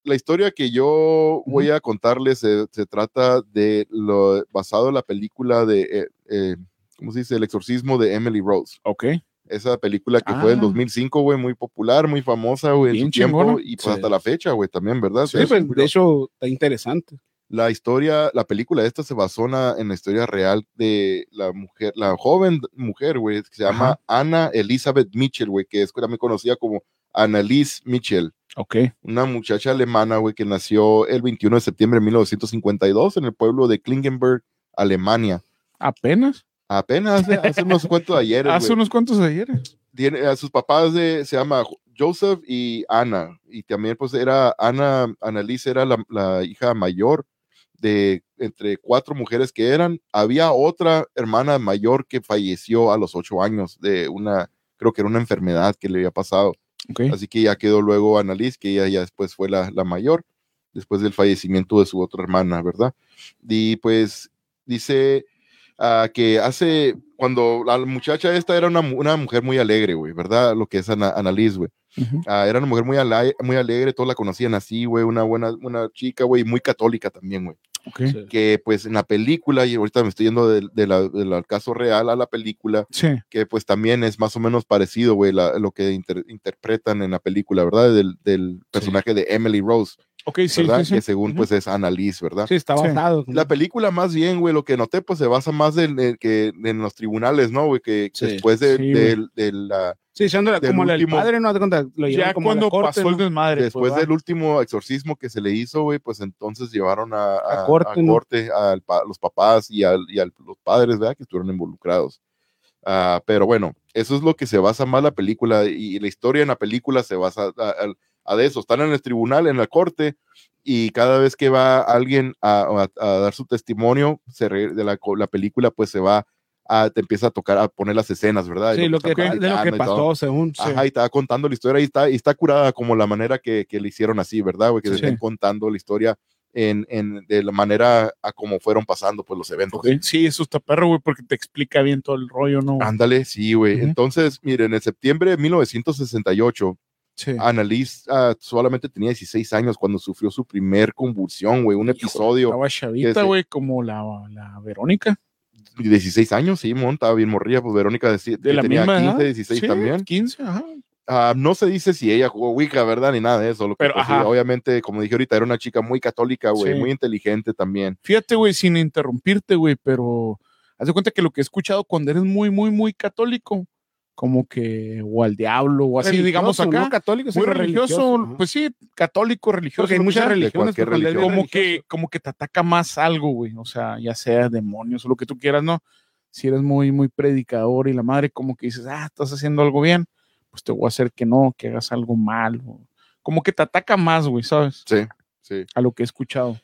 La historia que yo voy a contarles se, se trata de lo basado en la película de, eh, eh, ¿cómo se dice? El exorcismo de Emily Rose. Ok. Esa película que fue del Ah. 2005, güey, muy popular, muy famosa, güey, en Bien su tiempo chingona. y pues Sí. hasta la fecha, güey, también, ¿verdad? Sí, pues, de hecho, está interesante. la historia, la película esta se basó en la, en la historia real de la mujer, la joven mujer, güey, que se llama Ana Elizabeth Mitchell, güey, que es también conocida como Annalise Mitchell. Ok. Una muchacha alemana, güey, que nació el 21 de septiembre de 1952 en el pueblo de Klingenberg, Alemania. Apenas. Apenas hace, hace unos cuentos de ayer. Hace güey. unos cuantos ayeres. Tiene, a sus papás de- se llama Joseph y Ana. Y también, pues, era Ana, Annalise era la, la hija mayor de entre cuatro mujeres que eran. Había otra hermana mayor que falleció a los ocho años de una, creo que era una enfermedad que le había pasado. Ok. Así que ya quedó luego Annalise, que ella ya después fue la, la mayor, después del fallecimiento de su otra hermana, ¿verdad? Y pues dice ah, que hace, cuando la muchacha esta era una, mu- una mujer muy alegre, güey, ¿verdad? Lo que es Ana, Annalise, güey. Ujú. Ah, era una mujer muy, ala- muy alegre, todos la conocían así, güey, una buena una chica, güey, y muy católica también, güey Ok. Sí. que pues en la película, y ahorita me estoy yendo del- de la- del caso real a la película, Sí. que pues también es más o menos parecido, güey, la- lo que inter- interpretan en la película, ¿verdad? Del, del personaje de Emily Rose, Ok, sí, ¿verdad? sí, sí. Que según pues es Annalise, ¿verdad? Sí, está Sí. basado. La película más bien, güey, lo que noté pues se basa más en, en que, en los tribunales, ¿no, güey? Que Sí. después de, Sí, del- de la- Sí, echando la- del como la del último- padre, ¿no? Haz de cuenta, Lo llevan Ya como a la cuando corte, pasó ¿no? el desmadre. después pues, del último exorcismo que se le hizo, güey, pues entonces llevaron a, a- a corte, corte, ¿no? al pa- los papás y, al, y a los padres, ¿verdad? Que estuvieron involucrados. Ah, pero bueno, eso es lo que se basa más la película y, y la historia en la película se basa a, a- a de eso. Están en el tribunal, en la corte, y cada vez que va alguien a, a- a dar su testimonio se re- de la, co- la película, pues se va a, te empieza a tocar, a poner las escenas, ¿verdad? Sí, lo que, está de lo que platicando y todo. pasó, según. sí. Ajá, y estaba contando la historia y está, y está curada como la manera que, que le hicieron así, ¿verdad? güey? Que se Sí. estén contando la historia en, en- de la manera a como fueron pasando pues los eventos. Ok. Sí, eso está perro, güey, porque te explica bien todo el rollo, ¿no? Ándale, sí, güey. Ujú. Entonces, miren, en septiembre de 1968, sí. Annalise ah, solamente tenía 16 años cuando sufrió su primer convulsión, güey. Un episodio. Estaba que chavita, se- güey, como la, la Verónica. 16 años, sí, mon, estaba bien morría. Pues Verónica decía De que la tenía misma 15, edad. 16 Sí, también. 15, ajá. Ah, no se dice si ella jugó Wicca, ¿verdad? Ni nada de eso. Lo que Pero, pues, sí, ajá. obviamente, como dije ahorita, era una chica muy católica, güey, Sí. muy inteligente también. Fíjate, güey, sin interrumpirte, güey, pero haz de cuenta que lo que he escuchado cuando eres muy, muy, muy católico, como que, o al diablo, o así, Religioso, digamos acá. ¿no? Católico, sí, muy religioso, ajá. pues sí, católico, religioso. Porque hay lo que muchas sea. religiones. cualquier pues, cuando es religión. como religioso. que como que te ataca más algo, güey, o sea, ya sea demonios o lo que tú quieras, ¿no? Si eres muy muy predicador y la madre como que dices, "Ah, estás haciendo algo bien", pues te voy a hacer que no, que hagas algo mal. o- Como que te ataca más, güey, ¿sabes? Sí, sí. A lo que he escuchado.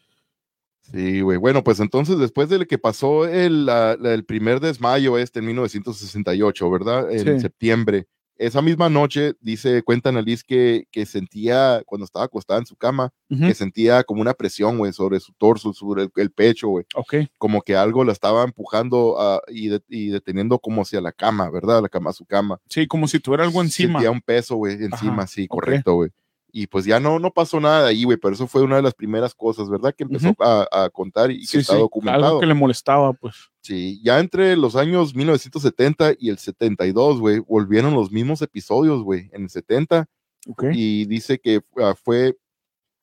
Sí, güey. Bueno, pues entonces, después de que pasó el, la- la- el primer desmayo este en 1968, ¿verdad? En Sí. septiembre. Esa misma noche, dice, cuenta Annalise que, que sentía, cuando estaba acostada en su cama, Ujú. que sentía como una presión, güey, sobre su torso, sobre el, el pecho, güey. Ok, Como que algo la estaba empujando ah, y, de- y deteniendo como hacia la cama, ¿verdad? La cama, su cama. sí, como si tuviera algo encima. Sentía un peso, güey, encima, Ajá, sí, ok. correcto, güey. Y pues ya no, no pasó nada de ahí, güey, pero eso fue una de las primeras cosas, ¿verdad? Que empezó Ujú. a, a contar y que Sí, está sí, documentado. algo que le molestaba, pues. Sí, ya entre los años 1970 y el 72, güey, volvieron los mismos episodios, güey, en el 70 Ok. y dice que ah, fue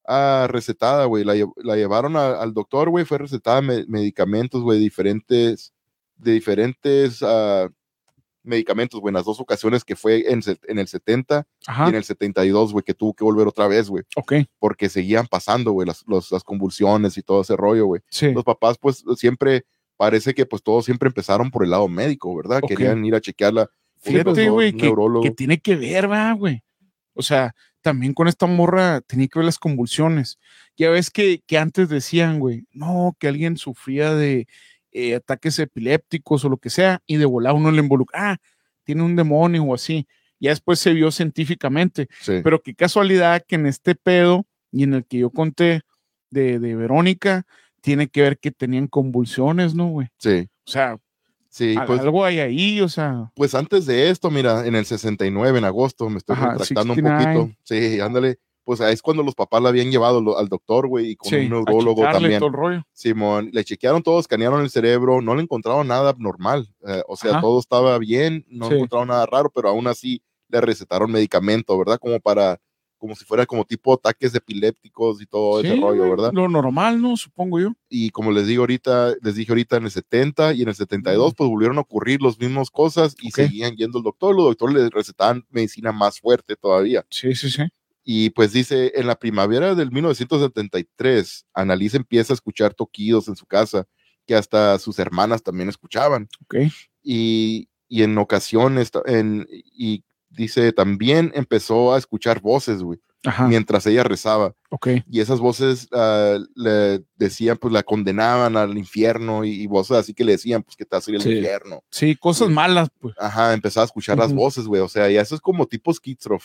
ah, recetada, güey, la, lle- la llevaron a- al doctor, güey, fue recetada me- medicamentos, güey, diferentes, de diferentes ah, medicamentos, güey, en las dos ocasiones que fue en, se- en el 70 y Ajá. en el 72, güey, que tuvo que volver otra vez, güey, Ok. porque seguían pasando, güey, las, los- las convulsiones y todo ese rollo, güey. Sí. Los papás, pues, siempre, parece que, pues, todos siempre empezaron por el lado médico, ¿verdad? Ok. Querían ir a chequearla. un Fíjate, doctor, güey, un que, pues, neurólogo. que tiene que ver, ¿verdad, güey. O sea, también con esta morra tenía que ver las convulsiones. Ya ves que, que antes decían, güey, no, que alguien sufría de eh, ataques epilépticos o lo que sea, y de volada uno le involucra, ah, tiene un demonio o así. Ya después se vio científicamente. Sí. Pero qué casualidad que en este pedo y en el que yo conté de, de Verónica, tiene que ver que tenían convulsiones, ¿no, güey? sí. O sea, Sí, al- pues, algo hay ahí, o sea. pues antes de esto, mira, en el 69, en agosto, me estoy Ajá, retractando 69. un poquito. Sí, ándale. Pues es cuando los papás la habían llevado lo- al doctor, güey, y con sí, un neurólogo a checarle también. todo el rollo. Simón, le chequearon todo, escanearon el cerebro, no le encontraron nada abnormal. eh, o sea, Ajá. todo estaba bien, no Sí. encontraron nada raro, pero aún así le recetaron medicamento, ¿verdad? Como para, como si fuera como tipo ataques epilépticos y todo Sí, ese rollo, güey, ¿verdad? Lo normal, ¿no? Supongo yo. Y como les digo ahorita, les dije ahorita en el 70 y en el 72, pues volvieron a ocurrir las mismas cosas y Ok. seguían yendo al doctor. Los doctores les recetaban medicina más fuerte todavía. Sí, sí, sí. Y pues dice, en la primavera del 1973, Annalise empieza a escuchar toquidos en su casa, que hasta sus hermanas también escuchaban. Ok. Y, y en ocasiones, ta- en, y dice, también empezó a escuchar voces, güey, Ajá. mientras ella rezaba. Ok. Y esas voces ah, le decían, pues la condenaban al infierno y, y voces así que le decían, pues que te vas a ir al Sí. infierno. Sí, cosas malas, pues. Ajá, empezaba a escuchar las Ujú. voces, güey. O sea, ya eso es como tipo esquizof-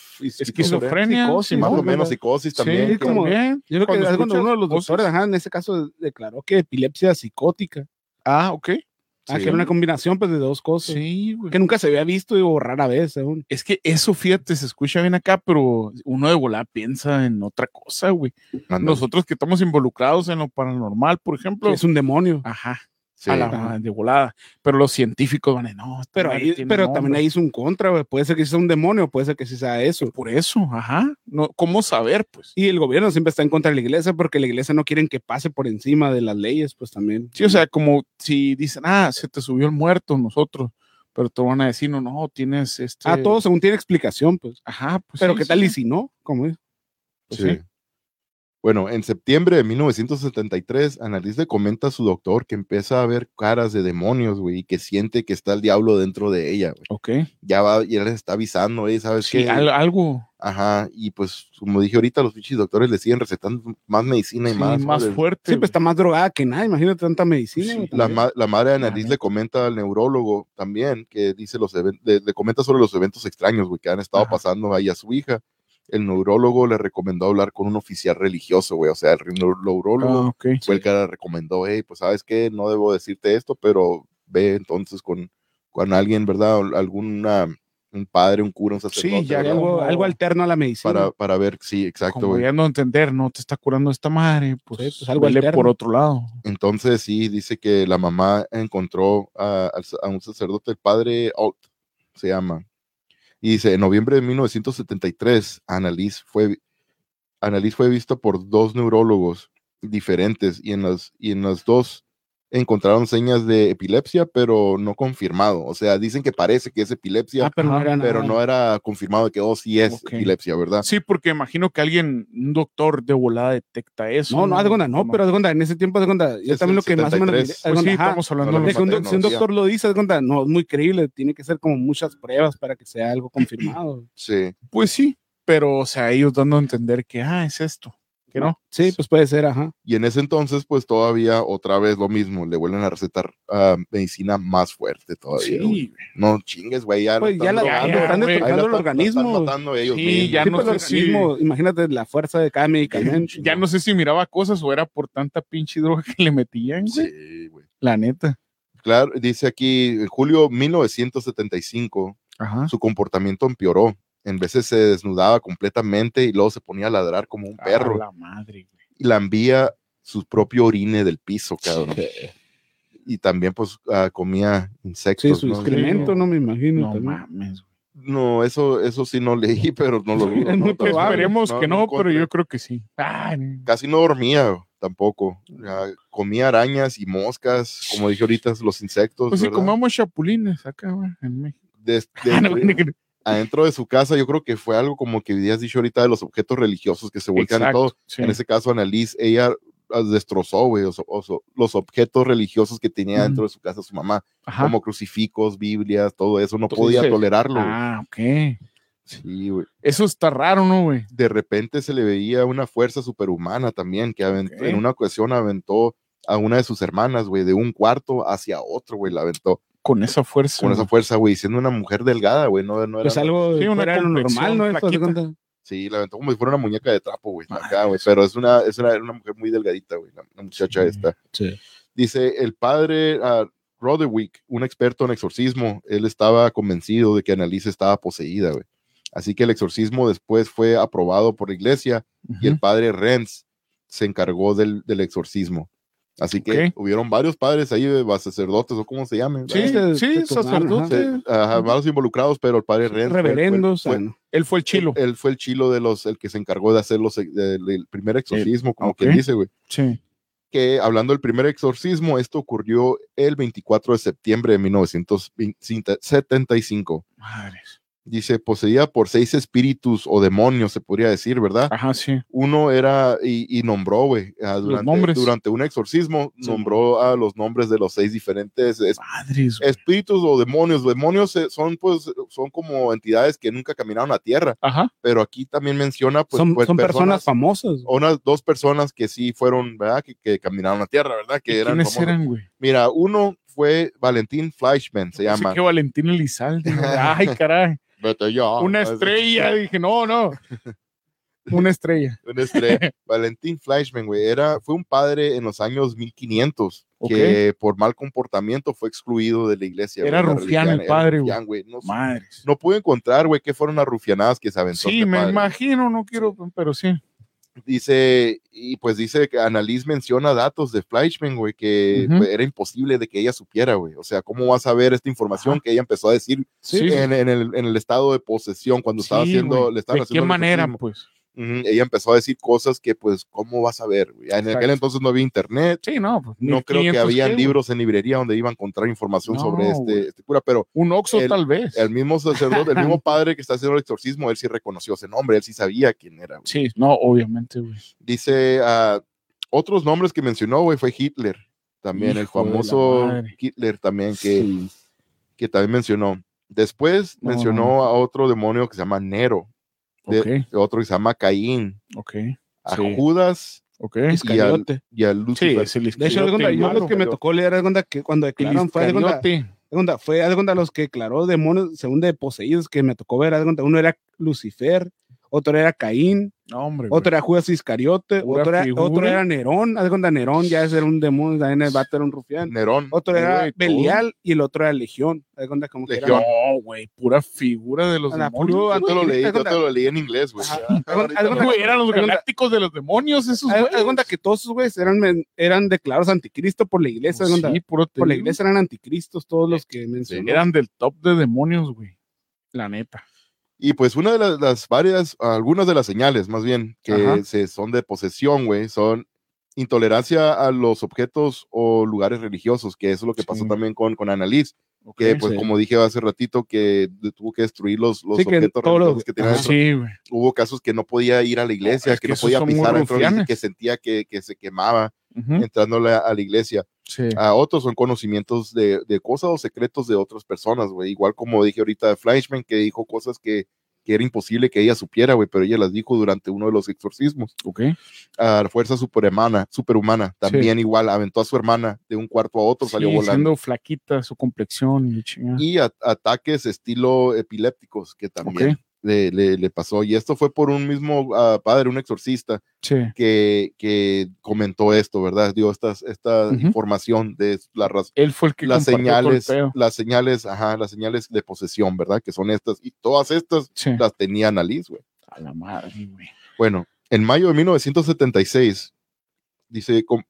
Esquizofrenia. esquizofrenia. psicosis, sí, Más o ¿no? menos psicosis también. Sí, que- como- también. Yo creo Cuando que es cuando escuchas uno de los voces. doctores, ajá, en ese caso declaró que epilepsia psicótica, Ah, ok. ah, Sí. que era una combinación pues de dos cosas, Sí, güey. que nunca se había visto y o rara vez aún. Es que eso, fíjate, se escucha bien acá, pero uno de volada piensa en otra cosa, güey. Ándale, Nosotros que estamos involucrados en lo paranormal, por ejemplo. Es un demonio. Ajá, sí. a la Ajá. madre, de volada. Pero los científicos van a no, esta Pero, madre ahí, tiene pero también nombre. ahí hizo un contra, güey. Puede ser que sí sea un demonio, puede ser que sí sea eso. Por eso, ajá. No, ¿Cómo saber, pues? Y el gobierno siempre está en contra de la iglesia porque la iglesia no quieren que pase por encima de las leyes, pues también. Sí, o sea, como si dicen, ah, se te subió el muerto nosotros, pero te van a decir, no, no, tienes este... Ah, todo según tiene explicación, pues. Ajá, pues Pero sí, qué sí, tal y sí. si no, como es. Pues Sí. sí. Bueno, en septiembre de 1973, Annalise le comenta a su doctor que empieza a ver caras de demonios, güey, y que siente que está el diablo dentro de ella, güey. Ok. Ya va, ya les está avisando, güey, ¿sabes Sí, qué? al- algo Ajá, y pues, como dije ahorita, los pinches doctores le siguen recetando más medicina y sí, más. más, ¿no? Les- fuerte. Siempre güey. está más drogada que nada, imagínate tanta medicina. Sí, güey, Pues La, también. ma- la madre de La Annalise neta. le comenta al neurólogo también que dice los even- le, le comenta sobre los eventos extraños güey, que han estado Ajá. pasando ahí a su hija. El neurólogo le recomendó hablar con un oficial religioso, güey. O sea, el neu- neurólogo Ah, ok. fue el que le recomendó, hey, pues sabes que no debo decirte esto, pero ve entonces con, con alguien, ¿verdad? O Alguna, un padre, un cura, un sacerdote. ya, ¿verdad? ya, algo, como- algo alterno a la medicina. para, para ver, sí, exacto, Como güey. ya no entender, no te está curando esta madre, Sí, pues, pues, algo vele alterno. por otro lado. Entonces, sí, dice que la mamá encontró a, al sa- a un sacerdote, el padre Alt, se llama. Y dice, en noviembre de 1973, Annalise fue, vi- Annalise fue vista por dos neurólogos diferentes y en, las, y en las dos encontraron señas de epilepsia, pero no confirmado. O sea, dicen que parece que es epilepsia, Ah, pero no Ajá, era nada. pero no era confirmado de que, oh, sí es Ok. epilepsia, ¿verdad? Sí, porque imagino que alguien, un doctor de volada detecta eso. No, no, haz de cuenta, no, ¿O pero haz de cuenta, en ese tiempo, haz de cuenta, yo Es también el lo que más o menos... miré, 73. haz de Pues sí, cuenta, ajá, estamos hablando No, de de los que un, Con doc- si un tecnología. doctor lo dice, haz de cuenta, no, es muy creíble, tiene que ser como muchas pruebas para que sea algo confirmado. Sí. Pues sí, pero o sea, ellos dando a entender que, ah, es esto, que no. Sí, pues puede ser, ajá. Y en ese entonces, pues todavía otra vez lo mismo, le vuelven a recetar ah, medicina más fuerte todavía. güey. Sí, No chingues, güey, ya. lo Pues ya están la drogando, ya, están güey. ahí la destrozando el están- la están organismo. matando ellos Sí, mismos. ya Sí, no pues, el sé si- organismo, imagínate la fuerza de cada medicamento. ya no. no sé si miraba cosas o era por tanta pinche droga que le metían, güey. Sí, güey. La neta. Claro, dice aquí, en julio 1975, Ah. Ajá. su comportamiento empeoró. En veces se desnudaba completamente y luego se ponía a ladrar como un perro. A Ah, la madre, güey. y lambía su propio orine del piso, cabrón. Y también, pues, ah, comía Sí, insectos. su ¿no? excremento, no me imagino. pues No también. mames, güey. No, eso, eso sí no leí, pero no lo dudo. Es muy ¿no? Tampoco. probable. Esperemos que no, pero encontré. yo creo que sí. Ay, no. Casi no dormía tampoco. Ya, comía arañas y moscas, como dije ahorita, los insectos. pues si ¿verdad? comamos chapulines acá, güey, en México. Des- Ah, no, desde- que no. adentro de su casa, yo creo que fue algo como que habías dicho ahorita de los objetos religiosos que se volcan y todo. Exacto, sí. En ese caso, Annalise, ella ah, destrozó güey, los, los- los objetos religiosos que tenía Ujú. dentro de su casa su mamá, Ajá. como crucifijos, Biblias, todo eso, no Pues podía dice- tolerarlo. güey. Ah, ok. Sí, güey. Eso está raro, ¿no, güey? de repente se le veía una fuerza superhumana también, que aventó- Ok. en una ocasión aventó a una de sus hermanas, güey, de un cuarto hacia otro, güey, la aventó Con esa fuerza. con esa güey. fuerza, güey, siendo una mujer delgada, güey, no, no era, Pues algo Sí, sí, una normal, complexión ¿no? Esto, haz de flaquita. cuenta. sí, la aventó como si fuera una muñeca de trapo, güey, Madre acá, güey, pero es una, es una, era una mujer muy delgadita, güey, la, la muchacha Sí. esta. Dice, el padre ah, Roderick, un experto en exorcismo, él estaba convencido de que Annalise estaba poseída, güey. Así que el exorcismo después fue aprobado por la iglesia y el Ujú. padre Renz se encargó del, del exorcismo. Así que Ok. hubieron varios padres ahí, eh, va- sacerdotes o como se llamen. Sí, ¿verdad? se- sí, se tornaron, sacerdote. Se- ajá, varios involucrados, pero el padre Renz. fue- fue- Reverendo, o sea, fue- no. Él fue el chilo. Él, fue el chilo de los, el que se encargó de hacer los, eh, del, del primer exorcismo, como ok. quien dice, güey. Sí. Que hablando del primer exorcismo, esto ocurrió el 24 de septiembre de 1975. Madres. Dice, poseída por seis espíritus o demonios, se podría decir, ¿verdad? Ajá, sí. Uno era, y, y nombró, güey, ah, durante, nombres. durante un exorcismo, Sí. nombró a los nombres de los seis diferentes es- Madres, güey. espíritus o demonios. Demonios eh, son, pues, son como entidades que nunca caminaron a tierra, Ajá. pero aquí también menciona, pues, son, pues, son personas, famosas. güey. unas dos personas que sí fueron, ¿verdad? Que, que caminaron a tierra, ¿verdad? Que eran ¿Quiénes famosos. eran, güey? Mira, uno fue Valentín Fleischman, se Pensé llama. que Valentín Elizalde. güey. Ay, caray. Vete ya. Una Es- estrella. Dije, no, no. Una estrella. Una estrella. Valentín Fleischman, güey, era, fue un padre en los años 1500 que por mal comportamiento fue excluido de la iglesia. Era la rufián el religión, era padre, güey. rufián, güey. No, sé. Madres. no pude encontrar, güey, qué fueron las rufianadas que se aventó. Sí, este me padre. imagino, no quiero, pero sí. Dice, y pues dice que Annalise menciona datos de Fleischman, güey, que Ujú. pues, era imposible de que ella supiera, güey. O sea, ¿cómo vas a ver esta información que ella empezó a decir Sí. en, en el, en el estado de posesión cuando estaba Sí, haciendo, güey. le estaban ¿De haciendo qué el manera, exorcismo? pues? Ujú, Ella empezó a decir cosas que, pues, ¿cómo vas a ver? güey? En aquel Exacto. entonces no había internet, Sí, no. pues, no creo que 1500 habían qué, güey. libros en librería donde iba a encontrar información No, sobre güey. este, este cura, pero Un Oxxo El- tal vez. el mismo sacerdote, el mismo padre que está haciendo el exorcismo, él sí reconoció ese nombre, él sí sabía quién era. güey. Sí, no, obviamente, güey. Dice, ah, otros nombres que mencionó, güey, fue Hitler, también el Hijo de la famoso madre. Hitler también, que, Sí. que también mencionó. Después No, mencionó no, a otro demonio que se llama Nero, de- otro que se llama Caín, Ok, ok, a Sí. Judas ok. Iscariote. y a Sí, Lucifer. es el De hecho, haz de cuenta, yo los que me tocó leer, haz de cuenta, que cuando declararon, fue, haz de cuenta, haz de cuenta, fue haz de cuenta, los que declaró demonios, según de poseídos, que me tocó ver, haz de cuenta, uno era Lucifer, otro era Caín, No, hombre. güey. otro era Judas Iscariote, Pura otro era, figura. otro era Nerón, haz de cuenta, Nerón ya ese era un demonio, también el vato era un rufián, Nerón. otro Sí, era güey, todo. Belial y el otro era Legión, haz de cuenta, como que era- Legión. No, güey, pura figura de los A la demonios. pura- Yo te lo güey, leí, haz yo cuenta- te lo leí en inglés, güey. Ajá. Ya, Haz ahorita haz no. cuenta- Güey, eran los haz cuenta- galácticos de los demonios esos, haz- güey. haz de cuenta que todos esos güeyes eran, men- eran declarados anticristo por la iglesia, haz de cuenta, Pues Sí, puro te por la digo. iglesia eran anticristos todos los que mencionó. Eran del top de demonios, güey. La neta. Y pues una de las, las varias, algunas de las señales, más bien, que Ajá. se, son de posesión, güey, son intolerancia a los objetos o lugares religiosos, que eso es lo que pasó Sí. también con, con Annalise, Ok. que pues Sí. Ah, como dije hace ratito, que tuvo que destruir los, los Sí, que objetos todos los- religiosos que tenía. Ajá. Ah, sí, güey. Hubo casos que no podía ir a la iglesia, es que, que no esos podía son muy pisar, dentro de la iglesia, rufianes. que sentía que, que se quemaba Ujú. entrando a la- a la iglesia Sí. a otros son conocimientos de, de cosas o secretos de otras personas, güey. Igual como dije ahorita de Fleischman, que dijo cosas que, que era imposible que ella supiera, güey, pero ella las dijo durante uno de los exorcismos. Ok. A la fuerza superhumana, superhumana, también igual, aventó a su hermana de un cuarto a otro, pues, salió Sí, volando. siendo flaquita, su complexión y chingada. Y a- ataques estilo epilépticos, que también le, le- le pasó. Y esto fue por un mismo ah, padre, un exorcista, Sí. que, que comentó esto, ¿verdad? Dio estas, esta Ujú. información de la razón Él fue el que las compartió todo el señales, pedo. las señales, ajá, las señales de posesión, ¿verdad? Que son estas. Y todas estas Sí. las tenía Annalise, güey. A la madre, güey. Bueno, en mayo de 1976, dice, com-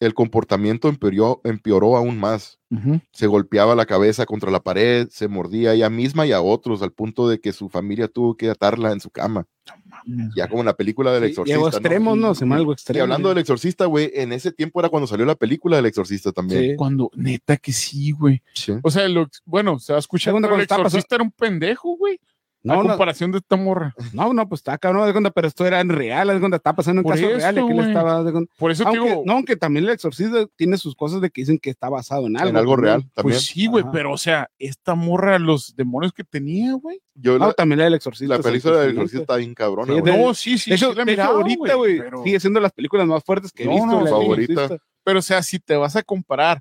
el comportamiento empeoró, empeoró aún más. Ujú. Se golpeaba la cabeza contra la pared, se mordía a ella misma y a otros, al punto de que su familia tuvo que atarla en su cama. Mames, Ya como en la película del Sí, exorcista. Llegó a extremos, ¿no? Se llama algo Y extremo. hablando del exorcista, güey, en ese tiempo era cuando salió la película del exorcista también. Sí. güey. Cuando, neta que sí, güey. Sí. O sea, lo, bueno, se va a escuchar Segunda, pero el cuando estaba exorcista era un pendejo, güey. No, a no, comparación de esta morra. No, no, pues está cabrón, haz de cuenta, pero esto era en real, haz de cuenta, está pasando en Por caso real, y eso, aquí le güey. estaba. haz de cuenta- Por eso te Aunque, digo, no, aunque también el exorcista tiene sus cosas de que dicen que está basado en algo. En algo también. real también. pues sí, güey, Ajá. pero o sea, esta morra, los demonios que tenía, güey. Yo No, la- también la del exorcista. la película del sí, exorcista está bien cabrona, Sí, güey. de- No, Pues, sí, sí, De hecho, sí la de hecho, miraba, ahorita, güey, pero- sigue siendo las películas más fuertes que he No, visto. no, la del favorita. exorcista. Pero, o sea, si te vas a comparar,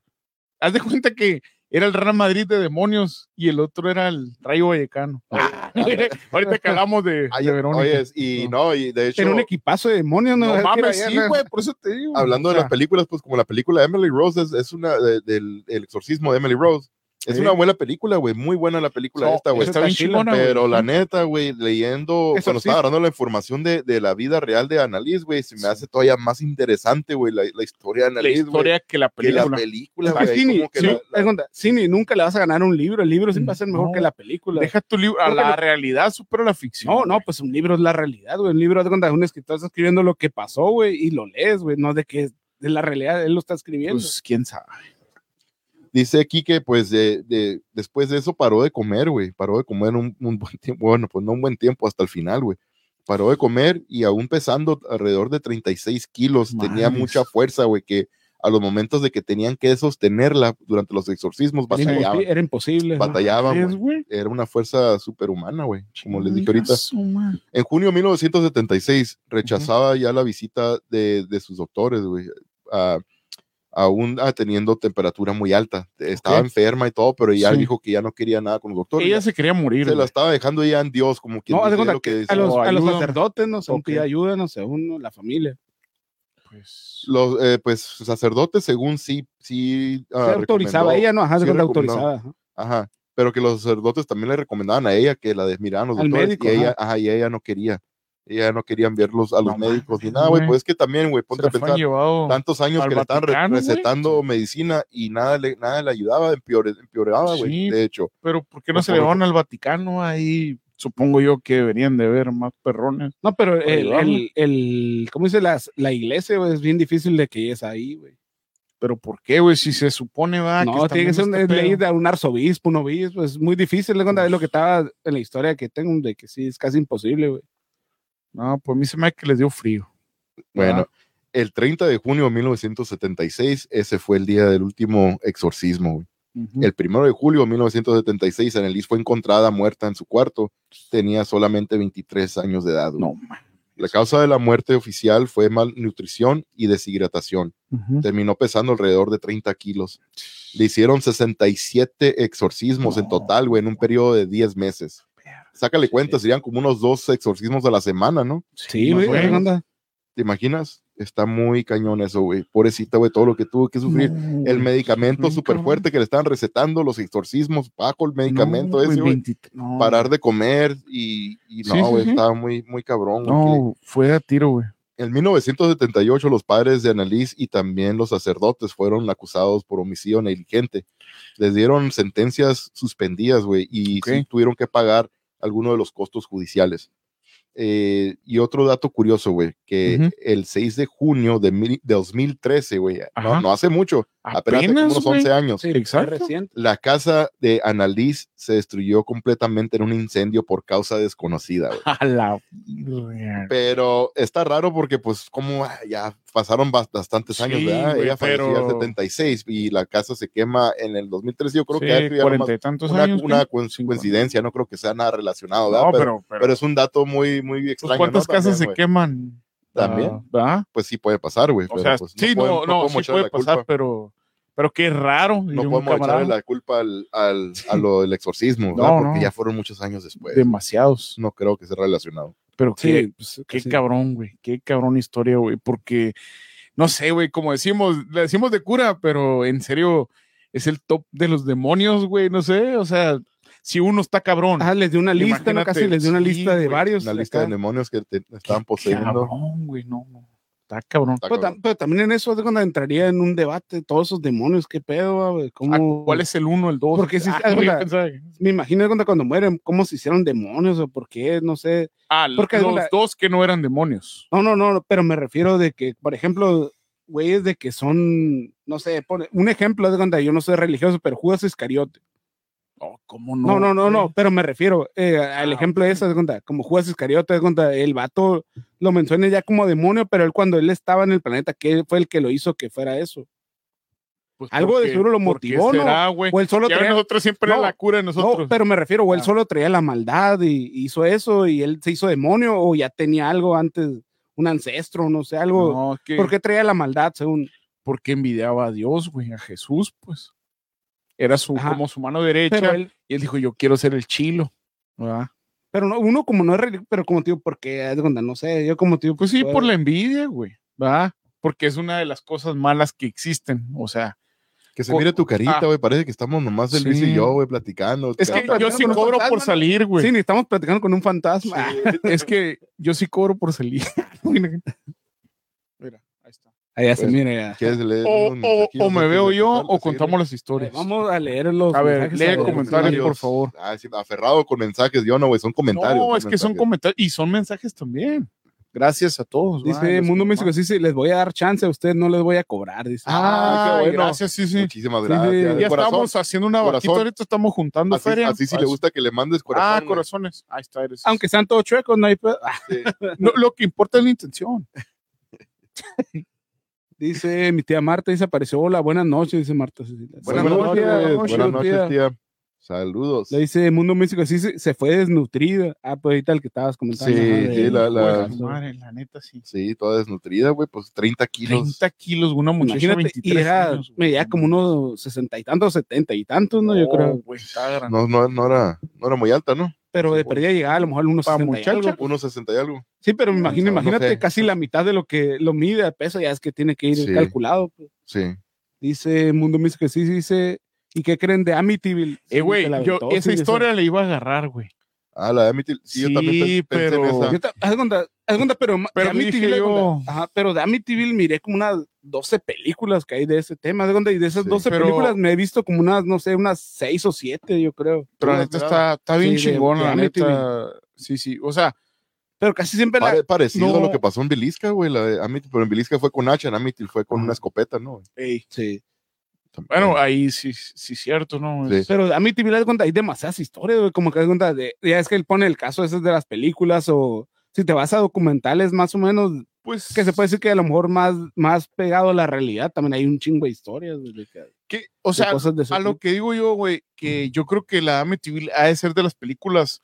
haz de cuenta que era el Real Madrid de demonios y el otro era el Rayo Vallecano. Ahorita que hablamos de, Ay, de Verónica. oye, y no, y de hecho, Era un equipazo de demonios, ¿no? no Era- mames, era- sí, güey, por eso te digo. hablando o de sea, las películas, pues como la película de Emily Rose es, es una de- del el exorcismo de Emily Rose. Es Sí. una buena película, güey, muy buena la película no, esta, güey. Está Está bien chila, chingona, güey. Pero la neta, güey, leyendo, cuando Exorcista. estaba agarrando la información de, de la vida real de Annalise, güey, se me Sí. hace todavía más interesante, güey, la, la historia de la Annalise, güey, historia que la que la película. película, Es que güey. ahí cine, como que sí, la- haz la- de cuenta, cine, nunca le vas a ganar un libro. El libro siempre va a ser mejor Mm, No. que la película. Deja tu libro, a Creo que la la- realidad supera la ficción. No, no, güey. pues un libro es la realidad, güey. Un libro haz de cuenta, un escritor está escribiendo lo que pasó, güey, y lo lees, güey. No de que es de la realidad, él lo está escribiendo. Pues quién sabe. Dice aquí que pues de, de- después de eso paró de comer, güey. Paró de comer un, un buen tiempo. Bueno, pues no un buen tiempo hasta el final, güey. Paró de comer y aún pesando alrededor de 36 kilos, tenía Madres. mucha fuerza, güey, que a los momentos de que tenían que sostenerla durante los exorcismos Era imposi- batallaban. Era imposible. ¿no? Pues, Batallaban, Es, Pues, güey. güey. Era una fuerza superhumana, güey. Como les dije ahorita. Chinga su madre. En junio de 1976 rechazaba ya la visita de, de sus doctores, güey, a- aún ah, teniendo temperatura muy alta. Estaba Ok. enferma y todo, pero ya Sí. dijo que ya no quería nada con los doctores. Ella Ya se quería morir. se la güey. estaba dejando ya en Dios, como quien No, haz de dice, cuenta lo que que dice. a los, "Oh, a los ayúdame". sacerdotes, no sé, Ok. pide ayuda, no sé, uno, la familia. Pues, Los, eh, pues sacerdotes, según sí, sí. ah, Se autorizaba, recomendó- ella no, ajá, sí se cuenta recomendó. autorizada. ajá. Ajá. Pero que los sacerdotes también le recomendaban a ella que la desmiraran los Al doctores. médico, y ella, ajá, y ella no quería. Ella no quería enviarlos a los No médicos ni mames, nada, güey. güey. Pues es que también, güey, se ponte la a pensar. han llevado. tantos años al que le estaban re- Vaticano, güey. recetando medicina y nada le, nada le ayudaba, empeore- empeoraba, güey. Sí. De hecho, Pero ¿por qué no Por se favor. llevaron al Vaticano? Ahí supongo yo que deberían de ver más perrones. No, pero el, ayudarla. el, el- ¿cómo dice? Las, la iglesia, güey, es bien difícil de que es ahí, güey. Pero ¿por qué, güey? Si se supone, Ah, va. no, están tiene que ser viendo una este ley pedo. de un arzobispo, un obispo, es muy difícil, de cuenta, es lo que estaba en la historia que tengo, de que sí, es casi imposible, güey. No, pues a mí se me hace que les dio frío. bueno, el 30 de junio de 1976, ese fue el día del último exorcismo. güey. Ujú. El 1 de julio de 1976, Annelies fue encontrada muerta en su cuarto. Tenía solamente 23 años de edad. güey. No, man. La causa de la muerte oficial fue malnutrición y deshidratación. Ujú. Terminó pesando alrededor de 30 kilos. Le hicieron 67 exorcismos en No. total, güey, en un periodo de 10 meses. Sácale cuenta, serían como unos dos exorcismos a la semana, ¿no? Sí, más güey, o haz de menos. cuenta. ¿Te imaginas? Está muy cañón eso, güey. Pobrecita, güey, todo lo que tuvo que sufrir. No, El güey. medicamento bien súper cabrón. fuerte que le estaban recetando, los exorcismos, bajo el medicamento No, ese, güey. 23 no, Parar de comer y, y Sí, no, sí, güey, sí. estaba muy, muy cabrón. güey, que- No, fue a tiro, güey. En 1978, los padres de Annalise y también los sacerdotes fueron acusados por homicidio negligente. Les dieron sentencias suspendidas, güey, y sí Ok. tuvieron que pagar algunos de los costos judiciales. Eh, y otro dato curioso, güey, que Ujú. el 6 de junio de, mil- de 2013, güey, no, Ajá. no hace mucho, apenas, hace como Apenas, unos güey. 11 años, Sí, Exacto. reciente. la casa de Annalise se destruyó completamente en un incendio por causa desconocida, güey. A la verga. Pero está raro porque, pues, como ah, ya pasaron bast- bastantes Sí, años, ¿verdad? güey, Ella falleció pero- en 76 y la casa se quema en el 2003. Yo creo Sí, que ha sido cuarenta nomás y tantos una, años. una güey. coin- Cincuenta. coincidencia, no creo que sea nada relacionado, ¿verdad? No, pero, pero, pero, pero es un dato muy, muy pues, extraño. ¿cuántas ¿no? casas También, se queman? güey. También, Ah, ¿Verdad? pues sí puede pasar, güey. O pero, sea, pues, sí, no, podemos- no, podemos sí echarle puede la pasar, culpa. pero, pero qué raro. diría No un podemos camarada. echarle la culpa al, al, a lo del exorcismo, ¿verdad? No, Porque no. ya fueron muchos años después. Demasiados. No creo que sea relacionado. Pero qué, Sí, pues, qué sí. cabrón, güey. Qué cabrón historia, güey. Porque, no sé, güey, como decimos, le decimos de cura, pero en serio, es el top de los demonios, güey. No sé, o sea, si uno está cabrón. Ah, les dio una lista, ¿no? Casi Imagínate, les dio una sí, lista de güey, varios. Una lista de acá. demonios que Pues, te qué Pues, están poseyendo. Cabrón, güey, no, no. Está cabrón. Está Pero, cabrón. tam- pero también en eso es cuando entraría en un debate todos esos demonios, qué pedo, ah, güey, Ah, cómo ¿Cuál es el uno, el dos? Porque sí, Ah, haz de güey, cuenta- pensaba que- me imagino cuando, cuando mueren, cómo se hicieron demonios o por qué, no sé. Ah, Porque los la- dos que no eran demonios. No, no, no, pero me refiero de que, por ejemplo, güeyes de que son, no sé, pone- un ejemplo haz de cuando yo no soy religioso, pero Judas Iscariote. Oh, ¿cómo No, no, no, güey? no, pero me refiero eh, al Ah, ejemplo de esa, de cuenta, como Judas Iscariote, de cuenta, el vato lo menciona ya como demonio, pero él cuando él estaba en el planeta, ¿qué fue el que lo hizo que fuera eso? Pues, Algo ¿por de qué- seguro lo por qué motivó, ¿no? será, güey? O él solo Ya traía- nosotros siempre No, era la cura de nosotros. No, pero me refiero, o él Ah. solo traía la maldad y y hizo eso y él se hizo demonio o ya tenía algo antes, un ancestro, no sé, algo. No, es que- ¿Por qué traía la maldad según? porque envidiaba a Dios, güey, a Jesús, pues. Era su, Ajá. como su mano derecha. Pero, él, y él dijo, yo quiero ser el chilo. ¿verdad? pero no, uno como no es relig- pero como tío, porque haz de cuenta, no sé, yo como tío, Pues sí, puedo- por la envidia, güey. ¿verdad? Porque es una de las cosas malas que existen. O sea, Que se Co- mire tu Ah. carita, güey. Parece que estamos nomás el Luis Sí. y yo, güey, platicando. es que Cada- yo sí con un cobro fantasma, por ¿no? salir, güey. Sí, ni estamos platicando con un fantasma. Es que yo sí cobro por salir. Mira, ahí está. Allá se Pues, mira Ah, ya. ¿Quieres leer O, unos o- mensajitos o me antes veo de yo empezar? o Sí, contamos las Eh, historias. Vamos a leer los A ver, mensajes lee ver, comentarios, por favor. Ah, sí, aferrado con mensajes, yo no, güey, son comentarios. No, es que son mensajes. comentarios y son mensajes también. Gracias a todos. va, Dice los Mundo que- México, sí, sí, les voy a dar chance a ustedes, no les voy a cobrar. Dice. Ah, Ah, qué bueno. gracias, sí, sí. Muchísimas Sí, gracias. sí, de ya Ya corazón. estamos haciendo una Corazón. vaquita, ahorita estamos juntando Así, feria. así si le gusta que le mandes corazón. Ah, güey. corazones. Ahí está. eres- Aunque sean todos chuecos, no hay pedo. Ah, Sí. No, lo que importa es la intención. Dice mi tía Marta, dice, apareció, hola, buenas noches, dice Marta. Cecilia. Buenas, noches. Buenas noches, tía. Saludos. Le dice Mundo México, sí, se, se fue desnutrida. Ah, pues ahorita el que estabas comentando. Sí, ajá, de- sí, la- la- Oiga, Madre, la neta, sí. Sí, toda desnutrida, güey, pues 30 kilos. 30 kilos, una muchacha de Imagínate, y 23 era, años. güey. medía como unos sesenta y tantos, setenta y tantos, ¿no? Yo No, Oh, creo. güey, está grande. No, no, no, era, no era muy alta, ¿no? Pero de perdida llegaba a lo mejor unos Pa' 60 y algo. muchacha. Unos 60 y algo. Sí, pero me imagino, No, no imagínate, sé. casi la mitad de lo que lo mide de peso, ya es que tiene que ir Sí. calculado. pues. Sí. Dice Mundo Místico que sí, sí, dice. ¿Y qué creen de Amityville? Eh, güey, Sí, se la yo aventó, esa sí, historia la iba a agarrar, güey. Ah, la de Amityville. Sí, yo también Sí, pe- pensé en pero- esa. Yo ta- haz de cuenta- haz de cuenta, pero, ma- Pero de dije Amityville, haz de yo- cuenta- ajá, pero de Amityville miré como unas 12 películas que hay de ese tema. haz de cuenta, y de esas Sí. 12 Pero- películas me he visto como unas, no sé, unas 6 o 7, yo creo. Pero la Una neta está, entrada. está bien Sí, de- chingona, de la Amityville. neta. Sí, sí. O sea, Pero casi siempre la. Pare- parecido a no. lo que pasó en Belisca, güey. La de Amityville, pero en Belisca fue con hacha, en Amityville fue con una escopeta, ¿no? Ey, sí. bueno, ah, ahí sí, sí, cierto, ¿no? Sí. Es- Pero de Amityville, haz de cuenta, hay demasiadas historias, güey, Como que haz de cuenta, de, ya es que él pone el caso ese de las películas o. Si te vas a documentales, más o menos, Pues que se puede decir que a lo mejor más, más pegado a la realidad, también hay un chingo de historias, güey, de que- que- o de sea, cosas de ese a lo tipo. que digo yo, güey, que yo creo que la Amityville ha de ser de las películas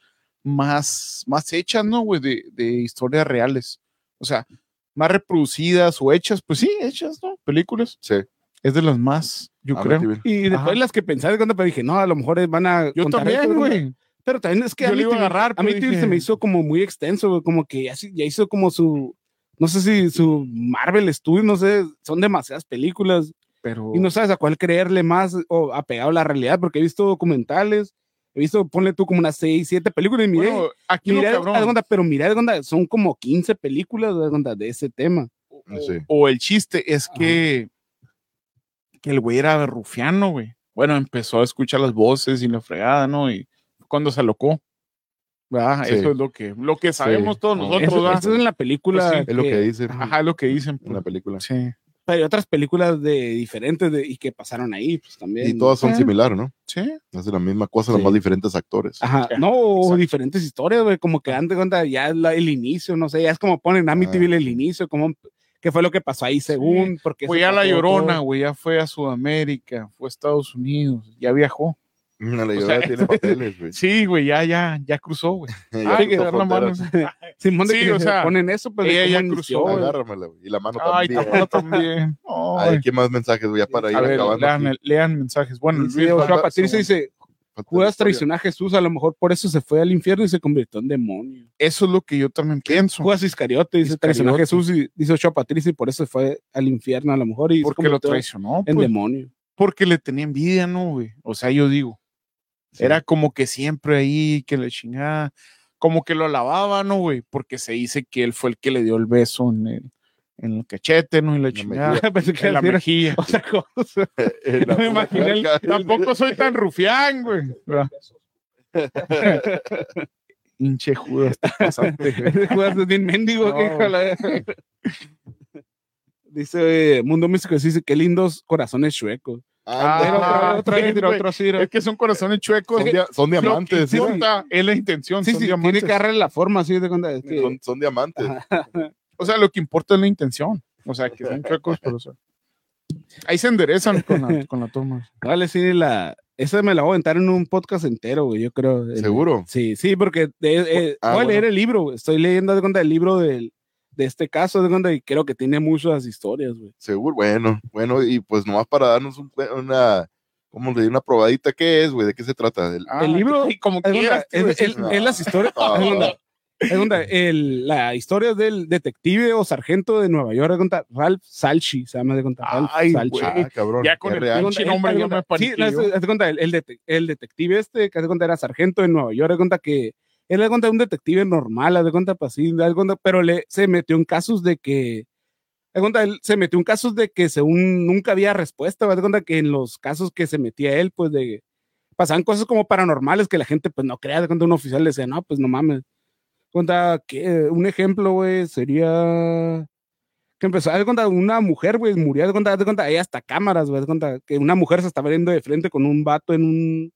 más, más hechas, ¿no, güey? De, de historias reales. O sea, más reproducidas o hechas, pues sí, hechas, ¿no? Películas. Sí, Es de las más, yo creo. Amityville. Y después Ajá. las que pensaba cuando pero dije, no, a lo mejor van a. Yo contar esto, también, güey. Pero también es que Yo le iba a Amityville- agarrar, pero Amityville dije- se me hizo como muy extenso, güey, como que ya, sí- ya hizo como su. No sé si su Marvel Studio, no sé, son demasiadas películas Pero y no sabes a cuál creerle más o apegado a la realidad, porque he visto documentales, he visto, ponle tú como unas 6, 7 películas y miré, Bueno, aquí lo miré haz de cabrón. cuenta, pero miré, haz de cuenta, son como 15 películas haz de, cuenta, de ese tema. o, No sé. o el chiste es Ajá. que, que el güey era rufiano, güey. Bueno, empezó a escuchar las voces y la fregada, ¿no? Y cuando se alocó. ¿verdad? Sí. Eso es lo que, lo que sabemos todos No, nosotros, Eso, ¿verdad? eso es en la película. Pues sí, Es lo que dice Ajá. Ajá, es lo que dicen. pues. en la película. Sí. pero hay otras películas de diferentes de, y que pasaron ahí, pues también. Y todas son Ah. similares, ¿no? Sí. Hacen la misma cosa, Sí. nomás diferentes actores. Ajá, Ya, no, o exacto. Ah. diferentes historias, güey, como que antes cuenta ya la- el inicio, no sé, ya es como ponen Ah, Amityville el inicio, como qué fue lo que pasó ahí según, porque Güey, ya la llorona, güey, ya fue a Sudamérica, fue a Estados Unidos, ya viajó. La O llorona sea, tiene papeles, güey. Sí, güey, ya, ya, ya cruzó, güey. Ya Ay, que cruzó dar la mano. fronteras. Simón de Sí, que o se sea, ponen eso, pero ella de ya cómo cruzó, inició, güey. güey. Agárramela, güey. Y la mano Ay, también. tampoco también. A ver, Ay. ¿qué más mensajes, güey? Ya para ir A ver, acabando. aquí. lean, lean mensajes. Bueno, Dice, Luis Ochoa Barba- Patricio segundo. dice, Falta la Judas historia. traicionó a Jesús, a lo mejor por eso se fue al infierno y se convirtió en demonio. eso es lo que yo también pienso. Judas Iscariote dice, traicionó a Iscariote. Jesús y dice Ochoa Patricio y por eso se fue al infierno a lo mejor y se Porque lo convirtió traicionó. en pues, demonio. porque le tenía envidia, ¿no, güey? O sea, yo digo, Sí. era como que siempre ahí, que le chingaba, como que lo alababa, ¿no, güey? Porque se dice que él fue el que le dio el beso en el, en el cachete, ¿no? Y la la chingada. Pensé que En la así era mejilla. otra cosa. En la Me imaginé el- boca. Tampoco soy tan rufián, güey. Hinche Judas, te pasaste, güey. Ese Judas es bien mendigo. No, que hijo de la- Dice eh, Mundo Místico, dice, qué lindos corazones chuecos. Era otra- Ah, Ah, otra sí, vez, era güey. otra sí, era- Es que son corazones chuecos. son, dia- son Lo que diamantes, ¿no? importa es la intención. Sí, son sí, tiene diamantes. que agarrar la forma, así de cuenta, es que- Son, son diamantes. O sea, lo que importa es la intención. O sea, que son chuecos, pero o sea, ahí se enderezan con la, con la toma. Vale, sí, la... Esa me la voy a aventar en un podcast entero, güey, yo creo. El- ¿Seguro? Sí, sí, porque de- eh, Ah, voy a leer bueno. el libro, güey. estoy leyendo de cuenta el libro del, de este caso, de cuenta, y creo que tiene muchas historias, güey. Seguro, bueno, bueno, y pues nomás para darnos un cue- una, ¿cómo le di una probadita? ¿Qué es, güey? ¿De qué se trata? Del- Ah, libro- y como Haz de cuenta, quieras, te iba a Es decir, es- no. es las historias. Ah, haz de cuenta, haz de cuenta, el- la historia del detective o sargento de Nueva York, haz de cuenta, Ralph Salchi, se llama de cuenta, Ralph Ay, Salchi. güey. ah, cabrón. ya con es el real. pego- Haz de Pinche nombre, haz de ya me cuenta- sí, paniqué haz de- yo. haz de cuenta, el, el det- el detective este, que haz de cuenta era sargento de Nueva York, haz de cuenta que él haz de cuenta un detective normal, haz de cuenta, pues, sí, haz de cuenta, pero le, se metió en casos de que, haz de cuenta, él se metió en casos de que según nunca había respuesta, haz de cuenta que en los casos que se metía él, pues de, pasaban cosas como paranormales que la gente pues no crea, haz de cuenta un oficial le decía, no, pues no mames. Cuenta que un ejemplo, güey, sería que empezó a cuenta una mujer, güey, murió, de cuenta, de cuenta, hay hasta cámaras, güey, de cuenta que una mujer se está viendo de frente con un vato en un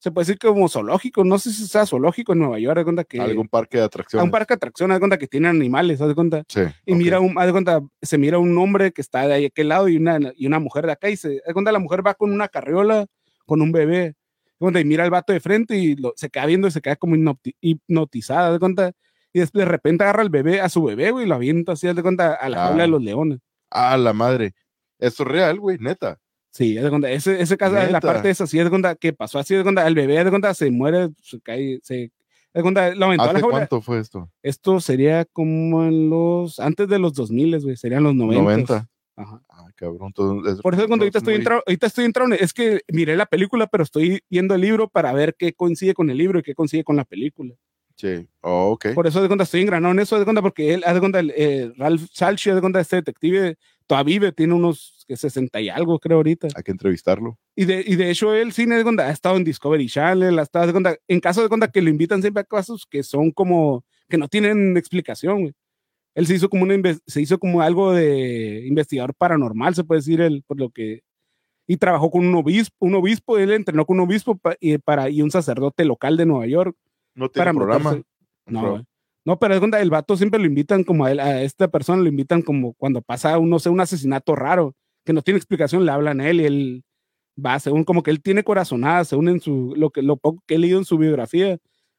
se puede decir como zoológico, no sé si sea zoológico en Nueva York, de cuenta que Algún parque de a atracciones. un parque de atracciones, de cuenta que tienen animales, haz de cuenta. Sí, Y ok. mira, un, haz de cuenta, se mira un hombre que está de ahí, aquel lado y una, y una mujer de acá. Y se haz de cuenta, la mujer va con una carriola, con un bebé. haz de cuenta, y mira al vato de frente y lo- se queda viendo y se queda como hipnoti- hipnotizada. haz de cuenta, y después de repente agarra al bebé, a su bebé, güey, y lo avienta así, haz de cuenta, a la Ah. jaula de los leones. Ah, la madre. Esto es real, güey, neta. Sí, haz de cuenta, ese, ese caso, la Neta. parte esa, sí, haz de cuenta, que pasó así, haz de cuenta, el bebé, haz de cuenta, se muere, se cae, se. haz de cuenta, lo aventó a la ¿Hace jaula. cuánto fue esto? Esto sería como en los. Antes de los 2000, güey, serían los 90. 90. Ajá. Ah, cabrón. entonces- Por eso cuando no, ahorita, estoy muy- entrado, ahorita estoy entrado, es que miré la película, pero estoy viendo el libro para ver qué coincide con el libro y qué coincide con la película. Sí. Oh, ok. Por eso de cuenta estoy engranado en eso, de cuenta porque él, haz de cuenta, el, eh, Ralph Salchi, haz de cuenta, este detective todavía vive, tiene unos que 60 y algo, creo ahorita. Hay que entrevistarlo. Y de, y de hecho él, sí, haz de cuenta, ha estado en Discovery Channel, ha estado, haz de cuenta, en caso de cuenta que lo invitan siempre a casos que son como, que no tienen explicación, güey. Él se hizo como, una inves- se hizo como algo de investigador paranormal, se puede decir, él, por lo que... Y trabajó con un obispo, un obispo, él entrenó con un obispo pa- y, para, y un sacerdote local de Nueva York. No tiene Para programa. meterse- No, Pro- güey. no, pero es cuenta, el vato siempre lo invitan como a, él- a esta persona, lo invitan como cuando pasa, un, no sé, un asesinato raro, que no tiene explicación, le hablan a él y él va, según como que él tiene corazonadas, según en su, lo, que, lo poco que he leído en su biografía,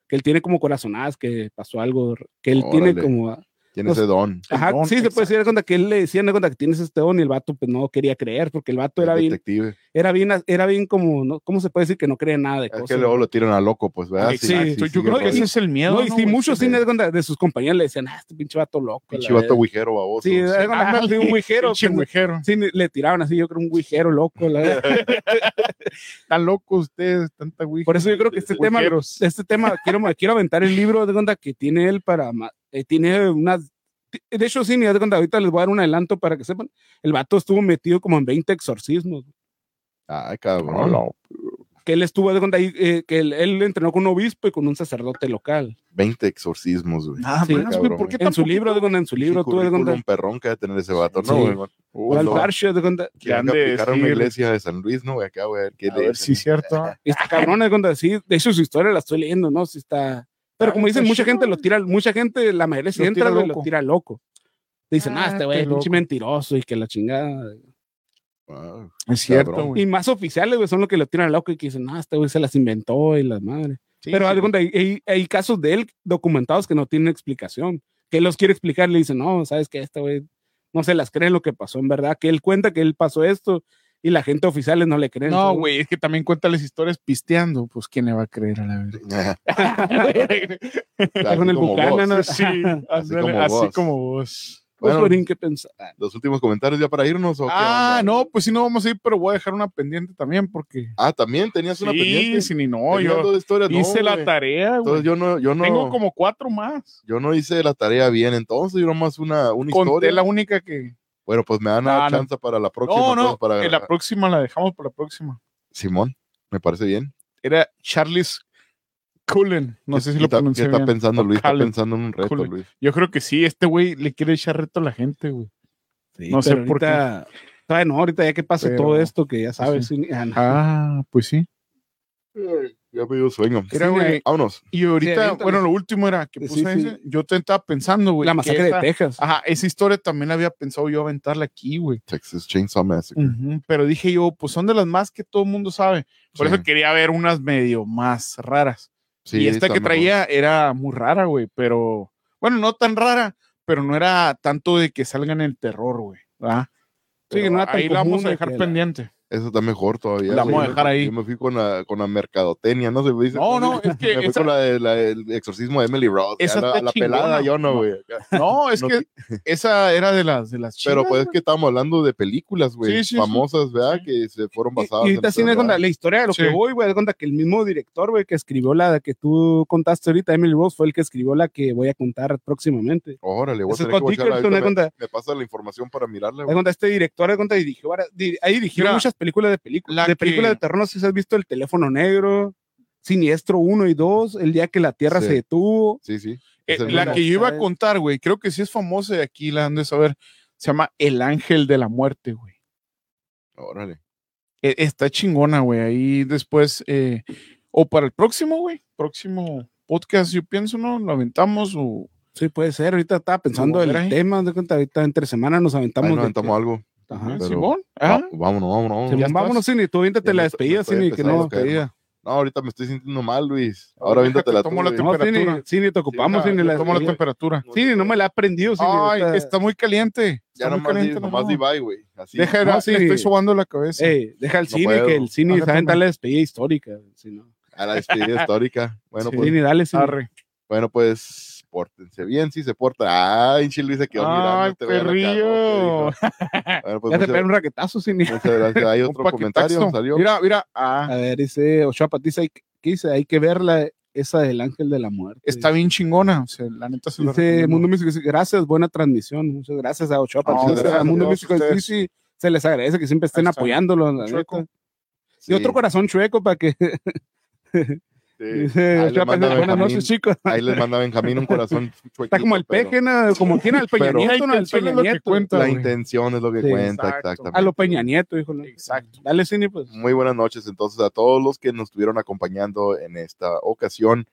que él tiene como corazonadas, que pasó algo, que él tiene Órale. como... Tiene Los- ese don. Pues, Ajá, don, sí, se puede decir, haz de cuenta que él le decían, haz de cuenta que tienes este don y el vato pues no quería creer, porque el vato el era bien, detective. era bien, era bien como, ¿no? ¿cómo se puede decir que no cree en nada de Es cosas? que luego lo tiran a loco, pues, ¿verdad? Exacto, yo sí, creo que el ese rollo. es el miedo. No, y sí, güey? muchos Sí, sí, haz de cuenta, de sus compañeros le decían, ah, este pinche vato loco. la Pinche vato verga". güijero, baboso. Sí, haz de cuenta, Ah, ándale, un güijero. pinche pues, güejero. Sí, le tiraban así, yo creo, un güijero loco. la verga. Está loco usted, tanta güey. Por eso yo creo que este tema, Güijeros. este tema, quiero, quiero aventar el libro haz de cuenta que tiene él para, ma- eh, tiene unas, de hecho, sí, haz de cuenta, ahorita les voy a dar un adelanto para que sepan, el vato estuvo metido como en 20 exorcismos. Ay, No, cabrón. no. que él estuvo haz de cuenta ahí, eh, que él, él entrenó con un obispo y con un sacerdote local. 20 exorcismos, güey. Nada Sí, más, cabrón, Ah, güey, ¿por qué En su tampoco- libro, haz de cuenta, en su libro, tú haz de un cuenta, perrón que ha de tener ese vato, ¿no? Sí. güey? Uy, Ralph no. Archie, haz de cuenta, Que han han de aplicar a una decir- iglesia de San Luis, ¿no? güey? Acá, güey, a ver qué A le ver, dicen. sí, cierto. está cabrón, haz de cuenta, sí, de hecho su historia la estoy leyendo, ¿no? Sí está, pero Ah, como dicen, está mucha chido, gente lo güey. tira, mucha gente, la mayoría si Lo entra, tira güey, lo loco. tira loco. Dicen, ah, Ah, este güey es este pinche loco. mentiroso y que la chingada. Wow. ¿eh? Es cierto, Cabrón. Y güey. más oficiales, güey, son los que lo tiran loco y que dicen, ah, este güey se las inventó y las madres. Sí, pero sí, haz de cuenta, hay, hay- hay casos de él documentados que no tienen explicación. Que él los quiere explicar, le dicen, no, sabes que este güey no se las cree lo que pasó en verdad. Que él cuenta que él pasó esto y la gente oficiales no le creen. No, ¿sabes? güey, es que también cuenta las historias pisteando, pues quién le va a creer a la verdad. Así Con el Ah, como Buchanan, vos. ¿no? Sí, ándale, como así vos. como vos. Pues, Bueno, Florín, ¿qué pensás? Los últimos comentarios ya para irnos. ¿o qué Ah, onda? no, pues sí, no vamos a ir, pero voy a dejar una pendiente también porque. Ah, también tenías una pendiente. Sí, sí, ni no, Tenías dos yo historias, no, hice la güey. tarea, güey. Entonces yo no, yo no, Tengo como cuatro más. yo no hice la tarea bien. Entonces yo nomás una, una Conté historia. la única que. Bueno, pues me dan la Ah, no. chance para la próxima. No, no, entonces, para que la próxima la dejamos para la próxima. Simón, me parece bien. Era Charles Cullen. No sé si lo está, pronuncié ¿Qué está bien. pensando Luis? Está Cullen. pensando en un reto, Cullen. Luis. Yo creo que sí, este güey le quiere echar reto a la gente, güey. no sé Pero por qué. ahorita, todavía no, ahorita ya que pase Pero- todo esto, que ya sabes. sí, ah, no. Ah, pues sí. Ay, Ya me dio sueño. Era, Sí, güey, Vámonos. y ahorita, aviéntale. bueno, lo último era que Sí, puse sí. ese, Yo te estaba pensando, güey. la que masacre esta- de Texas. Ajá, esa Ah, historia también la había pensado yo aventarla aquí, güey. Texas Chainsaw Massacre. Ujú, Pero dije yo, pues son de las más que todo el mundo sabe. Por Sí. eso quería ver unas medio más raras. Sí, y esta está que mejor. traía era muy rara, güey, pero bueno, no tan rara, pero no era tanto de que salgan el terror, güey. ¿verdad? Sí, que Pero no era tan ahí la vamos común a de dejar que la- pendiente. Esa está mejor todavía. La güey. vamos a Yo dejar me- ahí. Yo me fui con la, con la mercadotecnia, ¿no? Se me dice- No, no, es Me que fui esa- con la, de- la del exorcismo de Emily Ross. Esa ya la, está la pelada chingona. yo no, No. güey. no, es No que esa era de las de las Pero chidas, pues es güey. que estábamos hablando de películas, güey. Sí, sí, sí. famosas, ¿verdad? Que se Y, fueron y basadas. en ahorita sí, haz de hechos cuenta, reales. la historia de lo Sí. que voy, güey, haz de cuenta que el mismo director, güey, que escribió la que tú contaste ahorita, Emily Rose, fue el que escribió la que voy a contar próximamente. Órale, voy a Ese es tener que Scott guacharla, Dickerson, haz de ahorita me, cuenta, me pasa la información para mirarla, haz de güey. cuenta, este director, haz de cuenta, dirigió, varias- di- ha dirigido Mira, muchas películas de películas, la de películas de que- terror, no sé si has visto El Teléfono Negro, Siniestro 1 y 2, El día que la Tierra Sí. se detuvo. Sí, sí. Eh, Es el la mismo. que yo iba a ¿Sabes? contar, güey, creo que sí es famosa de aquí, la han de saber. Se llama El Ángel de la Muerte, güey. Órale. E- Está chingona, güey. Ahí después, eh, o para el próximo, güey, próximo podcast, yo pienso, ¿no? Lo aventamos o Sí, puede ser. Ahorita estaba pensando en volver ahí. el tema. haz de cuenta, ahorita entre semana nos aventamos. Ahí nos del aventamos algo. tema. Ajá. ¿eh, pero- Simón. Ah, Va- vámonos, vámonos, vámonos. Simón, ya estás. vámonos, Cini. Tú viéntate Ya la me- me despedida, estoy Cini, que empezando no. a caer. despedida. No, ahorita me estoy sintiendo mal, Luis. Ahora Déjate, viéntatela tú, tomo la güey. No, Cini, Temperatura. Cini, te ocupamos, Sí, Cini. Le La, tomo la la- temperatura. Cini, no me la ha prendido, Cini. Ay, ahorita. está muy caliente. Ya Está muy nomás, di- caliente la nomás mano. di bye, güey. Así. Deja, No, era- sí. le estoy sobando la cabeza. Ey, deja el No Cini, puedo. que el Cini Agárrame. está en la despedida histórica. Si no. A la despedida histórica. Bueno, Sí. pues, Cini, dale, Cini. Arre. bueno, pues, pórtense bien, si se porta. Ay, Inchi Luis se quedó mirando. Ay, te voy a la cago, perrillo. te dijo. Bueno, pues, Ya te muchas, pega un raquetazo, Cini. muchas gracias. Hay Un otro paquetaxo. comentario, salió. Mira, mira. Ah, A ver, dice Ochoa Patiza, hay que- ¿qué dice? Hay que verla, esa del ángel de la muerte. Este está bien chingona. o sea, la neta se la Dice recomiendo. Mundo Músico, dice, gracias, buena transmisión. Muchas gracias a Ochoa No, Patiza, gracias a a Mundo todos Músico. ustedes. Sí, sí, se les agradece que siempre estén Ahí está. apoyándolo. la Chueco. neta. Sí, Y otro corazón chueco para que sí. dice Ahí, Ochoa Patiza, les manda buenas Benjamín, noches, chicos. ahí les manda Benjamín un corazón chuequito. Está como el pero peje, ¿no? como tiene al Peña pero- Nieto, ¿no? La Al intención Peña es lo que Nieto. cuenta, La güey. intención es lo que Sí, cuenta, exacto. exactamente. A lo Peña Nieto, dijo. ¿no? Exacto. Dale, Cini, pues. Muy buenas noches entonces a todos los que nos estuvieron acompañando en esta ocasión.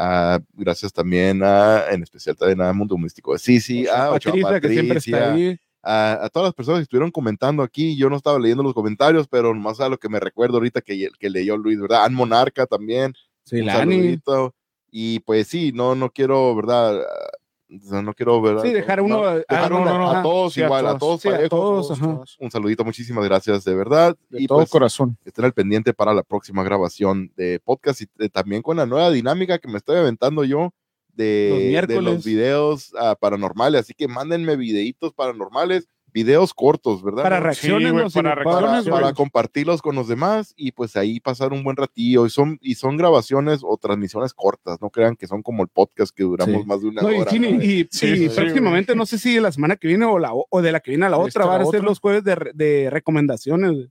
Ah, gracias también a, en especial también a Mundo Místico de Sisi, a Ochoa Pues, Patricia, que siempre está Patricia, ahí. a, a todas las personas que estuvieron comentando aquí. Yo no estaba leyendo los comentarios, pero más a lo que me recuerdo ahorita que, que leyó Luis, ¿verdad? An Monarca también. Sí, un la Ani. saludito. Y pues sí, no, no quiero, ¿verdad? Ah, No quiero, ¿verdad? Sí, dejar No, uno. ah, dejar no, uno no, no, a ajá. todos Sí, a igual, a todos. todos, Sí, a parejos. todos, ajá. Un saludito, muchísimas gracias, de verdad. De y todo pues, corazón. estén al pendiente para la próxima grabación de podcast y eh, también con la nueva dinámica que me estoy aventando yo de Los de miércoles. los videos ah, paranormales. Así que mándenme videitos paranormales, videos cortos, ¿verdad? Para ¿No? reacciones, Sí, güey, ¿no? Sí, para para- para, reacciones, para- para compartirlos con los demás y pues ahí pasar un buen ratillo. Y son, y son grabaciones o transmisiones cortas, no crean que son como el podcast que duramos Sí. más de una No, y, hora. sí, ¿no? y- y- Sí, y sí, sí, próximamente, no sé si de la semana que viene o, la, o- o de la que viene a la otra, Esta, van la a ser otra. los jueves de, re- de recomendaciones. güey.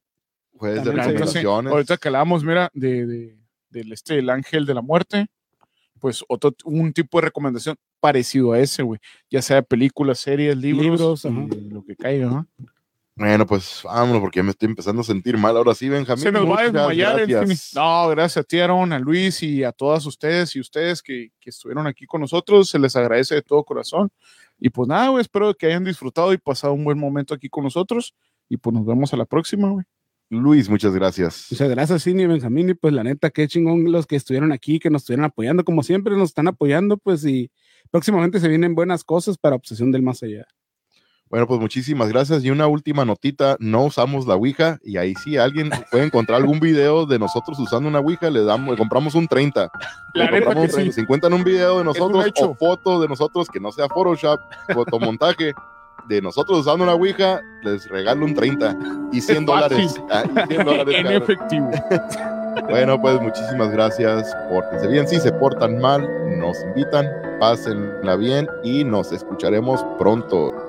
Jueves de También Ahorita sí, recomendaciones. Ahorita que hablábamos, mira, de, de- del este, el ángel de la muerte, pues otro, un tipo de recomendación parecido a ese, güey. Ya sea películas, series, libros, Libros, ajá. y lo que caiga, ¿no? Bueno, pues vámonos porque ya me estoy empezando a sentir mal. Ahora sí, Benjamín. Se nos va a muchas desmayar el gracias. Jimmy. No, gracias a ti, Aaron, a Luis y a todas ustedes y ustedes que, que estuvieron aquí con nosotros. Se les agradece de todo corazón. Y pues nada, güey, espero que hayan disfrutado y pasado un buen momento aquí con nosotros. Y pues nos vemos a la próxima, güey. Luis, muchas gracias. Muchas gracias, Cini y Benjamín. Y pues, la neta, qué chingón los que estuvieron aquí, que nos estuvieron apoyando. Como siempre, nos están apoyando, pues, y próximamente se vienen buenas cosas para Obsesión del Más Allá. Bueno, pues muchísimas gracias. Y una última notita, no usamos la Ouija y ahí sí alguien puede encontrar algún video de nosotros usando una Ouija, le damos, le compramos un 30. Le La neta compramos un que 30. sí. Si encuentran un video de nosotros un hecho. o foto de nosotros que no sea Photoshop, fotomontaje de nosotros usando una Ouija, les regalo un 30 y 100 dólares. fácil. Ah, y 100 dólares, En cabrón. efectivo. Bueno, pues muchísimas gracias. Pórtense bien. Si se portan mal, nos invitan. Pásenla bien y nos escucharemos pronto.